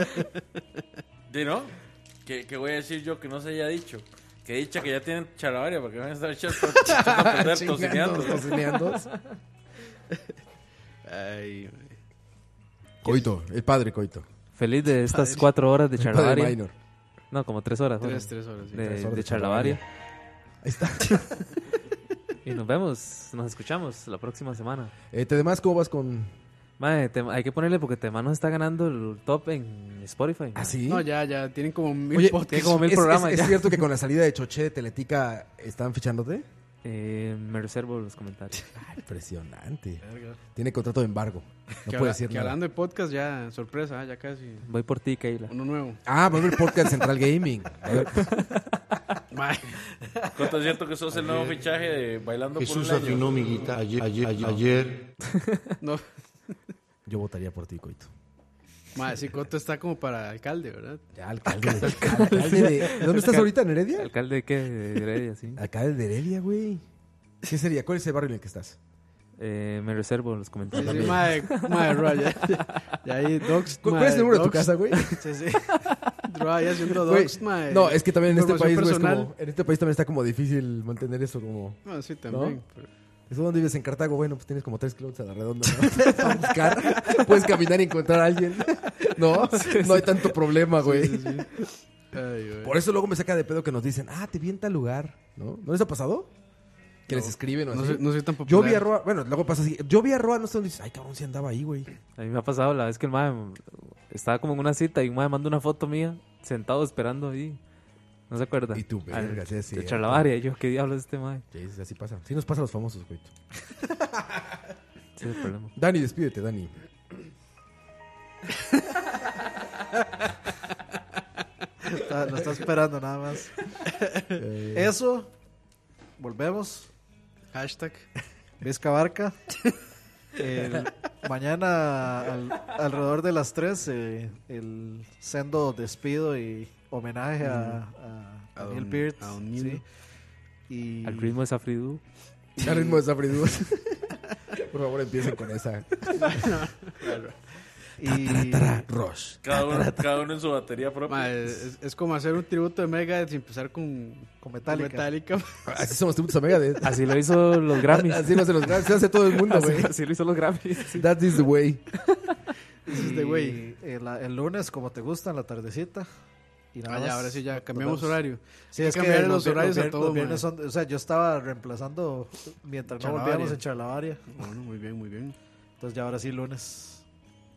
S5: ¿Sí, no? ¿Qué, qué voy a decir yo que no se haya dicho? Que dicha que ya tienen charabaria, porque van a estar echando echando a perder,
S6: Chingando,
S5: tocineando.
S6: tocineando.
S8: Ay, güey.
S6: Coito, el padre Coito.
S7: Feliz de estas
S8: Padre.
S7: cuatro horas de
S6: El padre minor.
S7: charlavaria. No, como tres horas.
S8: Tres,
S7: fueron.
S8: tres horas, sí.
S7: De,
S8: Tres horas
S7: de
S8: de
S7: charlavaria.
S6: Ahí está.
S7: y nos vemos, nos escuchamos la próxima semana.
S6: Eh, te demás, ¿cómo vas con...?
S7: Mae, Tem- hay que ponerle porque Tema nos está ganando el top en Spotify. mae.
S6: ¿Así?
S8: No, ya, ya, tienen como mil
S6: Oye,
S8: podcasts.
S7: tiene como mil
S6: ¿es,
S7: programas
S6: es- es
S7: ya.
S6: cierto que con la salida de Choché de Teletica están fichándote?
S7: Eh, me reservo los comentarios.
S6: Impresionante.
S8: Verga.
S6: Tiene contrato de embargo. No
S8: Que
S6: puede
S8: habla-
S6: decir
S8: que
S6: nada.
S8: hablando de podcast, ya, sorpresa, ya casi.
S7: Voy por ti, Keila.
S8: Uno nuevo.
S6: Ah, va a haber podcast Central Gaming. A ver,
S8: Mae.
S5: ¿Cuánto es cierto que sos el nuevo fichaje de Bailando
S19: Jesús
S5: por un año?
S19: afinó mi guitarra ayer, ayer, ayer, ayer.
S8: No.
S6: Yo votaría por ti, Coito.
S8: Mae, sí, Coto está como para alcalde, ¿verdad?
S6: Ya, alcalde. de- alcalde de- ¿Dónde estás
S7: Alcal-
S6: ahorita, en Heredia?
S7: ¿Alcalde de qué? De Heredia, sí.
S6: Alcalde de Heredia, güey. ¿Qué sería? ¿Cuál es el barrio en el que estás?
S7: Eh, me reservo los
S8: Sí,
S7: comentarios.
S8: sí, mae, mae, Roa, ya, ya, ya ahí, Docs,
S6: ¿Cu- ¿Cuál
S8: mae,
S6: es el número de tu
S8: docs,
S6: casa, güey?
S9: Sí, sí.
S8: Roa, ya haciendo
S6: Güey,
S8: Docs, mae.
S6: No, es que también en este país,
S8: Información
S6: güey, es
S8: personal.
S6: como- en este país también está como difícil mantener eso como...
S8: No, sí, también.
S6: ¿No?
S8: pero-
S6: ¿Eso dónde vives? ¿En Cartago? Bueno, pues tienes como tres kilómetros a la redonda, ¿no? Para buscar. Puedes caminar y encontrar a alguien. No, no hay tanto problema, güey.
S8: sí, sí, sí. Ay, güey.
S6: Por eso luego me saca de pedo que nos dicen, ah, te vi en tal lugar, ¿no? ¿No les ha pasado? Que les escriben o
S8: No
S6: así.
S8: soy, no soy tan
S6: Yo
S8: popular.
S6: vi a Roa, bueno, luego pasa así. Yo vi a Roa, no sé dónde dices, ay, cabrón, si andaba ahí, güey.
S7: A mí me ha pasado la vez que el mae estaba como en una cita y un mae manda una foto mía sentado esperando ahí. ¿No se acuerda?
S6: Y tú,
S7: Al-
S6: verga, sí, es
S7: De
S6: cierto.
S7: charlavaria. Y yo, ¿qué diablos es este mae?
S6: Sí, sí, así pasa. Sí nos pasa a los famosos, güey.
S7: Ese es el problema.
S6: Dani, despídete, Dani.
S9: Está- lo está esperando nada más.
S6: Eh.
S9: Eso. Volvemos.
S8: Hashtag.
S9: Vizca Barca. El- mañana al- alrededor de las 3 eh, el sendo despido y homenaje a, a,
S8: A
S9: Daniel
S8: don-
S9: Peart,
S8: a don Nino.
S9: sí. Y
S7: Al ritmo de
S8: este
S7: Safridú.
S6: Al ritmo de Safridú. Por favor, empiecen con esa.
S9: y-
S6: Rush.
S5: Cada uno, cada uno en su batería propia.
S8: Mae, es, es como hacer un tributo de Megadeth y empezar con
S9: con Metallica.
S8: Metallica. pues,
S6: Así somos tributos a Megadeth.
S7: Así lo hizo los Grammys.
S6: Así lo hace los grandes, se hace todo el mundo,
S7: así,
S6: güey.
S7: así lo hizo los Grammys. sí.
S6: That is the way.
S9: Y
S8: de güey.
S9: El, el lunes, como te gusta, en la tardecita. Y nada
S8: Ah, ya,
S9: más.
S8: ahora sí, ya cambiamos
S9: Nos vemos.
S8: horario.
S9: Sí,
S8: Hay que
S9: es que
S8: cambiar
S9: los,
S8: los
S9: vier-
S8: horarios
S9: los
S8: a
S9: vier-
S8: todo,
S9: los viernes
S8: mae.
S9: son, o sea, yo estaba reemplazando mientras no
S8: Charlavaria.
S9: volvíamos en Charlavaria.
S8: Bueno, muy bien, muy bien.
S9: Entonces ya ahora sí lunes.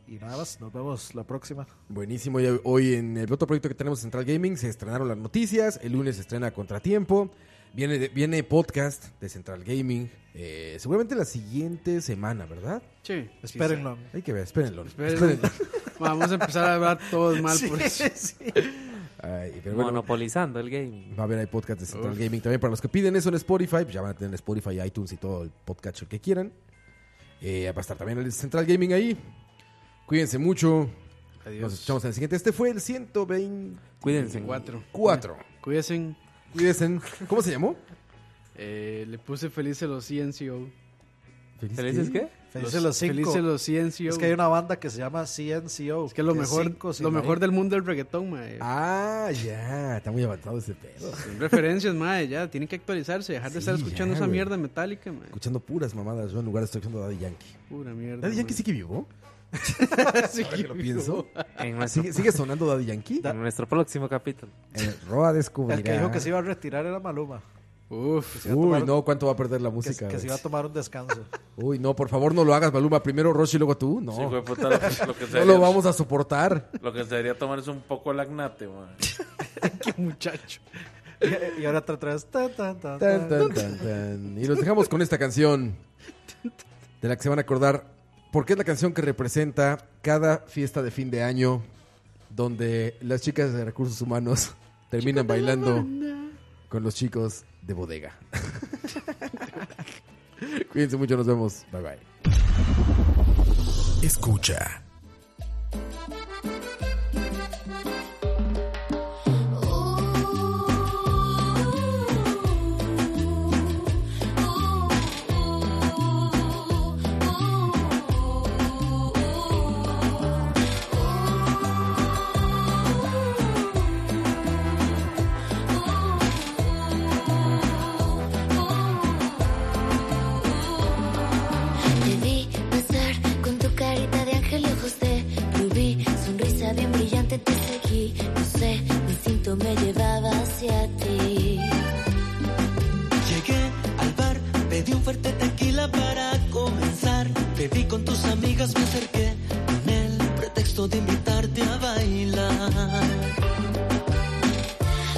S9: Y nada más, nos vemos la próxima.
S6: Buenísimo. y hoy en el otro proyecto que tenemos Central Gaming se estrenaron las noticias. El lunes se estrena Contratiempo. Viene, de- viene podcast de Central Gaming. eh, seguramente la siguiente semana, ¿verdad?
S8: Sí.
S6: Espérenlo. Hay que ver, espérenlo.
S8: Espérenlo.
S6: Espérenlo.
S8: Vamos a empezar a hablar todos mal pues. por
S6: Sí,
S8: eso.
S6: Ay, pero bueno,
S7: Monopolizando el game.
S6: Va a haber hay podcast de Central
S7: Uf.
S6: Gaming también para los que piden eso en Spotify. pues ya van a tener Spotify, iTunes y todo el podcast que quieran. Eh, va a estar también el Central Gaming ahí. Cuídense mucho. Nos escuchamos en el siguiente. Este fue el 120.
S7: Cuídense.
S8: Cuatro.
S6: Cuatro.
S8: Cuídense.
S6: Cuídense. ¿Cómo se llamó?
S8: Eh, le puse felices los CNCO.
S9: ¿Felices qué? Felices los cinco.
S8: Felices los CNCO.
S6: oh.
S9: Es que hay una banda que se llama oh. CNCO.
S8: Es que lo mejor, lo mejor del mundo del reggaetón, mae.
S6: Ah, ya. Está muy avanzado ese pedo.
S8: Referencias, mae, ya. Tienen que actualizarse, dejar de estar
S6: Sí,
S8: escuchando
S6: ya,
S8: esa
S6: güey.
S8: mierda metálica, mae.
S6: Escuchando puras mamadas. Yo en lugar estoy escuchando Daddy Yankee.
S8: Pura mierda.
S6: ¿Daddy Yankee
S8: mae.
S6: sí que vivo?
S8: Sí
S6: Ahora que lo
S8: vivo.
S6: pienso.
S7: En nuestro-
S6: Ah, ¿Sigue, sigue sonando Daddy Yankee?
S7: En nuestro próximo capítulo.
S6: Eh, Roa descubrirá.
S9: El que dijo que se iba a retirar era Maluma.
S8: Uf.
S9: se iba a
S6: Uy,
S9: tomar-
S6: no, ¿cuánto va a perder la
S9: que-
S6: música?
S9: que se iba a tomar un descanso.
S6: Uy, no, por favor no lo hagas, Maluma. Primero Roshi y luego tú. No.
S5: Sí, güey, puta, lo que- lo que
S6: no
S5: sea.
S6: lo vamos a soportar.
S5: Lo que se debería tomar es un poco lagnate, man.
S8: Qué muchacho.
S9: y, y ahora te atrás. Tan, tan, tan,
S6: Tan, tan,
S9: tan.
S6: tan, tan. Y los dejamos con esta canción de la que se van a acordar porque es la canción que representa cada fiesta de fin de año donde las chicas de recursos humanos terminan bailando con los chicos de bodega. Cuídense mucho, nos vemos. Bye bye.
S20: Escucha.
S21: Te vi pasar con tu carita de ángel y ojos de rubí, sonrisa bien brillante te seguí, no sé, mi instinto me llevaba hacia ti.
S12: Llegué al bar, pedí un fuerte tequila para comenzar. Bebí con tus amigas, me acerqué con el pretexto de invitarte a bailar.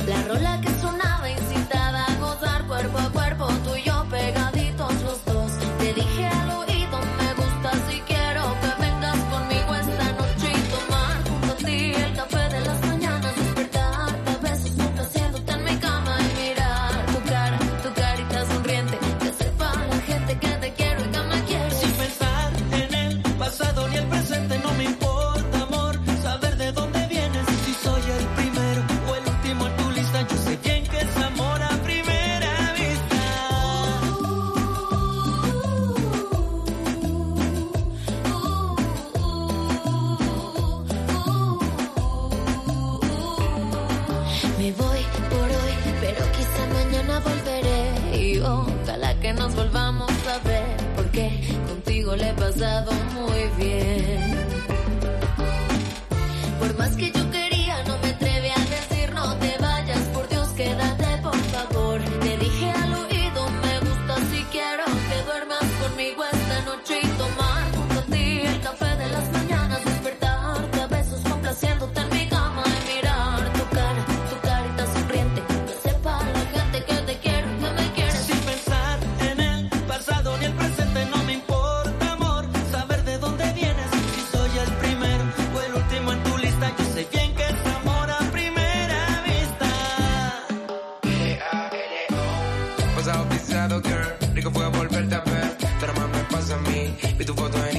S21: La rola que sonaba incitaba a gozar cuerpo a cuerpo, tú y yo pegaditos los dos. Te dije al oído, me gusta si quiero que vengas conmigo esta noche y tomar junto a ti el café de las mañanas. Despertarte a veces nunca haciéndote en mi cama y mirar tu cara, tu carita sonriente. Que sepa la gente que te quiero y que me quieres.
S12: Sin pensar en el pasado ni el presente, no me importa, amor, saber de dónde vienes. Si soy el primero o el último en tu lista, yo sé bien que es amor a primera vista.
S21: Me voy por hoy, pero quizá mañana volveré. Y ojalá que nos volvamos a ver, porque contigo le he pasado muy bien. Por más que yo quería, no me atreví a decir no te vayas, por Dios, quédate por favor. Te dije al oído, me gusta si quiero que duermas conmigo esta noche y tomar junto a ti el café de las mañanas, despertarte a besos complaciéndote en mi cama y mirar tu cara, tu carita sonriente, que sepa la gente que te quiero, y que me quieres.
S12: Sin pensar en el pasado ni el presente, no me importa, amor, saber de dónde vienes. Si soy el primero o el último en tu lista, yo sé bien que es amor a primera vista.
S2: Pasado pisado, girl, rico fue volverte a ver. Pero más me pasa a mí. Vi tu foto en